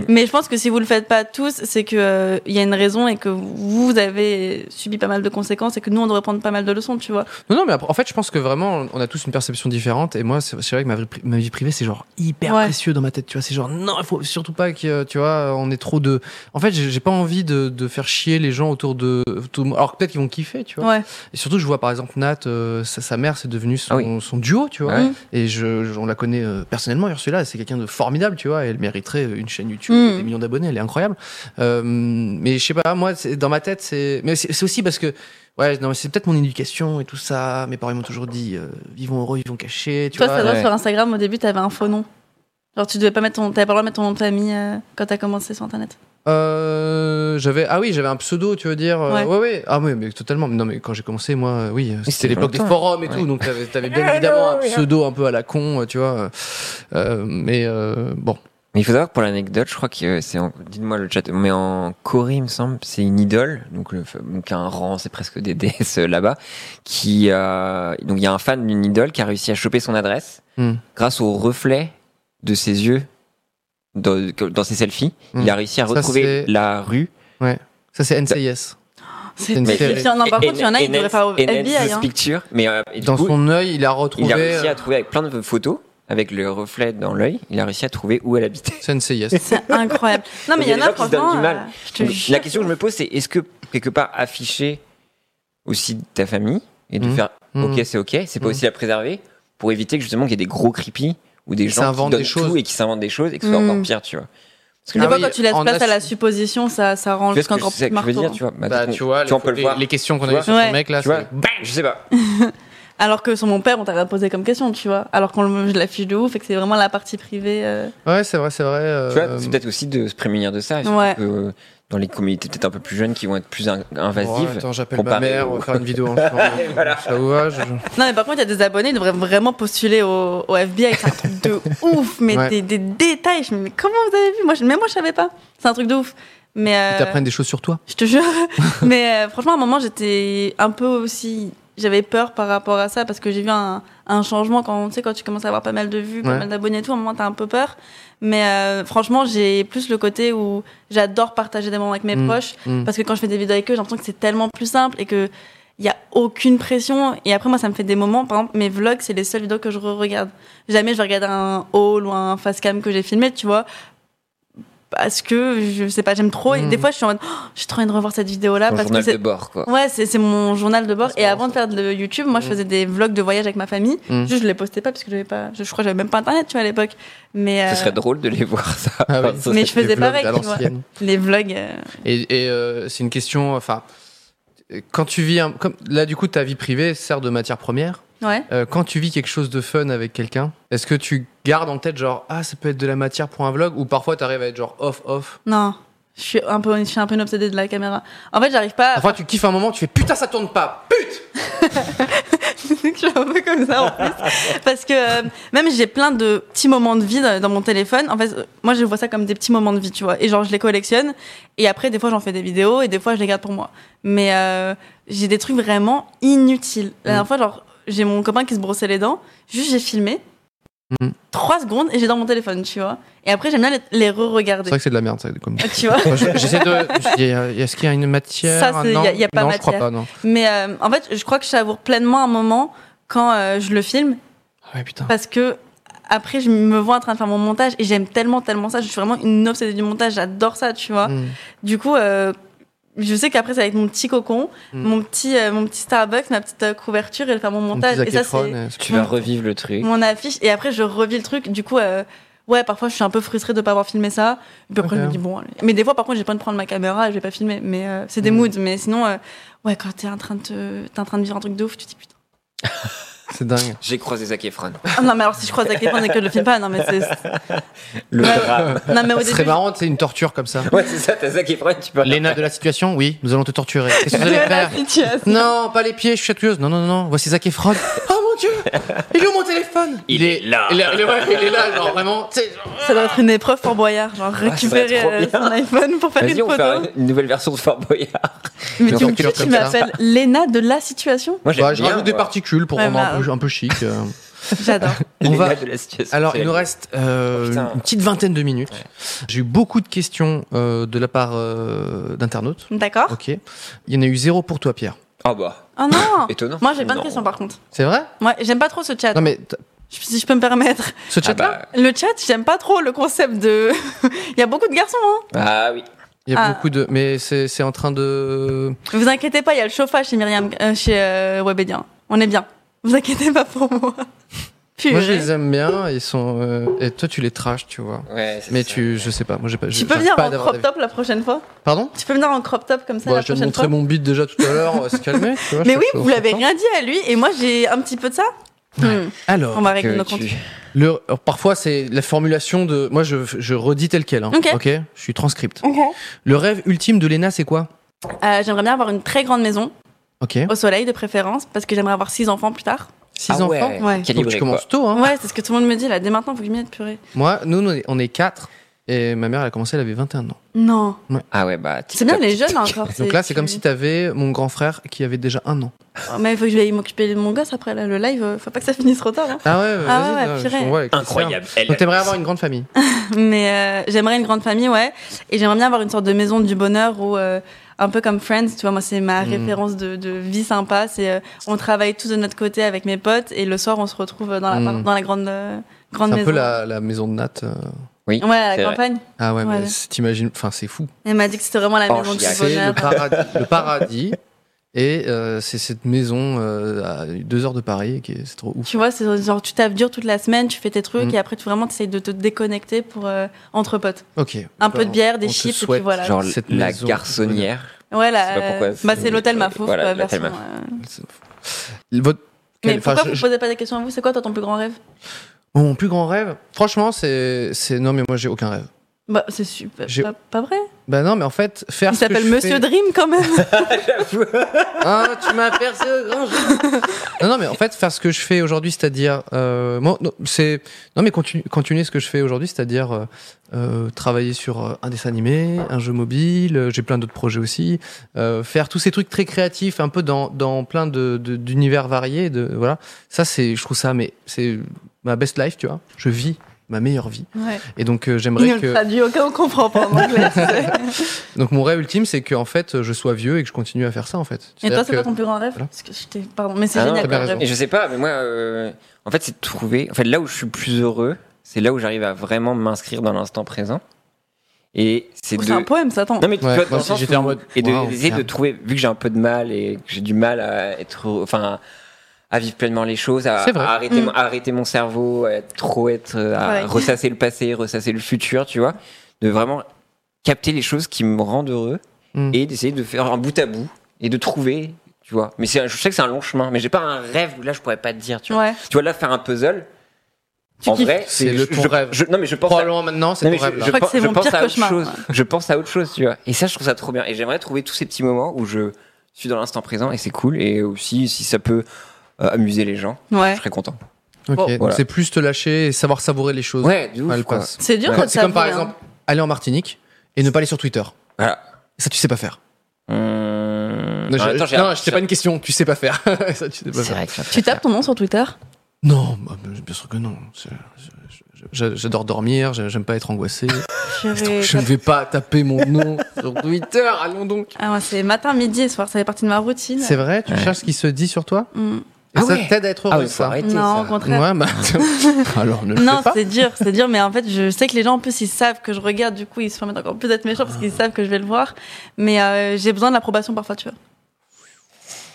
Speaker 2: Mais je pense que si vous le faites pas tous, c'est que euh, il y a une raison et que vous avez subi pas mal de conséquences et que nous, on devrait prendre pas mal de leçons, tu vois.
Speaker 1: non, non, mais après, en fait, je pense que vraiment, on a tous une perception différente. Et moi, c'est c'est vrai que ma vie, pri- ma vie privée, c'est genre hyper
Speaker 2: Ouais.
Speaker 1: précieux dans ma tête. Tu vois, c'est genre non, il faut surtout pas que euh, tu vois, on est trop de. En fait, j'ai j'ai pas envie de, de faire chier les gens autour de. autour de moi. Alors que peut-être qu'ils vont kiffer, tu vois.
Speaker 2: Ouais.
Speaker 1: Et surtout, je vois par exemple Nat, euh, sa, sa mère, c'est devenu son,
Speaker 3: Ah oui.
Speaker 1: son duo, tu vois.
Speaker 3: Ouais.
Speaker 1: Et je, je- on la connaît euh, personnellement, Ursula, c'est quelqu'un de formidable, tu vois. Elle mériterait une chaîne YouTube,
Speaker 2: Mm.
Speaker 1: des millions d'abonnés, elle est incroyable. Euh, mais je sais pas, moi, c'est- dans ma tête, c'est. Mais c'est c'est aussi parce que. Ouais, non, mais c'est peut-être mon éducation et tout ça. Mes parents ils m'ont toujours dit euh, vivons heureux, vivons cachés, tu
Speaker 2: Toi,
Speaker 1: vois.
Speaker 2: ça doit
Speaker 3: ouais.
Speaker 2: sur Instagram, au début, t'avais un faux nom. Genre, tu devais pas mettre ton, t'avais pas le droit de mettre ton nom de famille euh, quand t'as commencé sur Internet.
Speaker 1: Euh, j'avais ah oui j'avais un pseudo tu veux dire euh,
Speaker 2: Ouais.
Speaker 1: ouais ouais ah oui mais totalement non mais quand j'ai commencé moi euh, oui euh,
Speaker 3: c'était
Speaker 1: c'était l'époque des
Speaker 3: longtemps.
Speaker 1: forums et tout
Speaker 3: Ouais.
Speaker 1: donc t'avais t'avais
Speaker 2: Ah
Speaker 1: bien évidemment un pseudo un peu à la con euh, tu vois euh, mais euh, bon
Speaker 3: Mais il faut savoir que pour l'anecdote, je crois que euh, c'est en... dites-moi le chat, mais en Corée, il me semble, c'est une idole, donc, le... donc un rang, c'est presque des déesses euh, là-bas, qui euh, donc il y a un fan d'une idole qui a réussi à choper son adresse
Speaker 1: Hmm.
Speaker 3: grâce au reflet de ses yeux dans, que- dans ses selfies.
Speaker 1: Hmm.
Speaker 3: Il a réussi à
Speaker 1: Ça,
Speaker 3: retrouver
Speaker 1: c'est-
Speaker 3: la rue.
Speaker 1: ça c'est NCIS
Speaker 2: C'est
Speaker 1: une série.
Speaker 2: terrifiant. Non, par
Speaker 3: Et-
Speaker 2: contre, il y en a,
Speaker 3: et-
Speaker 2: ils devraient faire au
Speaker 3: et- et-
Speaker 2: FBI. hein.
Speaker 3: Picture, mais euh, et du
Speaker 1: dans
Speaker 3: coup,
Speaker 1: son œil il a retrouvé
Speaker 3: il a réussi
Speaker 1: euh,
Speaker 3: à trouver avec plein de photos, avec le reflet dans l'œil, il a réussi à trouver où elle habitait.
Speaker 1: c'est NCIS
Speaker 2: C'est incroyable. Non, mais
Speaker 3: Il
Speaker 2: il
Speaker 3: y
Speaker 2: y,
Speaker 3: a des
Speaker 2: en a,
Speaker 3: gens qui se donnent
Speaker 2: franchement.
Speaker 3: du mal.
Speaker 2: euh, je te jure.
Speaker 3: La question que je me pose, c'est est-ce que quelque part afficher aussi ta famille et de
Speaker 1: Mhm.
Speaker 3: faire
Speaker 1: Mhm.
Speaker 3: ok, c'est ok, c'est pas
Speaker 1: Mhm.
Speaker 3: aussi la préserver pour éviter que justement qu'il y ait des gros creepy ou des
Speaker 1: Qui
Speaker 3: gens qui
Speaker 1: s'inventent
Speaker 3: donnent
Speaker 1: des choses.
Speaker 3: tout et qui s'inventent des choses et que ce soit encore
Speaker 2: Mm.
Speaker 3: pire, tu vois. Parce que
Speaker 2: Des
Speaker 1: Ah
Speaker 2: fois,
Speaker 1: oui,
Speaker 2: quand tu laisses
Speaker 1: en
Speaker 2: place à
Speaker 1: as-
Speaker 2: la supposition, ça, ça rend
Speaker 3: tu vois
Speaker 2: le
Speaker 3: ce
Speaker 2: truc
Speaker 3: que je
Speaker 2: encore
Speaker 3: sais
Speaker 2: plus
Speaker 3: que je veux
Speaker 2: marquant.
Speaker 3: dire, tu vois. Bah,
Speaker 1: Bah,
Speaker 3: donc,
Speaker 1: tu vois,
Speaker 3: tu vois, on
Speaker 1: les-
Speaker 3: peut le
Speaker 1: les-
Speaker 3: voir.
Speaker 1: les questions qu'on
Speaker 3: Tu
Speaker 1: a eues
Speaker 3: vois
Speaker 1: sur
Speaker 2: Ouais.
Speaker 1: ce mec là,
Speaker 3: Tu vois,
Speaker 1: c'est-
Speaker 3: bang, je sais pas.
Speaker 2: Alors que sur mon père, on t'aurait posé comme question, tu vois. Alors qu'on le- je l'affiche de ouf et que c'est vraiment la partie privée. euh.
Speaker 1: Ouais, c'est vrai, c'est vrai. euh,
Speaker 3: Tu vois, c'est peut-être aussi de se prémunir de ça. surtout
Speaker 2: Ouais.
Speaker 3: que, euh, dans les communautés peut-être un peu plus jeunes qui vont être plus in-
Speaker 1: Oh,
Speaker 3: invasives.
Speaker 1: attends, j'appelle ma
Speaker 3: comparé
Speaker 1: mère,
Speaker 3: au-
Speaker 1: on va faire une vidéo ensemble. Ça vous va je-
Speaker 2: Non, mais par contre, il y a des abonnés qui devraient vraiment postuler au, au FBI. C'est un truc de ouf, mais
Speaker 1: Ouais.
Speaker 2: des, des détails. Je me dis, mais comment vous avez vu moi, je- Même moi, je savais pas. C'est un truc de ouf. Mais euh,
Speaker 1: Ils t'apprennent des choses sur toi.
Speaker 2: Je te jure. Mais euh, franchement, à un moment, j'étais un peu aussi. J'avais peur par rapport à ça parce que j'ai vu un, un changement quand tu sais quand tu commences à avoir pas mal de vues, pas
Speaker 1: Ouais.
Speaker 2: mal d'abonnés et tout. À un moment, t'as un peu peur. Mais euh, franchement, j'ai plus le côté où j'adore partager des moments avec mes
Speaker 1: Mm.
Speaker 2: proches
Speaker 1: Mm.
Speaker 2: parce que quand je fais des vidéos avec eux, j'ai l'impression que c'est tellement plus simple et que il y a aucune pression. Et après, moi, ça me fait des moments. Par exemple, mes vlogs, c'est les seules vidéos que je regarde. Jamais je vais regarder un haul ou un face cam que j'ai filmé, tu vois. Parce que je sais pas, j'aime trop. Et
Speaker 1: Mhm.
Speaker 2: des fois, je suis en mode, oh, j'ai trop envie de revoir cette vidéo-là
Speaker 3: Ton
Speaker 2: parce que
Speaker 3: journal de
Speaker 2: c'est.
Speaker 3: bord, Mm. quoi.
Speaker 2: Ouais, c'est c'est mon journal de bord.
Speaker 1: C'est
Speaker 2: Et
Speaker 1: marrant,
Speaker 2: avant de faire de YouTube, moi, je faisais des vlogs de voyage avec ma famille.
Speaker 3: Mm.
Speaker 1: Mhm.
Speaker 2: Juste, je les postais pas parce que j'avais pas, je, je crois que j'avais même pas internet, tu vois, à l'époque. Mais, euh,
Speaker 3: Ce serait drôle de les voir, ça.
Speaker 1: Ah oui.
Speaker 3: Ça serait-
Speaker 2: mais je faisais
Speaker 1: Des vlogs
Speaker 2: pareil,
Speaker 1: à
Speaker 2: tu vois.
Speaker 1: l'ancienne.
Speaker 2: Les vlogs. euh,
Speaker 1: Et, et, euh, c'est une question. Enfin, quand tu vis. un- comme, là, du coup, ta vie privée sert de matière première.
Speaker 2: Ouais.
Speaker 1: Euh, quand tu vis quelque chose de fun avec quelqu'un, est-ce que tu gardes en tête, genre, ah, ça peut être de la matière pour un vlog Ou parfois, tu arrives à être genre off, off
Speaker 2: Non. Je suis un peu, je suis un peu une obsédée de la caméra. En fait, j'arrive pas. à-
Speaker 1: Parfois, tu kiffes un moment, tu fais putain, ça tourne pas Pute
Speaker 2: je suis un peu comme ça en plus. Parce que euh, même j'ai plein de petits moments de vie dans, dans mon téléphone. En fait, euh, moi je vois ça comme des petits moments de vie, tu vois. Et genre je les collectionne. Et après, des fois j'en fais des vidéos et des fois je les garde pour moi. Mais euh, j'ai des trucs vraiment inutiles. La
Speaker 1: Mm.
Speaker 2: dernière fois, genre, j'ai mon copain qui se brossait les dents. Juste j'ai filmé.
Speaker 1: Mhm.
Speaker 2: Trois secondes et j'ai dans mon téléphone, tu vois. Et après, j'aime bien les, les
Speaker 1: C'est
Speaker 2: re-regarder.
Speaker 1: vrai que c'est de la merde, ça, comme.
Speaker 2: Tu vois
Speaker 1: Moi, je- J'essaie de. il y a- Est-ce qu'il y a une matière
Speaker 2: Ça, c'est-
Speaker 1: Non.
Speaker 2: il y a- il y a pas
Speaker 1: Non, je crois
Speaker 2: matière.
Speaker 1: pas, non.
Speaker 2: Mais euh, en fait, je crois que je savoure pleinement un moment quand euh, je le filme
Speaker 1: Ah Ouais, putain.
Speaker 2: parce que après je me vois en train de faire mon montage et j'aime tellement tellement ça je suis vraiment une obsédée du montage j'adore ça tu vois
Speaker 1: Mm.
Speaker 2: du coup euh, je sais qu'après c'est avec mon petit cocon
Speaker 1: Mm.
Speaker 2: mon petit euh, mon petit Starbucks ma petite euh, couverture et le faire mon
Speaker 1: Mon
Speaker 2: montage
Speaker 1: petit
Speaker 2: et ça
Speaker 1: Zac Efron,
Speaker 2: c'est
Speaker 1: euh,
Speaker 3: Tu vas revivre le truc.
Speaker 2: mon affiche et après je revis le truc du coup euh, ouais parfois je suis un peu frustrée de pas avoir filmé ça puis après
Speaker 1: Ok.
Speaker 2: je me dis bon allez. mais des fois par contre j'ai pas de prendre ma caméra et je vais pas filmer mais euh, c'est des
Speaker 1: Mm.
Speaker 2: moods mais sinon euh, ouais quand t'es en train de te- t'es en train de vivre un truc de ouf tu te dis putain
Speaker 1: C'est dingue.
Speaker 3: J'ai croisé Zac Efron.
Speaker 2: Ah non mais alors si je croise Zac Efron et que je le filme pas non mais c'est
Speaker 3: Le
Speaker 2: Ouais.
Speaker 3: drame.
Speaker 2: non mais au
Speaker 1: Ce serait
Speaker 2: début
Speaker 1: marrant, c'est une torture comme ça.
Speaker 3: Ouais, c'est ça, t'as Zac Efron, tu peux.
Speaker 1: Léna de la situation, oui, nous allons te torturer. Qu'est-ce que
Speaker 2: je-
Speaker 1: vous allez
Speaker 2: la
Speaker 1: faire
Speaker 2: situation.
Speaker 1: Non, pas les pieds, je suis chatouilleuse. Non, non, non, non, voici Zac Efron. Oh mon dieu Il est où mon téléphone
Speaker 3: Il est là.
Speaker 1: Il est, il est- ouais, il est là, genre vraiment. tu sais, genre-
Speaker 2: Ça doit être une épreuve pour Boyard,
Speaker 1: Ah,
Speaker 2: genre récupérer
Speaker 3: trop
Speaker 2: euh,
Speaker 3: bien.
Speaker 2: son iPhone pour faire une
Speaker 3: Vas-y, on
Speaker 2: photo.
Speaker 3: fait une- une nouvelle version de Fort Boyard.
Speaker 2: Mais
Speaker 1: une
Speaker 2: tu,
Speaker 1: facture
Speaker 2: tu
Speaker 1: comme ça.
Speaker 2: m'appelles Léna de la situation
Speaker 3: Moi,
Speaker 1: Bah, je rajoute des
Speaker 3: parties.
Speaker 1: particules pour
Speaker 2: Ouais,
Speaker 1: rendre un
Speaker 2: bah,
Speaker 1: peu, un peu chic. euh.
Speaker 2: J'adore.
Speaker 1: On va-
Speaker 3: de la situation.
Speaker 1: Alors, il nous reste euh,
Speaker 3: Oh, putain.
Speaker 1: une petite vingtaine de minutes. J'ai eu beaucoup de questions euh, de la part euh, d'internautes.
Speaker 2: D'accord
Speaker 1: Ok. Il y en a eu zéro pour toi, Pierre.
Speaker 3: Ah bah,
Speaker 2: Oh non
Speaker 3: étonnant.
Speaker 2: Moi j'ai plein de
Speaker 3: Non.
Speaker 2: questions par contre.
Speaker 1: C'est vrai
Speaker 2: Moi j'aime pas trop ce chat,
Speaker 1: Non, mais t-
Speaker 2: Je- si je peux me permettre.
Speaker 1: ce
Speaker 3: Ah
Speaker 1: chat-là,
Speaker 3: bah,
Speaker 2: Le chat, j'aime pas trop le concept de. Il y a beaucoup de garçons, hein
Speaker 3: ah oui.
Speaker 1: il y a
Speaker 2: Ah.
Speaker 1: beaucoup de. Mais c'est c'est en train de.
Speaker 2: Vous inquiétez pas, il y a le chauffage chez Myriam, euh, chez euh, Webedia. On est bien. Vous inquiétez pas pour moi.
Speaker 1: Moi,
Speaker 2: Purée.
Speaker 1: je les aime bien. Ils sont. euh, Et toi, tu les trashes, tu vois.
Speaker 3: Ouais, c'est
Speaker 1: Mais
Speaker 3: ça.
Speaker 1: tu, je sais pas, moi j'ai pas.
Speaker 2: Tu
Speaker 1: j'ai-
Speaker 2: peux
Speaker 1: j'arrive
Speaker 2: venir
Speaker 1: pas
Speaker 2: en
Speaker 1: d'avoir
Speaker 2: crop
Speaker 1: d'avis.
Speaker 2: top la prochaine fois
Speaker 1: Pardon
Speaker 2: Tu peux venir en crop top comme ça
Speaker 1: Bon,
Speaker 2: la
Speaker 1: Bah, Je te
Speaker 2: prochaine fois
Speaker 1: montrer mon beat déjà tout à l'heure, on va se calmer. tu vois,
Speaker 2: Mais
Speaker 1: je
Speaker 2: oui,
Speaker 1: pense
Speaker 2: vous
Speaker 1: que-
Speaker 2: l'avez rien dit à lui, et moi j'ai un petit peu de ça. Hmm.
Speaker 1: Alors,
Speaker 2: On va régler
Speaker 3: Que
Speaker 2: nos
Speaker 3: tu-
Speaker 2: comptes.
Speaker 1: le, alors, parfois c'est la formulation de. Moi je, je redis tel quel, hein,
Speaker 2: Ok.
Speaker 1: Je suis transcript. Le rêve ultime de Léna, c'est quoi
Speaker 2: Euh, j'aimerais bien avoir une très grande maison,
Speaker 1: Ok.
Speaker 2: au soleil de préférence, parce que j'aimerais avoir six enfants plus tard.
Speaker 1: Six
Speaker 3: Ah
Speaker 1: enfants
Speaker 3: ouais,
Speaker 2: Ouais.
Speaker 1: Donc
Speaker 3: calibré,
Speaker 1: tu
Speaker 3: quoi.
Speaker 1: commences tôt, hein.
Speaker 2: Ouais, c'est ce que tout le monde me dit là. Dès maintenant, faut que je m'y mette purée.
Speaker 1: Moi, nous, nous, on est quatre. Et ma mère, elle a commencé, elle avait 21 ans.
Speaker 2: Non.
Speaker 3: Ah ouais, bah.
Speaker 2: C'est bien,
Speaker 3: TikTok.
Speaker 2: les jeunes hein, encore.
Speaker 1: Donc là, c'est comme si t'avais mon grand frère qui avait déjà un an.
Speaker 2: Oh, Mais il faut que je vais m'occuper de mon gosse après là, le live. euh, Faut pas que ça finisse trop tard. hein.
Speaker 1: Ah ouais,
Speaker 2: Ah
Speaker 1: vas-y,
Speaker 2: ouais,
Speaker 1: là,
Speaker 2: purée.
Speaker 1: je- ouais, avec tes
Speaker 3: Incroyable.
Speaker 1: sœurs. Donc t'aimerais avoir une grande famille.
Speaker 2: Mais euh, j'aimerais une grande famille, ouais. Et j'aimerais bien avoir une sorte de maison du bonheur où, euh, un peu comme Friends, tu vois, moi c'est ma
Speaker 1: Mm.
Speaker 2: référence de, de vie sympa. C'est euh, on travaille tous de notre côté avec mes potes et le soir on se retrouve dans la,
Speaker 1: Mm.
Speaker 2: dans la grande, euh, grande
Speaker 1: C'est un
Speaker 2: maison.
Speaker 1: peu la, la maison de Nat. euh.
Speaker 3: Oui.
Speaker 2: Ouais, à
Speaker 3: C'est vrai.
Speaker 2: la campagne.
Speaker 1: Ah ouais,
Speaker 2: Ouais.
Speaker 1: mais c'est- t'imagines, enfin c'est fou.
Speaker 2: Elle m'a dit que c'était vraiment la
Speaker 3: Oh,
Speaker 2: maison du
Speaker 3: chiac.
Speaker 1: C'est le
Speaker 2: bonheur.
Speaker 1: paradis, le paradis Et euh, c'est cette maison euh, à deux heures de Paris, qui est, c'est trop ouf.
Speaker 2: Tu vois, c'est genre tu tapes dur toute la semaine, tu fais tes trucs
Speaker 1: Mm.
Speaker 2: et après tu vraiment t'essayes de te déconnecter pour euh, entre potes.
Speaker 1: Ok.
Speaker 2: Un peu de bière, des
Speaker 1: on te
Speaker 2: chips et puis
Speaker 1: souhaite,
Speaker 2: voilà.
Speaker 3: Genre
Speaker 1: Cette
Speaker 3: la
Speaker 1: maison.
Speaker 3: garçonnière.
Speaker 2: ouais,
Speaker 3: je sais pas
Speaker 2: là,
Speaker 3: pourquoi
Speaker 2: euh, bah
Speaker 3: c'est-
Speaker 2: c'est l'hôtel ma fauf.
Speaker 3: Voilà,
Speaker 2: euh,
Speaker 3: l'hôtel
Speaker 2: version, euh.
Speaker 1: Votre...
Speaker 2: Mais
Speaker 1: quel- enfin,
Speaker 2: pourquoi
Speaker 1: je-
Speaker 2: vous posez pas des questions à vous C'est quoi toi ton plus grand rêve
Speaker 1: Mon plus grand rêve, franchement, c'est. c'est- Non, mais moi, j'ai aucun rêve.
Speaker 2: Bah c'est super,
Speaker 1: J'ai-
Speaker 2: pas, pas vrai.
Speaker 1: Bah non, mais en fait, faire.
Speaker 2: Il
Speaker 1: ce que
Speaker 2: s'appelle
Speaker 1: je
Speaker 2: Monsieur
Speaker 1: fais-
Speaker 2: Dream quand même.
Speaker 1: Ah, tu m'as percé au grand jeu. non, non, mais en fait, faire ce que je fais aujourd'hui, c'est-à-dire. euh, moi, non, c'est. Non, mais continu- continuer ce que je fais aujourd'hui, c'est-à-dire euh, euh, travailler sur euh, un dessin animé, un jeu mobile, euh, j'ai plein d'autres projets aussi. euh, faire tous ces trucs très créatifs, un peu dans, dans plein de- de- d'univers variés. De, voilà. Ça, c'est. Je trouve ça, mais c'est ma best life, tu vois. Je vis ma meilleure vie.
Speaker 2: Ouais.
Speaker 1: Et donc, euh,
Speaker 2: Il ne
Speaker 1: j'aimerais
Speaker 2: le
Speaker 1: que.
Speaker 2: traduit, aucun on comprend pas en anglais. tu sais.
Speaker 1: Donc mon rêve ultime, c'est que en fait, je sois vieux et que je continue à faire ça en fait.
Speaker 2: Et toi, c'est
Speaker 1: C'est-à-dire
Speaker 2: quoi ton plus grand rêve
Speaker 1: Voilà.
Speaker 2: Parce que je t'ai- Pardon, mais c'est
Speaker 3: Ah non,
Speaker 2: génial.
Speaker 1: t'as bien
Speaker 2: comme
Speaker 1: raison.
Speaker 2: rêve.
Speaker 3: Et je sais pas, mais moi, euh, en fait, c'est de trouver. En fait, là où je suis plus heureux, c'est là où j'arrive à vraiment m'inscrire dans l'instant présent. Et c'est
Speaker 2: Oh,
Speaker 3: de.
Speaker 2: C'est un poème, ça, attends.
Speaker 3: Non mais tu
Speaker 1: Ouais,
Speaker 3: vois, dans le
Speaker 1: moi aussi,
Speaker 3: sens
Speaker 1: j'étais en
Speaker 3: où-
Speaker 1: mode,
Speaker 3: et de
Speaker 1: waouh,
Speaker 3: d'essayer de
Speaker 1: merde.
Speaker 3: trouver vu que j'ai un peu de mal et que j'ai du mal à être enfin à vivre pleinement les choses, à,
Speaker 1: C'est vrai.
Speaker 3: à arrêter,
Speaker 2: Mm.
Speaker 3: mon- à arrêter mon cerveau, à être- trop être, à
Speaker 2: Ouais.
Speaker 3: ressasser le passé, ressasser le futur, tu vois, de vraiment capter les choses qui me rendent heureux
Speaker 1: Mm.
Speaker 3: et d'essayer de faire un bout à bout et de trouver, tu vois. Mais c'est, un- je sais que c'est un long chemin, mais j'ai pas un rêve où là je pourrais pas te dire, tu vois.
Speaker 2: Ouais.
Speaker 3: Tu vois là faire un puzzle,
Speaker 2: Tu
Speaker 3: en
Speaker 2: kiffes.
Speaker 3: vrai,
Speaker 1: C'est le-
Speaker 3: je-
Speaker 1: ton
Speaker 3: je-
Speaker 1: rêve.
Speaker 3: je- non mais je pense à-
Speaker 1: Probablement maintenant, c'est
Speaker 3: non,
Speaker 1: ton
Speaker 3: mais je,
Speaker 1: rêve là.
Speaker 3: je
Speaker 2: crois que
Speaker 3: pense-
Speaker 2: c'est
Speaker 3: je
Speaker 2: mon
Speaker 3: pense
Speaker 2: pire
Speaker 3: à autre
Speaker 2: cauchemar,
Speaker 3: chose.
Speaker 2: ouais.
Speaker 3: Je pense à autre chose, tu vois. Et ça, je trouve ça trop bien. Et j'aimerais trouver tous ces petits moments où je suis dans l'instant présent et c'est cool. Et aussi, si ça peut euh, amuser les gens, je
Speaker 2: Ouais.
Speaker 3: serais content.
Speaker 1: Ok,
Speaker 2: Bon,
Speaker 1: donc
Speaker 3: voilà.
Speaker 1: c'est plus te lâcher et savoir savourer les choses.
Speaker 3: Ouais, de ouf,
Speaker 1: Ouais, elle
Speaker 3: quoi.
Speaker 1: passe.
Speaker 2: C'est dur
Speaker 1: C'est
Speaker 2: de
Speaker 1: comme- C'est comme par
Speaker 2: savourer, hein.
Speaker 1: exemple aller en Martinique et ne pas aller sur Twitter.
Speaker 3: Voilà.
Speaker 1: Ça, tu sais pas faire.
Speaker 3: Hum,
Speaker 1: Non,
Speaker 3: en
Speaker 1: je,
Speaker 3: même temps, j'ai-
Speaker 1: non, je t'ai pas une question. Tu sais pas faire. ça, tu sais pas
Speaker 3: C'est
Speaker 1: faire.
Speaker 3: vrai que ça peut
Speaker 2: Tu
Speaker 3: faire.
Speaker 2: tapes ton nom sur Twitter
Speaker 1: Non, bah, bien sûr que non. C'est- je- je- je- J'adore dormir. j'ai- J'aime pas être angoissé.
Speaker 2: Purée,
Speaker 1: je ne vais pas taper mon nom sur Twitter. Allons donc.
Speaker 2: Ah, moi, c'est matin, midi et soir, ça fait partie de ma routine.
Speaker 1: C'est vrai. Tu
Speaker 3: Ouais.
Speaker 1: cherches ce qui se dit sur toi.
Speaker 2: Mm.
Speaker 1: Et
Speaker 3: Ah
Speaker 1: ça
Speaker 3: ouais.
Speaker 1: t'aide à être
Speaker 3: Ah
Speaker 1: heureux.
Speaker 3: oui, faut
Speaker 1: ça.
Speaker 3: arrêter.
Speaker 2: Non,
Speaker 3: ça.
Speaker 2: au contraire.
Speaker 1: Ouais, bah, alors ne le
Speaker 2: Non,
Speaker 1: fais pas.
Speaker 2: c'est dur, c'est dur, mais en fait, je sais que les gens, en plus, ils savent que je regarde, du coup, ils se permettent encore plus d'être méchants parce
Speaker 1: Ah.
Speaker 2: qu'ils savent que je vais le voir. Mais euh, j'ai besoin de l'approbation parfois, tu vois.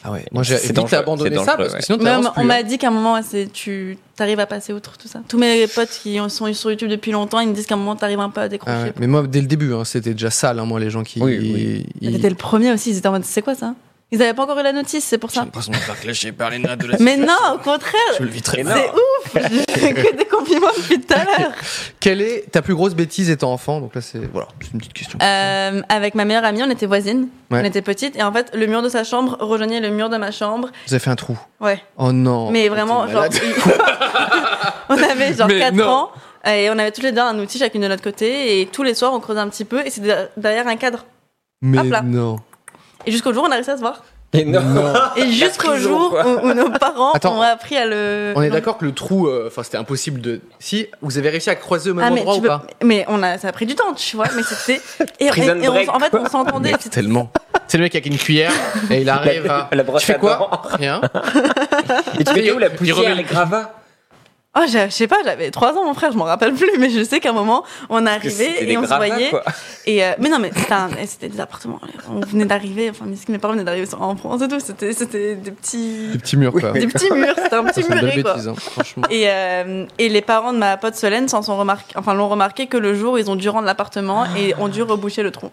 Speaker 1: Ah ouais, moi j'ai
Speaker 3: C'est
Speaker 1: vite
Speaker 3: dangereux,
Speaker 1: abandonné
Speaker 3: c'est
Speaker 1: ça
Speaker 3: dangereux,
Speaker 1: parce que
Speaker 3: ouais.
Speaker 1: sinon
Speaker 2: Mais
Speaker 1: t'avances
Speaker 2: on- on
Speaker 1: plus, hein.
Speaker 2: m'a dit qu'à un moment, c'est, tu arrives à passer outre tout ça. Tous mes potes qui en sont sur YouTube depuis longtemps, ils me disent qu'à un moment, t'arrives un peu à décrocher.
Speaker 1: Ah ouais, Mais moi dès le début, hein, c'était déjà sale, hein, moi les gens qui.
Speaker 3: Oui, oui.
Speaker 1: ils-
Speaker 2: Ah, T'étais le premier aussi, ils étaient en mode, c'est quoi ça Ils n'avaient pas encore eu la notice, c'est pour
Speaker 1: J'ai
Speaker 2: ça.
Speaker 1: l'impression de me faire clasher par les nains de la
Speaker 2: Mais non, au contraire,
Speaker 1: Je le vis très
Speaker 3: Et
Speaker 1: mal.
Speaker 3: non.
Speaker 2: c'est ouf Je fais que des compliments depuis tout à l'heure
Speaker 1: Quelle est ta plus grosse bêtise étant enfant Donc là, c'est voilà, c'est une petite question.
Speaker 2: Euh, avec ma meilleure amie, on était voisines,
Speaker 1: Ouais.
Speaker 2: on était petites, et en fait, le mur de sa chambre rejoignait le mur de ma chambre.
Speaker 1: Vous avez fait un trou.
Speaker 2: Ouais.
Speaker 1: Oh non.
Speaker 2: mais vraiment,
Speaker 1: t'es
Speaker 2: genre,
Speaker 1: malade.
Speaker 2: on avait genre
Speaker 1: Mais
Speaker 2: 4
Speaker 1: non.
Speaker 2: ans, et on avait toutes les deux un outil chacune de notre côté, et tous les soirs, on creusait un petit peu, et c'était derrière un cadre.
Speaker 1: Mais
Speaker 2: Hop là.
Speaker 1: non.
Speaker 2: Et jusqu'au jour, on a réussi à se voir.
Speaker 3: Mais non.
Speaker 2: Et jusqu'au
Speaker 3: prison,
Speaker 2: jour
Speaker 3: quoi.
Speaker 2: où, où nos parents
Speaker 1: Attends.
Speaker 2: ont appris à le.
Speaker 1: On est
Speaker 2: Non.
Speaker 1: d'accord que le trou, euh, enfin, c'était impossible de. Si, vous avez réussi à croiser au même
Speaker 2: Ah, mais,
Speaker 1: endroit
Speaker 2: tu
Speaker 1: ou
Speaker 2: peux-
Speaker 1: pas
Speaker 2: mais on a, ça a pris du temps, tu vois, mais c'était. Et,
Speaker 3: Prison
Speaker 2: et- et on-
Speaker 3: break,
Speaker 2: en fait, on s'entendait.
Speaker 1: Mec,
Speaker 2: C'était-
Speaker 1: Tellement. C'est le mec avec une cuillère et il arrive à.
Speaker 3: La brosse
Speaker 1: tu fais
Speaker 3: à
Speaker 1: quoi
Speaker 3: dents.
Speaker 1: Rien.
Speaker 3: Et tu
Speaker 1: Il-
Speaker 3: fais où la
Speaker 1: il
Speaker 3: poussière,
Speaker 1: remet-
Speaker 3: les gravats
Speaker 2: Oh, j'ai- je sais pas, j'avais 3 ans, mon frère, je m'en rappelle plus, mais je sais qu'à un moment, on
Speaker 3: Parce que c'était
Speaker 2: arrivait
Speaker 3: des
Speaker 2: et on se
Speaker 3: gravats,
Speaker 2: voyait.
Speaker 3: quoi.
Speaker 2: Et euh, mais non, mais c'était un- et c'était des appartements. On venait d'arriver, enfin, mes mes parents venaient d'arriver sur- en France et tout. C'était c'était des petits,
Speaker 1: Le petit mur, quoi.
Speaker 2: des petits murs, c'était un
Speaker 1: Ça,
Speaker 2: petit
Speaker 1: C'est une belle
Speaker 2: muret, quoi.
Speaker 1: bêtise, hein, franchement.
Speaker 2: Et, euh, et les parents de ma pote Solène s'en sont remarqués, enfin, l'ont remarqué que le jour, ils ont dû rendre l'appartement et ont dû reboucher le trou.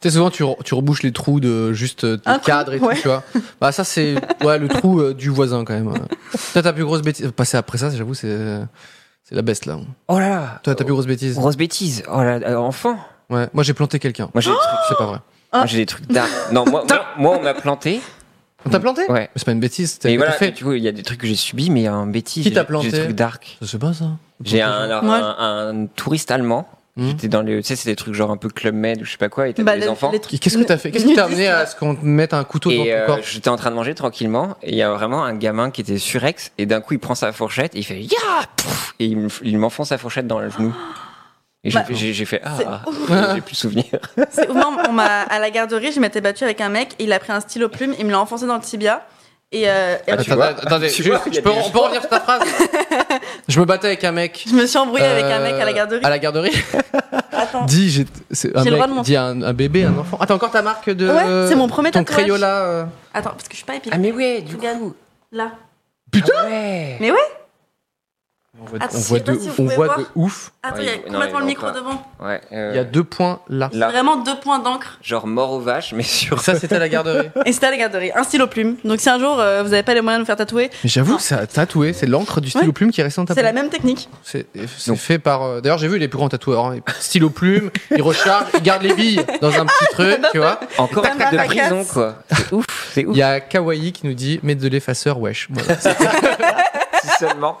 Speaker 1: Tu sais, souvent, tu, re- tu rebouches les trous de juste euh,
Speaker 2: Un
Speaker 1: le
Speaker 2: trou,
Speaker 1: cadre et
Speaker 2: ouais.
Speaker 1: tout, tu vois. Bah, ça, c'est ouais, le trou euh, du voisin, quand même. euh. Toi, ta plus grosse bêtise. Passer après ça, j'avoue, c'est c'est la baisse, là.
Speaker 3: Oh là là.
Speaker 1: Toi, ta plus grosse bêtise.
Speaker 3: Grosse bêtise. Oh là, là, euh, enfant.
Speaker 1: Ouais. Moi, j'ai planté quelqu'un.
Speaker 3: Moi j'ai des trucs.
Speaker 1: C'est pas vrai.
Speaker 3: Moi j'ai des trucs d'art. Non, moi, moi, moi, on m'a planté.
Speaker 1: On t'a planté
Speaker 3: Ouais.
Speaker 1: Mais C'est pas une bêtise, c'était
Speaker 3: Et voilà,
Speaker 1: fait.
Speaker 3: tu vois, il y a des trucs que j'ai subis, mais en bêtise.
Speaker 1: Qui
Speaker 3: j'ai-
Speaker 1: t'a
Speaker 3: J'ai
Speaker 1: planté
Speaker 3: des trucs dark.
Speaker 1: Je sais pas ça.
Speaker 3: J'ai un, alors,
Speaker 2: Moi,
Speaker 3: un, un touriste allemand.
Speaker 1: Hmm.
Speaker 3: J'étais dans le, tu sais, c'est des trucs genre un peu club med ou je sais pas quoi, et t'avais
Speaker 2: Bah,
Speaker 3: des
Speaker 2: les-
Speaker 3: enfants.
Speaker 2: les trucs-
Speaker 1: Qu'est-ce que t'as fait Qu'est-ce qui t'a amené
Speaker 2: nudistes,
Speaker 1: à
Speaker 2: là.
Speaker 1: ce qu'on te mette un couteau dans
Speaker 3: Et
Speaker 1: ton
Speaker 3: euh,
Speaker 1: corps
Speaker 3: j'étais en train de manger tranquillement, et il y a vraiment un gamin qui était surex, et d'un coup il prend sa fourchette, et il fait ya, Pouf et il, me- il m'enfonce sa fourchette dans le genou. Et j'ai
Speaker 2: Bah,
Speaker 3: fait, j'ai- j'ai fait ah,
Speaker 2: c'est
Speaker 3: j'ai plus souvenir.
Speaker 2: C'est- moi, on m'a à la garderie, je m'étais battue avec un mec, il a pris un stylo plume, il me l'a enfoncé dans le tibia. Et, euh, et
Speaker 3: Ah, tu
Speaker 1: Attends,
Speaker 3: vois,
Speaker 1: attendez,
Speaker 3: tu
Speaker 1: juste,
Speaker 3: vois, il y
Speaker 1: je
Speaker 3: a
Speaker 1: peux-
Speaker 3: des
Speaker 1: on peut revenir sur ta phrase Je me battais avec un mec.
Speaker 2: je me suis embrouillée avec un
Speaker 1: euh,
Speaker 2: mec à la garderie.
Speaker 1: À la garderie
Speaker 2: attends.
Speaker 1: Dis, j'ai- c'est un
Speaker 2: Ah. J'ai le droit
Speaker 1: mec,
Speaker 2: de montrer.
Speaker 1: dis un, un bébé, un enfant. Ah, t'as encore ta marque de.
Speaker 2: Ouais, c'est mon premier
Speaker 1: Ton
Speaker 2: tatouage.
Speaker 1: Crayola. euh.
Speaker 2: Attends, parce que je suis pas épique.
Speaker 3: Ah mais ouais, du
Speaker 2: Regarde.
Speaker 3: coup.
Speaker 2: Là.
Speaker 3: Putain ouais.
Speaker 2: Mais ouais.
Speaker 1: On voit,
Speaker 2: Attends,
Speaker 1: on
Speaker 2: Ah, je sais
Speaker 1: voit
Speaker 2: pas
Speaker 1: de,
Speaker 2: si vous
Speaker 1: on
Speaker 2: pouvez
Speaker 1: voit
Speaker 2: voir.
Speaker 1: de ouf.
Speaker 2: Attends,
Speaker 3: Ouais,
Speaker 2: il y a
Speaker 3: il- non,
Speaker 2: complètement
Speaker 3: il
Speaker 2: le
Speaker 3: va
Speaker 2: micro
Speaker 3: pas.
Speaker 2: devant.
Speaker 3: Ouais, euh,
Speaker 1: Il y a deux points là.
Speaker 3: Là,
Speaker 2: Vraiment deux points d'encre.
Speaker 3: genre mort aux vaches, mais sur.
Speaker 1: Ça, c'était à la garderie.
Speaker 2: Et c'était à la garderie. Un stylo plume. Donc si un jour euh, vous n'avez pas les moyens de vous faire tatouer,
Speaker 1: Mais j'avoue que ça tatoué, c'est l'encre du stylo
Speaker 2: Ah. Ouais.
Speaker 1: plume qui est restée dans ta
Speaker 2: c'est
Speaker 1: peau.
Speaker 2: la même technique.
Speaker 1: C'est c'est
Speaker 3: Donc-
Speaker 1: fait par. euh, D'ailleurs, j'ai vu les plus grands tatoueurs. hein, stylo plume, ils rechargent, ils gardent les billes dans un petit truc, tu vois.
Speaker 3: Encore
Speaker 2: Tac,
Speaker 3: un
Speaker 2: tac,
Speaker 3: truc de
Speaker 2: tac,
Speaker 3: prison
Speaker 2: tac.
Speaker 3: quoi. C'est ouf, c'est
Speaker 1: Il
Speaker 3: ouf.
Speaker 1: y a Kawaii qui nous dit Mets de l'effaceur, wesh. Voilà.
Speaker 3: Si seulement.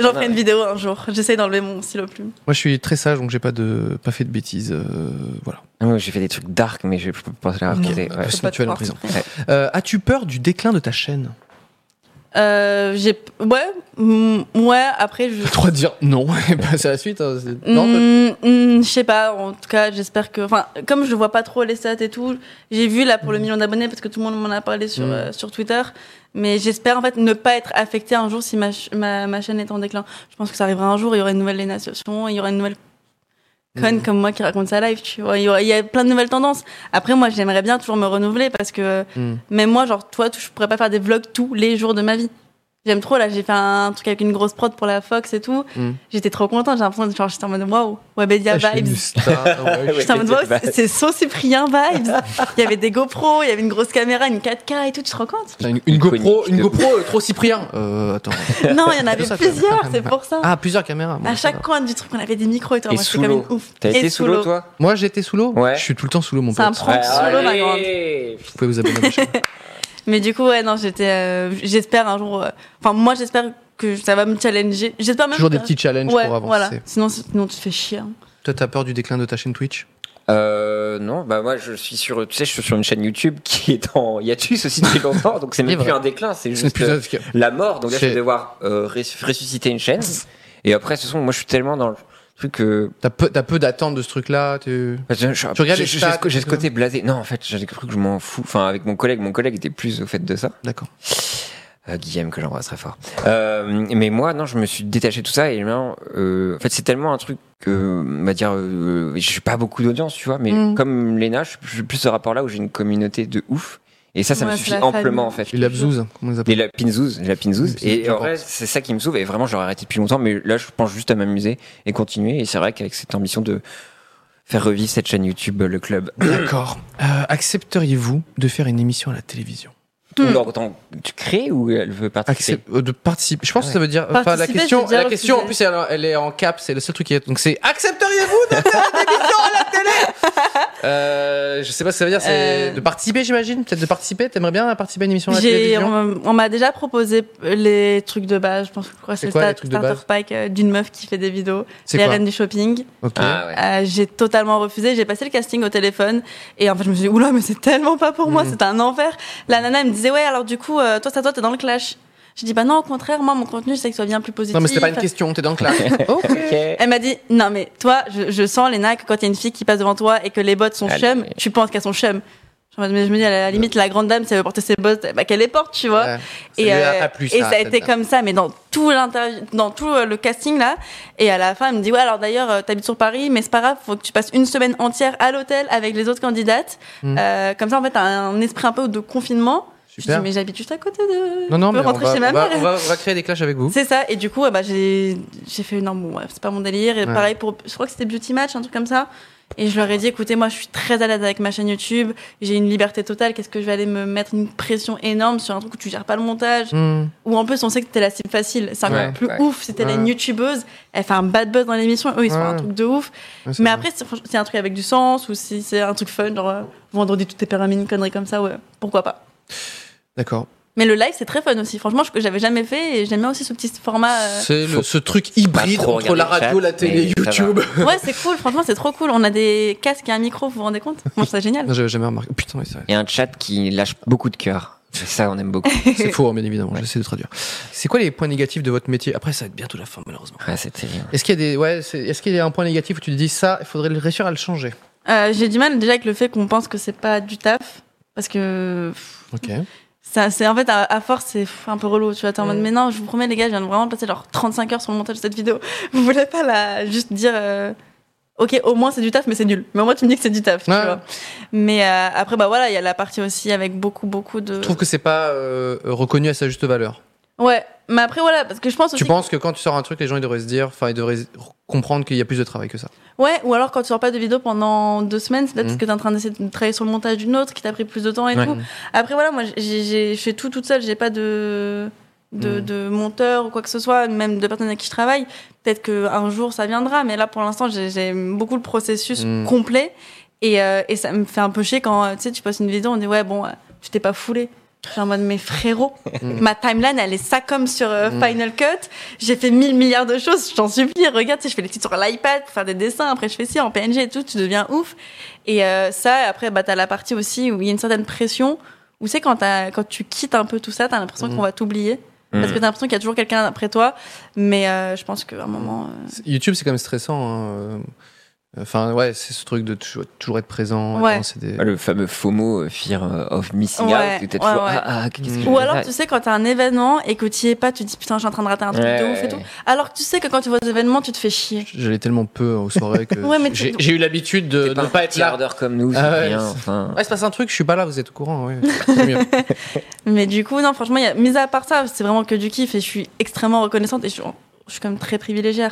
Speaker 2: J'en
Speaker 3: Ouais.
Speaker 2: ferai une vidéo un jour. J'essaye d'enlever mon stylo plume.
Speaker 1: Moi, je suis très sage, donc j'ai pas de pas fait de bêtises. euh, voilà.
Speaker 3: Ah, moi, j'ai fait des trucs dark, mais je peux pas la raconter. ouais.
Speaker 1: Parce
Speaker 2: Faut pas
Speaker 1: que tu vas
Speaker 2: te
Speaker 1: en prison.
Speaker 2: croire.
Speaker 1: Euh, As-tu peur du déclin de ta chaîne
Speaker 2: Euh, j'ai. Ouais. mm, ouais, après, je.
Speaker 1: Trop dire non et passer à la suite. hein, c'est- non, peut-
Speaker 2: Mm, mm, je sais pas, en tout cas, j'espère que. Enfin, comme je vois pas trop les stats et tout, j'ai vu là pour le million d'abonnés parce que tout le monde m'en a parlé sur,
Speaker 1: Mm.
Speaker 2: euh, sur Twitter. Mais j'espère en fait ne pas être affectée un jour si ma, ch- ma, ma chaîne est en déclin. Je pense que ça arrivera un jour, il y aura une nouvelle Lénation, il y aura une nouvelle conne
Speaker 1: Mm.
Speaker 2: comme moi qui raconte sa live, tu vois. Il y, aura- il y a plein de nouvelles tendances. Après, moi, j'aimerais bien toujours me renouveler parce que euh,
Speaker 1: Mm.
Speaker 2: même moi, genre, toi, tu- je pourrais pas faire des vlogs tous les jours de ma vie. J'aime trop, là, j'ai fait un truc avec une grosse prod pour la Fox et tout.
Speaker 1: Mm.
Speaker 2: J'étais trop contente, j'ai l'impression de genre, j'étais en mode waouh, Webedia
Speaker 1: Ah, je suis une
Speaker 2: vibes.
Speaker 1: star, ouais, je-
Speaker 2: J'étais en mode
Speaker 3: Webedia
Speaker 2: waouh, c'est Saut Cyprien vibes. Il y avait des GoPro, il y avait une grosse caméra, une 4K et tout, tu te rends compte
Speaker 1: Putain, Une, une
Speaker 3: Iconique
Speaker 1: GoPro, une
Speaker 3: de
Speaker 1: GoPro euh, trop Cyprien. Euh, attends.
Speaker 2: Non, il y en avait
Speaker 1: Ça, ça,
Speaker 2: plusieurs,
Speaker 1: ça,
Speaker 2: c'est pour ça.
Speaker 1: Ah, plusieurs caméras. bon,
Speaker 2: à
Speaker 1: ça
Speaker 2: chaque
Speaker 1: va.
Speaker 2: coin du truc, on avait des micros et tout.
Speaker 3: Et
Speaker 2: Moi, j'étais
Speaker 3: sous
Speaker 2: comme
Speaker 3: l'eau.
Speaker 2: une ouf.
Speaker 3: T'as
Speaker 2: Et
Speaker 3: été sous l'eau toi
Speaker 1: Moi, j'étais sous l'eau.
Speaker 3: Ouais.
Speaker 1: Je suis tout le temps sous l'eau, mon
Speaker 2: C'est un
Speaker 1: pote.
Speaker 2: prank sous l'eau, ma grande.
Speaker 3: Allez.
Speaker 1: Vous pouvez vous abonner à ma chaîne.
Speaker 2: Mais du coup, ouais, non, j'étais. euh, j'espère un jour. euh, Enfin, moi, j'espère que ça va me challenger. J'espère même.
Speaker 1: Toujours des
Speaker 2: que-
Speaker 1: petits challenges
Speaker 2: Ouais,
Speaker 1: pour avancer.
Speaker 2: voilà. Sinon, sinon, tu te fais chier. hein.
Speaker 1: Toi, t'as peur du déclin de ta chaîne Twitch
Speaker 3: Euh, non, bah moi je suis sur, tu sais, je suis sur une chaîne YouTube qui est en hiatus aussi depuis longtemps, donc c'est
Speaker 1: C'est
Speaker 3: même
Speaker 1: vrai.
Speaker 3: plus un déclin, c'est
Speaker 1: C'est
Speaker 3: juste
Speaker 1: plus
Speaker 3: euh,
Speaker 1: ça, parce que-
Speaker 3: la mort. Donc là, je vais
Speaker 1: C'est-
Speaker 3: devoir euh, res- ressusciter une chaîne. Et après, ce sont, moi je suis tellement dans le truc que
Speaker 1: T'as peu, t'as peu d'attente de ce truc-là. Tu...
Speaker 3: Parce que je-
Speaker 1: Tu regardes
Speaker 3: je-
Speaker 1: les
Speaker 3: je-
Speaker 1: stats,
Speaker 3: J'ai ce- j'ai ce
Speaker 1: tout ça.
Speaker 3: côté blasé. Non, en fait, j'avais cru que je m'en fous. Enfin, avec mon collègue, mon collègue était plus au fait de ça.
Speaker 1: D'accord.
Speaker 3: Euh, Guillaume, que j'embrasse très fort. Euh, mais moi, non, je me suis détaché de tout ça. Et maintenant, euh, en fait, c'est tellement un truc que, on va dire, euh, j'ai pas beaucoup d'audience, tu vois. Mais
Speaker 2: Mm.
Speaker 3: comme Léna, je suis- je suis plus ce rapport-là où j'ai une communauté de ouf. Et ça, ça me
Speaker 2: Ouais, c'est
Speaker 3: suffit
Speaker 2: la
Speaker 3: amplement, en fait.
Speaker 1: Les labzouzes, comment ils
Speaker 3: Les
Speaker 1: appellent
Speaker 3: lapinzouzes, les lapinzouzes.
Speaker 1: Les
Speaker 3: Et en
Speaker 1: j'adore.
Speaker 3: vrai, c'est ça qui me sauve. Et vraiment, j'aurais arrêté depuis longtemps. Mais là, je pense juste à m'amuser et continuer. Et c'est vrai qu'avec cette ambition de faire revivre cette chaîne YouTube, le club,
Speaker 1: D'accord. Euh, Accepteriez-vous de faire une émission à la télévision
Speaker 3: Ou
Speaker 2: Hmm.
Speaker 3: alors, t'en- tu crées ou elle veut participer
Speaker 1: Accep- euh, de participer. Je pense
Speaker 3: Ah
Speaker 1: que ça veut dire. enfin, la
Speaker 2: Participer,
Speaker 1: question,
Speaker 2: c'est déjà
Speaker 1: la question en
Speaker 2: refuser.
Speaker 1: plus, elle, elle est en cap, c'est le seul truc qui est. Donc c'est accepteriez-vous de faire une émission à la télé euh, Je sais pas ce que ça veut dire,
Speaker 2: Euh.
Speaker 1: c'est de participer, j'imagine. Peut-être de participer. T'aimerais bien participer à une émission à la
Speaker 2: J'ai,
Speaker 1: télévision
Speaker 2: on on m'a déjà proposé les trucs de base. Je pense que quoi,
Speaker 1: C'est
Speaker 2: c'est le
Speaker 1: quoi, les
Speaker 2: start-
Speaker 1: trucs de base
Speaker 2: starter pack euh, d'une meuf qui fait des vidéos.
Speaker 1: C'est
Speaker 2: Les
Speaker 1: quoi
Speaker 2: reines du shopping.
Speaker 1: Ok.
Speaker 3: Ah ouais.
Speaker 2: Euh, j'ai totalement refusé. J'ai passé le casting au téléphone et en fait je me suis dit oula mais c'est tellement pas pour moi,
Speaker 1: Mhm.
Speaker 2: c'est un enfer. La nana elle me disait ouais alors du coup euh, toi ça toi t'es dans le clash. Je dis bah non au contraire moi mon contenu je sais que soit bien plus positif.
Speaker 1: Non, mais c'était pas une question, t'es dans le clash. ok.
Speaker 3: Ok.
Speaker 2: Elle m'a dit non mais toi je, je sens Léna que quand il y a une fille qui passe devant toi et que les bottes sont
Speaker 3: Allez.
Speaker 2: chum, tu penses qu'elles sont chum. Je me dis à la limite la grande dame si elle veut porter ses bottes bah qu'elle les porte tu vois.
Speaker 1: Ouais.
Speaker 2: Et,
Speaker 1: C'est
Speaker 2: euh,
Speaker 1: à- à plus,
Speaker 2: et
Speaker 1: à-
Speaker 2: ça a été comme ça, mais dans tout l'interview, dans tout euh, le casting là. Et à la fin, elle me dit ouais, alors d'ailleurs, euh, t'habites sur Paris, mais c'est pas grave, faut que tu passes une semaine entière à l'hôtel avec les autres candidates.
Speaker 1: Mm.
Speaker 2: Euh, comme ça, en fait, t'as un esprit un peu de confinement. Je
Speaker 1: Super.
Speaker 2: dis mais j'habite juste à côté de.
Speaker 1: Non, non,
Speaker 2: je peux
Speaker 1: mais on
Speaker 2: rentrer
Speaker 1: va,
Speaker 2: chez ma
Speaker 1: on va-
Speaker 2: mère.
Speaker 1: on va- on va créer des clashs avec vous.
Speaker 2: C'est ça. Et du coup, euh, bah, j'ai, j'ai fait non bon, ouais, c'est pas mon délire. Et
Speaker 1: Ouais.
Speaker 2: pareil pour, je crois que c'était Beauty Match, un truc comme ça. Et je leur ai dit, écoutez, moi, je suis très à l'aise avec ma chaîne YouTube. J'ai une liberté totale. Qu'est-ce que je vais aller me mettre une pression énorme sur un truc où tu gères pas le montage?
Speaker 1: Hmm.
Speaker 2: Ou en plus, on sait que t'es la cible facile. C'est encore
Speaker 1: Ouais,
Speaker 2: plus
Speaker 3: ouais.
Speaker 2: ouf. C'était
Speaker 1: Ouais.
Speaker 2: la une youtubeuse. Elle fait un bad buzz dans l'émission. Eux, ils se font
Speaker 1: Ouais.
Speaker 2: un truc de ouf.
Speaker 1: Ouais, c'est
Speaker 2: Mais
Speaker 1: vrai.
Speaker 2: après, c'est franch- c'est un truc avec du sens ou si c'est un truc fun, genre euh, vendredi tout est permis, une connerie comme ça, ouais, pourquoi pas.
Speaker 1: D'accord.
Speaker 2: Mais le live, c'est très fun aussi. Franchement, je- que j'avais jamais fait et j'aime bien aussi ce petit format. euh.
Speaker 1: C'est le-
Speaker 3: Faut
Speaker 1: ce truc hybride
Speaker 3: trop
Speaker 1: entre la
Speaker 3: regarder le
Speaker 1: radio,
Speaker 3: chat,
Speaker 1: la télé,
Speaker 3: mais ça va.
Speaker 1: YouTube.
Speaker 2: Ouais, c'est cool. Franchement, c'est trop cool. On a des casques et un micro, vous vous rendez compte Moi, je trouve ça génial.
Speaker 1: Non, j'avais jamais remarqué. Putain, oui, c'est vrai.
Speaker 3: Et un chat qui lâche beaucoup de cœur. Et ça, on aime beaucoup.
Speaker 1: C'est faux, hein, bien évidemment.
Speaker 3: Ouais.
Speaker 1: J'essaie de traduire. C'est quoi les points négatifs de votre métier Après, ça va être bientôt la fin, malheureusement.
Speaker 3: Ouais, c'était bien.
Speaker 1: Est-ce qu'il y a des, ouais, c'est- est-ce qu'il y a un point négatif où tu te dis ça, il faudrait le réussir à le changer
Speaker 2: Euh, J'ai du mal déjà avec le fait qu'on pense que c'est pas du taf. Parce que
Speaker 1: Ok.
Speaker 2: Ça, c'est en fait à, à force, c'est un peu relou. Tu vois, t'es en mode,
Speaker 1: Mm.
Speaker 2: mais non, je vous promets, les gars, je viens de vraiment passer genre 35 heures sur le montage de cette vidéo. Vous voulez pas la juste dire, euh, ok, au moins c'est du taf, mais c'est nul. Mais au moins tu me dis que c'est du taf, tu
Speaker 1: Ouais.
Speaker 2: vois. Mais euh, après, bah voilà, il y a la partie aussi avec beaucoup, beaucoup de.
Speaker 1: Je trouve que c'est pas euh, reconnu à sa juste valeur.
Speaker 2: Ouais, mais après voilà, parce que je pense aussi.
Speaker 1: Tu penses que quand tu sors un truc, les gens ils devraient se dire, enfin ils devraient comprendre qu'il y a plus de travail que ça.
Speaker 2: Ouais, ou alors quand tu sors pas de vidéo pendant deux semaines, c'est peut-être
Speaker 1: Mhm.
Speaker 2: parce que t'es en train d'essayer de travailler sur le montage d'une autre qui t'a pris plus de temps et
Speaker 1: Ouais.
Speaker 2: tout. Après voilà, moi j'ai- j'ai- je fais tout toute seule, j'ai pas de de,
Speaker 1: Mhm.
Speaker 2: de monteur ou quoi que ce soit, même de personnes avec qui je travaille. Peut-être que un jour ça viendra, mais là pour l'instant j'ai- j'aime beaucoup le processus
Speaker 1: Mhm.
Speaker 2: complet et, euh, et ça me fait un peu chier quand euh, tu sais tu postes une vidéo, on dit ouais bon, euh, je t'ai pas foulé. Je suis en mode mes frérots,
Speaker 3: Mm.
Speaker 1: Mhm.
Speaker 2: ma timeline elle est ça comme sur euh,
Speaker 1: Mhm.
Speaker 2: Final Cut. J'ai fait mille milliards de choses, je t'en supplie. Regarde, tu sais, je fais les titres sur l'iPad pour faire des dessins. Après, je fais ci en PNG et tout, tu deviens ouf. Et euh, ça, après, bah, t'as la partie aussi où il y a une certaine pression. Où c'est quand, t'as- quand tu quittes un peu tout ça, t'as l'impression
Speaker 1: Mhm.
Speaker 3: Mm.
Speaker 2: qu'on va t'oublier. Parce que t'as l'impression qu'il y a toujours quelqu'un après toi. Mais euh, je pense qu'à un moment. euh,
Speaker 1: YouTube, c'est quand même stressant. hein, euh, Enfin, ouais, c'est ce truc de tou- toujours être présent.
Speaker 2: Ouais.
Speaker 1: attends, c'est des-
Speaker 3: Ah, Le fameux FOMO, euh, Fear of Missing
Speaker 2: Ouais,
Speaker 3: Out, où t'es
Speaker 2: ouais,
Speaker 3: toujours,
Speaker 2: ouais.
Speaker 3: ah, ah, qu'est-ce que
Speaker 1: Mm.
Speaker 3: je
Speaker 2: Ou
Speaker 3: vais
Speaker 2: alors,
Speaker 3: faire
Speaker 2: tu sais, quand t'as un événement et que t'y es pas, tu te dis putain, je suis en train de rater un truc de
Speaker 3: Ouais.
Speaker 2: ouf et tout. Alors que tu sais que quand tu vas aux événements, tu te fais chier.
Speaker 1: J'allais tellement peu aux soirées que
Speaker 2: Ouais, mais tu-
Speaker 1: j'ai j'ai eu l'habitude
Speaker 3: T'es
Speaker 1: de ne pas
Speaker 3: Euh, un
Speaker 1: être là.
Speaker 3: tardeur comme nous, c'est
Speaker 1: Ah ouais,
Speaker 3: rien.
Speaker 1: c'est-
Speaker 3: Enfin,
Speaker 1: Ouais, il se passe un truc, je suis pas là, vous êtes au courant. ouais. C'est mieux.
Speaker 2: Mais du coup, non, franchement, il y a, mis à part ça, c'est vraiment que du kiff et je suis extrêmement reconnaissante et je, suis- je suis quand même très privilégiée.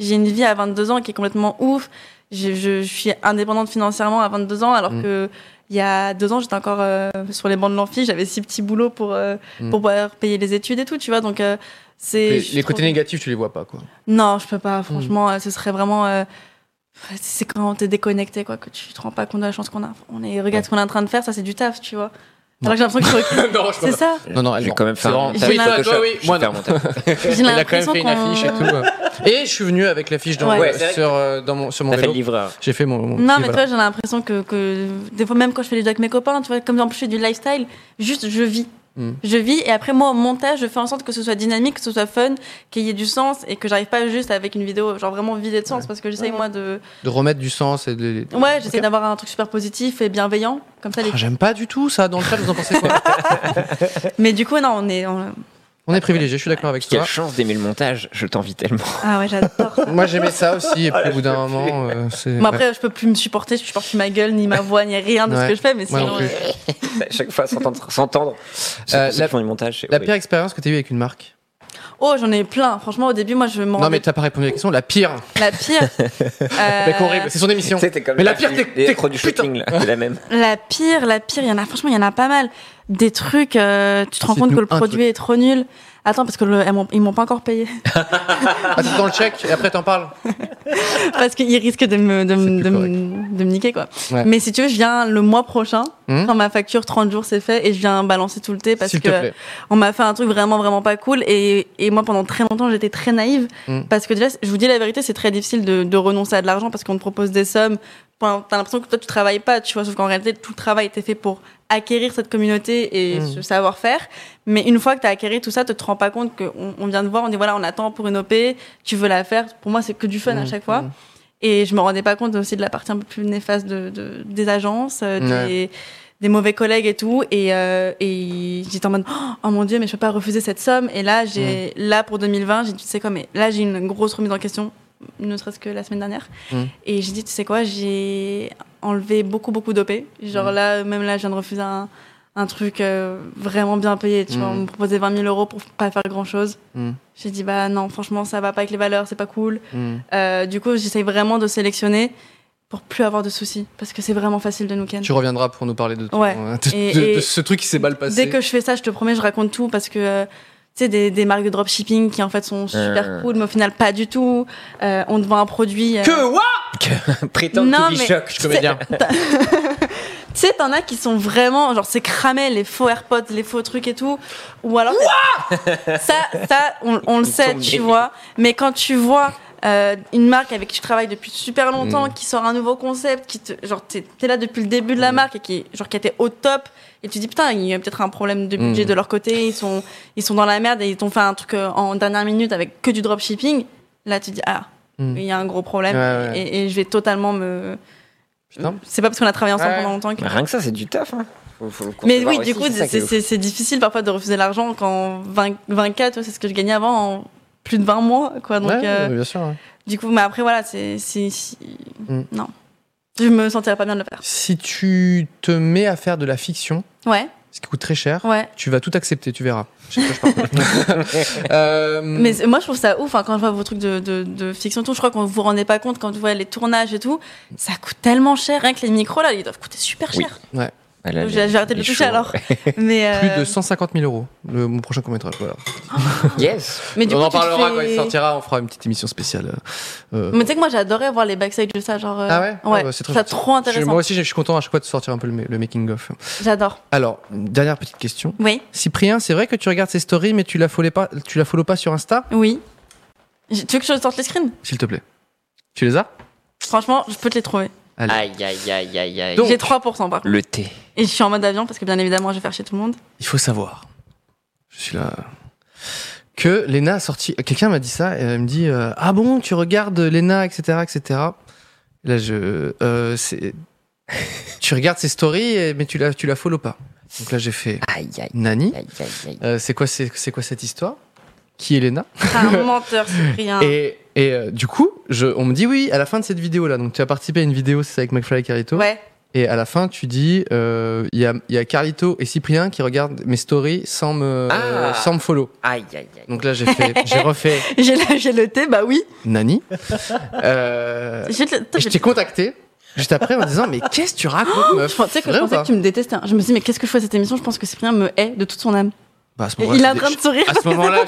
Speaker 2: J'ai une vie à 22 ans qui est complètement ouf. Je, je- je suis indépendante financièrement à 22 ans alors
Speaker 1: Mm.
Speaker 2: que il y a deux ans, j'étais encore euh, sur les bancs de l'amphi, j'avais six petits boulots pour, euh,
Speaker 1: Mm.
Speaker 2: pour pouvoir payer les études et tout, tu vois. Donc, euh, c'est.
Speaker 1: les
Speaker 2: je suis
Speaker 1: les
Speaker 2: trop-
Speaker 1: côtés Mm. négatifs, tu les vois pas, quoi.
Speaker 2: Non, je peux pas, franchement, euh, ce serait vraiment. euh, c'est quand t'es déconnecté, quoi, que tu te rends pas compte de la chance qu'on a. On est, regarde ce qu'on est en train de faire, ça c'est du taf, tu vois.
Speaker 1: Non.
Speaker 2: Alors que j'ai l'impression que je suis-
Speaker 1: non, je
Speaker 2: c'est ça.
Speaker 1: Non, non, elle
Speaker 3: j'ai
Speaker 1: ment.
Speaker 3: quand même fait
Speaker 1: C'est
Speaker 3: un
Speaker 1: vraiment-
Speaker 3: montage
Speaker 2: Oui, toi,
Speaker 3: Photoshop.
Speaker 1: toi, oui,
Speaker 3: J'ai
Speaker 1: moi,
Speaker 3: fait un
Speaker 1: non.
Speaker 3: montage.
Speaker 2: J'ai
Speaker 1: Il a quand même fait une
Speaker 2: l'impression
Speaker 1: affiche et
Speaker 2: qu'on-
Speaker 1: tout. Et je suis venu avec l'affiche dans,
Speaker 2: Ouais.
Speaker 3: Ouais, c'est vrai
Speaker 1: sur, euh, dans mon, sur mon
Speaker 3: T'as fait le
Speaker 1: vélo.
Speaker 3: livreur.
Speaker 1: J'ai fait mon. mon
Speaker 2: Non,
Speaker 1: petit,
Speaker 2: mais
Speaker 1: voilà.
Speaker 2: toi, j'ai l'impression que, que des fois, même quand je fais les vidéos avec mes copains, tu vois, comme en plus je fais du lifestyle, juste je vis.
Speaker 1: Mm.
Speaker 2: Je vis et après, moi, au montage, je fais en sorte que ce soit dynamique, que ce soit fun, qu'il y ait du sens et que j'arrive pas juste avec une vidéo, genre vraiment vidée de sens, parce que j'essaye, moi, de.
Speaker 1: de remettre du sens et de.
Speaker 2: Ouais, j'essaie
Speaker 1: Ok.
Speaker 2: d'avoir un truc super positif et bienveillant, comme ça. Les...
Speaker 1: Ah, J'aime pas du tout ça. Dans le chat, vous en pensez quoi
Speaker 2: Mais du coup, non, on est. on-
Speaker 1: On est privilégié, je suis d'accord avec
Speaker 3: Quelle
Speaker 1: toi.
Speaker 3: chance d'aimer le montage, je t'envie tellement.
Speaker 2: Ah ouais, j'adore.
Speaker 1: Moi, j'aimais ça aussi, et
Speaker 3: Ah,
Speaker 1: puis au bout d'un moment, euh, c'est.
Speaker 2: Bon, après, je peux plus me supporter, je supporte plus ma gueule, ni ma voix, ni rien de ce
Speaker 1: Ouais.
Speaker 2: que je fais, mais
Speaker 1: Moi non
Speaker 2: sinon.
Speaker 1: plus.
Speaker 2: euh,
Speaker 3: À chaque fois, s'entendre. s'entendre.
Speaker 1: Euh,
Speaker 3: Ceux
Speaker 1: la-
Speaker 3: qui font du montage, c'est
Speaker 1: La
Speaker 3: horrible.
Speaker 1: pire expérience que tu as eue avec une marque
Speaker 2: Oh, j'en ai plein. Franchement, au début, moi, je m'en
Speaker 1: Non, mais
Speaker 2: rendais
Speaker 1: t'as pas répondu à la question. La pire.
Speaker 2: la pire. Euh,
Speaker 1: Mec, horrible. C'est son émission.
Speaker 3: Tu sais, t'es comme
Speaker 1: Mais
Speaker 3: les
Speaker 1: la pire,
Speaker 3: produits-
Speaker 1: t'es-
Speaker 3: les
Speaker 1: t'es-
Speaker 3: produits
Speaker 1: putain.
Speaker 3: shooting, là, c'est la même.
Speaker 2: La pire, la pire, il y en a, franchement, il y en a pas mal. Des trucs, euh, tu te rends compte
Speaker 1: Cite-nous
Speaker 2: que le
Speaker 1: un
Speaker 2: produit
Speaker 1: truc.
Speaker 2: est trop nul. Attends, parce que le, elles m'ont- ils m'ont pas encore payé.
Speaker 1: Ah, c'est dans le chèque, et après t'en parles.
Speaker 2: parce qu'ils risquent de me, de, me, de
Speaker 1: C'est plus
Speaker 2: me- de me niquer, quoi.
Speaker 1: Ouais.
Speaker 2: Mais si tu veux, je viens le mois prochain,
Speaker 1: Hmm.
Speaker 2: quand ma facture 30 jours c'est fait, et je viens balancer tout le thé parce
Speaker 1: S'il te
Speaker 2: que
Speaker 1: plaît.
Speaker 2: on m'a fait un truc vraiment, vraiment pas cool. Et, et moi, pendant très longtemps, j'étais très naïve.
Speaker 1: Hmm.
Speaker 2: Parce que déjà, je vous dis la vérité, c'est très difficile de, de renoncer à de l'argent parce qu'on te propose des sommes. Enfin, T'as l'impression que toi, tu travailles pas, tu vois. Sauf qu'en réalité, tout le travail était fait pour acquérir cette communauté et
Speaker 1: Mm.
Speaker 2: ce savoir-faire. Mais une fois que tu as acquéri tout ça, tu te rends pas compte qu'on on vient de voir, on dit voilà, on attend pour une OP, tu veux la faire. Pour moi, c'est que du fun à
Speaker 1: Mm,
Speaker 2: chaque fois.
Speaker 1: mm.
Speaker 2: Et je me rendais pas compte aussi de la partie un peu plus néfaste de, de- des agences, euh,
Speaker 1: Ouais.
Speaker 2: des, des mauvais collègues et tout. Et, euh, et j'étais en mode oh mon dieu, mais je peux pas refuser cette somme. Et là, j'ai là pour 2020, j'ai dit tu sais quoi, mais là j'ai une grosse remise en question, ne serait-ce que la semaine dernière.
Speaker 1: Mm.
Speaker 2: Et j'ai dit tu sais quoi, j'ai enlevé beaucoup beaucoup d'OP. Genre
Speaker 1: Mm.
Speaker 2: là, même là, je viens de refuser un, un truc euh, vraiment bien payé. Tu vois, on
Speaker 1: Mm.
Speaker 2: me proposait 20 000 euros pour pas faire grand chose.
Speaker 1: Mm.
Speaker 2: J'ai dit bah non, franchement, ça va pas avec les valeurs, c'est pas cool.
Speaker 1: Mm.
Speaker 2: Euh, du coup, j'essaye vraiment de sélectionner pour plus avoir de soucis parce que c'est vraiment facile de nous ken.
Speaker 1: Tu reviendras pour nous parler de, ton-
Speaker 2: Ouais.
Speaker 1: de- de-
Speaker 2: Et-
Speaker 1: de
Speaker 2: et-
Speaker 1: ce truc qui s'est mal passé.
Speaker 2: Dès que je fais ça, je te promets, je raconte tout parce que euh, tu sais des, des marques de dropshipping qui en fait sont super
Speaker 3: Euh.
Speaker 2: cool, mais au final pas du tout. Euh, on te vend un produit. euh,
Speaker 1: Que what
Speaker 3: Prétendre
Speaker 2: Non,
Speaker 3: to be
Speaker 2: mais-
Speaker 3: shocked.
Speaker 1: Je peux bien.
Speaker 2: Tu sais, t'en as qui sont vraiment, genre, c'est cramé, les faux AirPods, les faux trucs et tout. Ou alors. ça, ça, on, on le
Speaker 3: Ils
Speaker 2: sait,
Speaker 3: tombent
Speaker 2: tu
Speaker 3: des-
Speaker 2: vois. Mais quand tu vois euh, une marque avec qui tu travailles depuis super longtemps,
Speaker 1: Mm.
Speaker 2: qui sort un nouveau concept, qui te, genre, t'es t'es là depuis le début de
Speaker 1: Mm.
Speaker 2: la marque et qui, genre, qui était au top. Et tu dis, putain, il y a peut-être un problème de budget
Speaker 1: Mm.
Speaker 2: de leur côté, ils sont, ils sont dans la merde et ils t'ont fait un truc euh, en dernière minute avec que du dropshipping. Là, tu dis, ah,
Speaker 1: Mm.
Speaker 2: il y a un gros problème
Speaker 1: Ouais, ouais.
Speaker 2: Et, et je vais totalement me.
Speaker 1: Putain.
Speaker 2: C'est pas parce qu'on a travaillé ensemble
Speaker 1: Ouais.
Speaker 2: pendant longtemps que.
Speaker 3: Mais Rien que ça, c'est du taf. hein. Faut- faut le
Speaker 2: Mais
Speaker 3: concevoir
Speaker 2: oui,
Speaker 3: aussi,
Speaker 2: du coup,
Speaker 3: ça
Speaker 2: c'est
Speaker 3: qui est ouf.
Speaker 2: c'est- c'est difficile parfois de refuser l'argent quand 20, 24, ouais, c'est ce que je gagnais avant en plus de 20 mois, quoi. Donc,
Speaker 1: Ouais,
Speaker 2: euh,
Speaker 1: bien sûr. hein. ouais.
Speaker 2: du coup, mais après, voilà, c'est. si- si-
Speaker 1: Mm.
Speaker 2: Non. Je me sentirais pas bien de le faire.
Speaker 1: Si tu te mets à faire de la fiction,
Speaker 2: Ouais,
Speaker 1: ce qui coûte très cher,
Speaker 2: ouais.
Speaker 1: tu vas tout accepter, tu verras. Je sais pas, je parle. Euh,
Speaker 2: Mais c'est- moi, je trouve ça ouf hein, quand je vois vos trucs de, de, de fiction et tout. Je crois qu'on vous vous rendez pas compte quand vous voyez les tournages et tout. Ça coûte tellement cher. Rien que les micros, là, ils doivent coûter super
Speaker 3: Oui.
Speaker 2: cher.
Speaker 3: Ah là,
Speaker 2: Donc,
Speaker 3: les-
Speaker 2: J'ai j'ai arrêté de
Speaker 3: les
Speaker 2: le toucher
Speaker 3: shows.
Speaker 2: alors. Mais, euh,
Speaker 1: Plus de 150 000 euros, le, mon prochain court-métrage. Voilà.
Speaker 3: Yes.
Speaker 2: mais du
Speaker 1: On
Speaker 2: coup,
Speaker 1: en
Speaker 2: tu te
Speaker 1: parlera
Speaker 2: fais-
Speaker 1: quand il sortira, on fera une petite émission spéciale. euh, euh,
Speaker 2: Mais tu sais que moi, j'adorais voir les backstage de ça. Genre, euh,
Speaker 1: Ah ouais Ah
Speaker 2: Ouais,
Speaker 1: bah, c'est très
Speaker 2: ça
Speaker 1: gentil.
Speaker 2: trop
Speaker 1: je-
Speaker 2: intéressant.
Speaker 1: moi aussi, je suis content à chaque fois de sortir un peu le, ma- le making-of.
Speaker 2: J'adore.
Speaker 1: Alors, une dernière petite question.
Speaker 2: Oui,
Speaker 1: Cyprien, c'est vrai que tu regardes ses stories, mais tu la follow pas, tu la follow pas sur Insta,
Speaker 2: oui. J- Tu veux que je sorte les screens
Speaker 1: s'il te plaît. Tu les as
Speaker 2: Franchement, je peux te les trouver.
Speaker 3: Aïe, aïe, aïe, aïe, aïe.
Speaker 1: Donc-
Speaker 2: J'ai 3% par contre.
Speaker 3: le thé.
Speaker 2: Et je suis en mode avion parce que bien évidemment, je vais faire chez tout le monde.
Speaker 1: Il faut savoir. Je suis là. Que Lena a sorti. Quelqu'un m'a dit ça. Et elle me dit euh, Ah bon, tu regardes Lena, etc., etc. Là, je. euh, c'est- tu regardes ses stories, et- mais tu la, tu la follow pas. Donc là, j'ai fait
Speaker 3: Aïe, aïe,
Speaker 1: Nani.
Speaker 3: aïe, aïe, aïe.
Speaker 1: euh, c'est quoi, c'est c'est quoi cette histoire Qui est Lena
Speaker 2: C'est un menteur, Cyprien.
Speaker 1: Et, et, euh, du coup, je, on me dit oui à la fin de cette vidéo là. Donc tu as participé à une vidéo, c'est ça, avec McFly et Carito.
Speaker 2: Ouais.
Speaker 1: Et à la fin, tu dis, euh, il y, a, il y a Carlito et Cyprien qui regardent mes stories sans me,
Speaker 3: Ah.
Speaker 1: sans me follow.
Speaker 3: Aïe, aïe, aïe.
Speaker 1: Donc là, j'ai fait, j'ai refait
Speaker 2: J'ai lâché le thé, bah oui.
Speaker 1: Nani. Euh,
Speaker 2: J'ai le-
Speaker 1: et je t'ai contacté juste après en disant, mais qu'est-ce que tu racontes, meuf
Speaker 2: Je pensais que, je
Speaker 1: Vrai ou
Speaker 2: pensais
Speaker 1: pas
Speaker 2: que tu me détestais. hein. Je me suis dit, mais qu'est-ce que je fais à cette émission Je pense que Cyprien me hait de toute son âme.
Speaker 1: Bah, à ce
Speaker 2: Et
Speaker 1: moment-là,
Speaker 2: il est en
Speaker 1: je
Speaker 2: train
Speaker 1: dé-
Speaker 2: de sourire.
Speaker 1: À ce moment-là,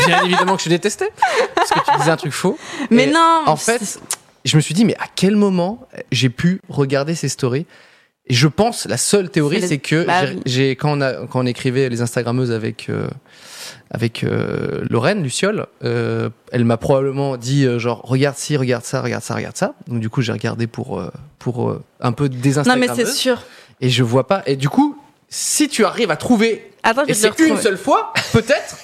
Speaker 1: je- bien évidemment que je détestais parce que tu disais un truc faux.
Speaker 2: Mais
Speaker 1: Ah, Et
Speaker 2: non
Speaker 1: En
Speaker 2: c'est-
Speaker 1: fait, je me suis dit, mais à quel moment j'ai pu regarder ces stories Et je pense, la seule théorie,
Speaker 2: C'est les-
Speaker 1: c'est que
Speaker 2: Bah
Speaker 1: j'ai-
Speaker 2: oui.
Speaker 1: j'ai quand, on a- quand on écrivait les Instagrammeuses avec euh, avec euh, Lorraine Luciole, euh, elle m'a probablement dit euh, genre regarde ci, regarde ça, regarde ça, regarde ça. Donc du coup, j'ai regardé pour euh, pour euh, un peu des
Speaker 2: Non, mais
Speaker 1: Instagrammeuses
Speaker 2: c'est sûr.
Speaker 1: et je vois pas. Et du coup, si tu arrives à trouver
Speaker 2: Attends, je
Speaker 1: et
Speaker 2: vais te le
Speaker 1: c'est une
Speaker 2: retrouver.
Speaker 1: seule fois, peut-être.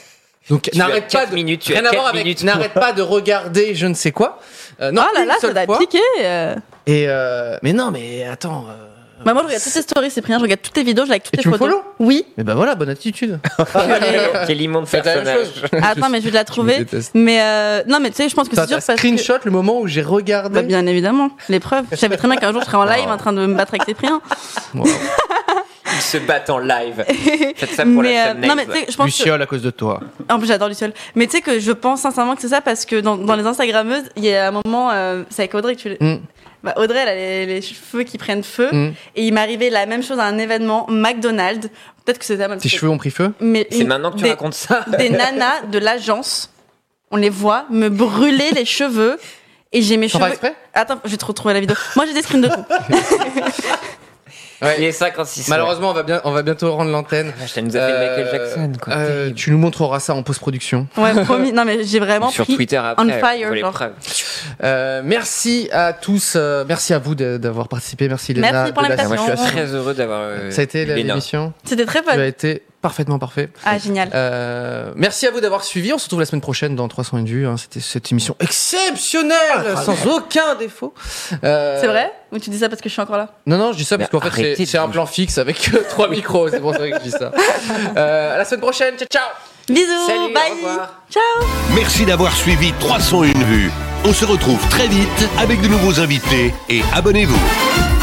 Speaker 1: Donc
Speaker 3: Tu as
Speaker 1: n'arrête pas
Speaker 3: quatre
Speaker 1: de
Speaker 3: minutes, tu as
Speaker 1: rien à
Speaker 3: quatre
Speaker 1: voir avec-
Speaker 3: minutes pour-
Speaker 1: n'arrête pas de regarder je ne sais quoi. Euh, non,
Speaker 2: Oh là
Speaker 1: une
Speaker 2: là, ça
Speaker 1: seule
Speaker 2: t'a
Speaker 1: fois.
Speaker 2: piqué euh.
Speaker 1: Et euh, mais non, mais attends. euh,
Speaker 2: Bah, moi, je regarde toutes tes stories, Cyprien, je regarde toutes tes vidéos, je like toutes
Speaker 1: Et
Speaker 2: tes
Speaker 1: tu me
Speaker 2: photos.
Speaker 1: follow
Speaker 2: Oui.
Speaker 1: Mais bah voilà, bonne attitude.
Speaker 2: Purée.
Speaker 3: Quel immonde
Speaker 1: Faites la même
Speaker 3: personnage.
Speaker 1: chose.
Speaker 2: Attends, mais je vais te la trouver.
Speaker 1: déteste.
Speaker 2: Mais euh, non, mais tu sais, je pense que
Speaker 1: T'as
Speaker 2: c'est
Speaker 1: t'as
Speaker 2: sûr parce que.
Speaker 1: screenshot le moment où j'ai regardé.
Speaker 2: Bah, bien évidemment, l'épreuve. Je savais très bien qu'un jour je serais en live en train de me battre avec Cyprien.
Speaker 1: Wow.
Speaker 3: Ils se battent en live. Faites ça pour
Speaker 2: mais
Speaker 3: la
Speaker 2: euh,
Speaker 3: thumbnail.
Speaker 2: non, mais tu sais, je pense que-
Speaker 1: Luciole à cause de toi.
Speaker 2: En plus, j'adore Luciole. Mais tu sais que je pense sincèrement que c'est ça parce que dans, dans les Instagrammeuses, il y a un moment, euh, c'est avec Audrey que tu l'es-
Speaker 1: Mm.
Speaker 2: Bah, Audrey, elle a les, les cheveux qui prennent feu.
Speaker 1: Mm.
Speaker 2: Et il m'est arrivé la même chose à un événement, McDonald's. Peut-être que c'était à
Speaker 1: Tes cheveux ont pris feu
Speaker 2: Mais
Speaker 3: C'est
Speaker 2: une-
Speaker 3: maintenant que tu
Speaker 2: des,
Speaker 3: racontes ça.
Speaker 2: des nanas de l'agence, on les voit me brûler les cheveux. Et j'ai mes
Speaker 1: Sans
Speaker 2: cheveux.
Speaker 1: faire exprès
Speaker 2: Attends, je vais te retrouver la vidéo. Moi, j'ai des screens de tout.
Speaker 1: Ouais.
Speaker 3: Il est 56.
Speaker 1: Malheureusement, on va, bien, on va bientôt rendre l'antenne.
Speaker 3: Ouais. Vache, Elle nous a fait le Michael
Speaker 1: Euh,
Speaker 3: Jackson, quoi.
Speaker 1: euh,
Speaker 3: Terrible.
Speaker 1: tu nous montreras ça en post-production.
Speaker 2: Ouais, promis. Non, mais j'ai vraiment
Speaker 3: Sur
Speaker 2: pris.
Speaker 3: Twitter après.
Speaker 2: on fire,
Speaker 3: on les
Speaker 2: genre.
Speaker 3: preuves.
Speaker 1: Euh, merci à tous. euh, merci à vous de- d'avoir participé. Merci Léna.
Speaker 2: Merci pour
Speaker 1: de la-
Speaker 3: Ah, moi, je suis
Speaker 2: Passion.
Speaker 3: très heureux d'avoir. euh,
Speaker 1: Ça a été la-
Speaker 3: Léna.
Speaker 1: l'émission.
Speaker 2: C'était très
Speaker 1: Tu as
Speaker 2: fun.
Speaker 1: été parfaitement parfait.
Speaker 2: Ah, génial.
Speaker 1: Euh, merci à vous d'avoir suivi. On se retrouve la semaine prochaine dans 301 vues. hein. C'était cette émission
Speaker 3: Ah,
Speaker 1: exceptionnelle, sans aucun défaut. Euh,
Speaker 2: C'est vrai Ou tu dis ça parce que je suis encore là
Speaker 1: Non, non, je dis ça parce
Speaker 3: Mais
Speaker 1: qu'en fait,
Speaker 3: arrêtez
Speaker 1: c'est-
Speaker 3: de
Speaker 1: c'est un
Speaker 3: vous-
Speaker 1: plan fixe avec euh, trois micros. C'est pour ça que je dis ça. Euh, à la semaine prochaine. Ciao, ciao.
Speaker 2: Bisous,
Speaker 3: Salut, au
Speaker 2: bye.
Speaker 3: revoir.
Speaker 2: Ciao.
Speaker 4: Merci d'avoir suivi 301 vues. On se retrouve très vite avec de nouveaux invités et abonnez-vous.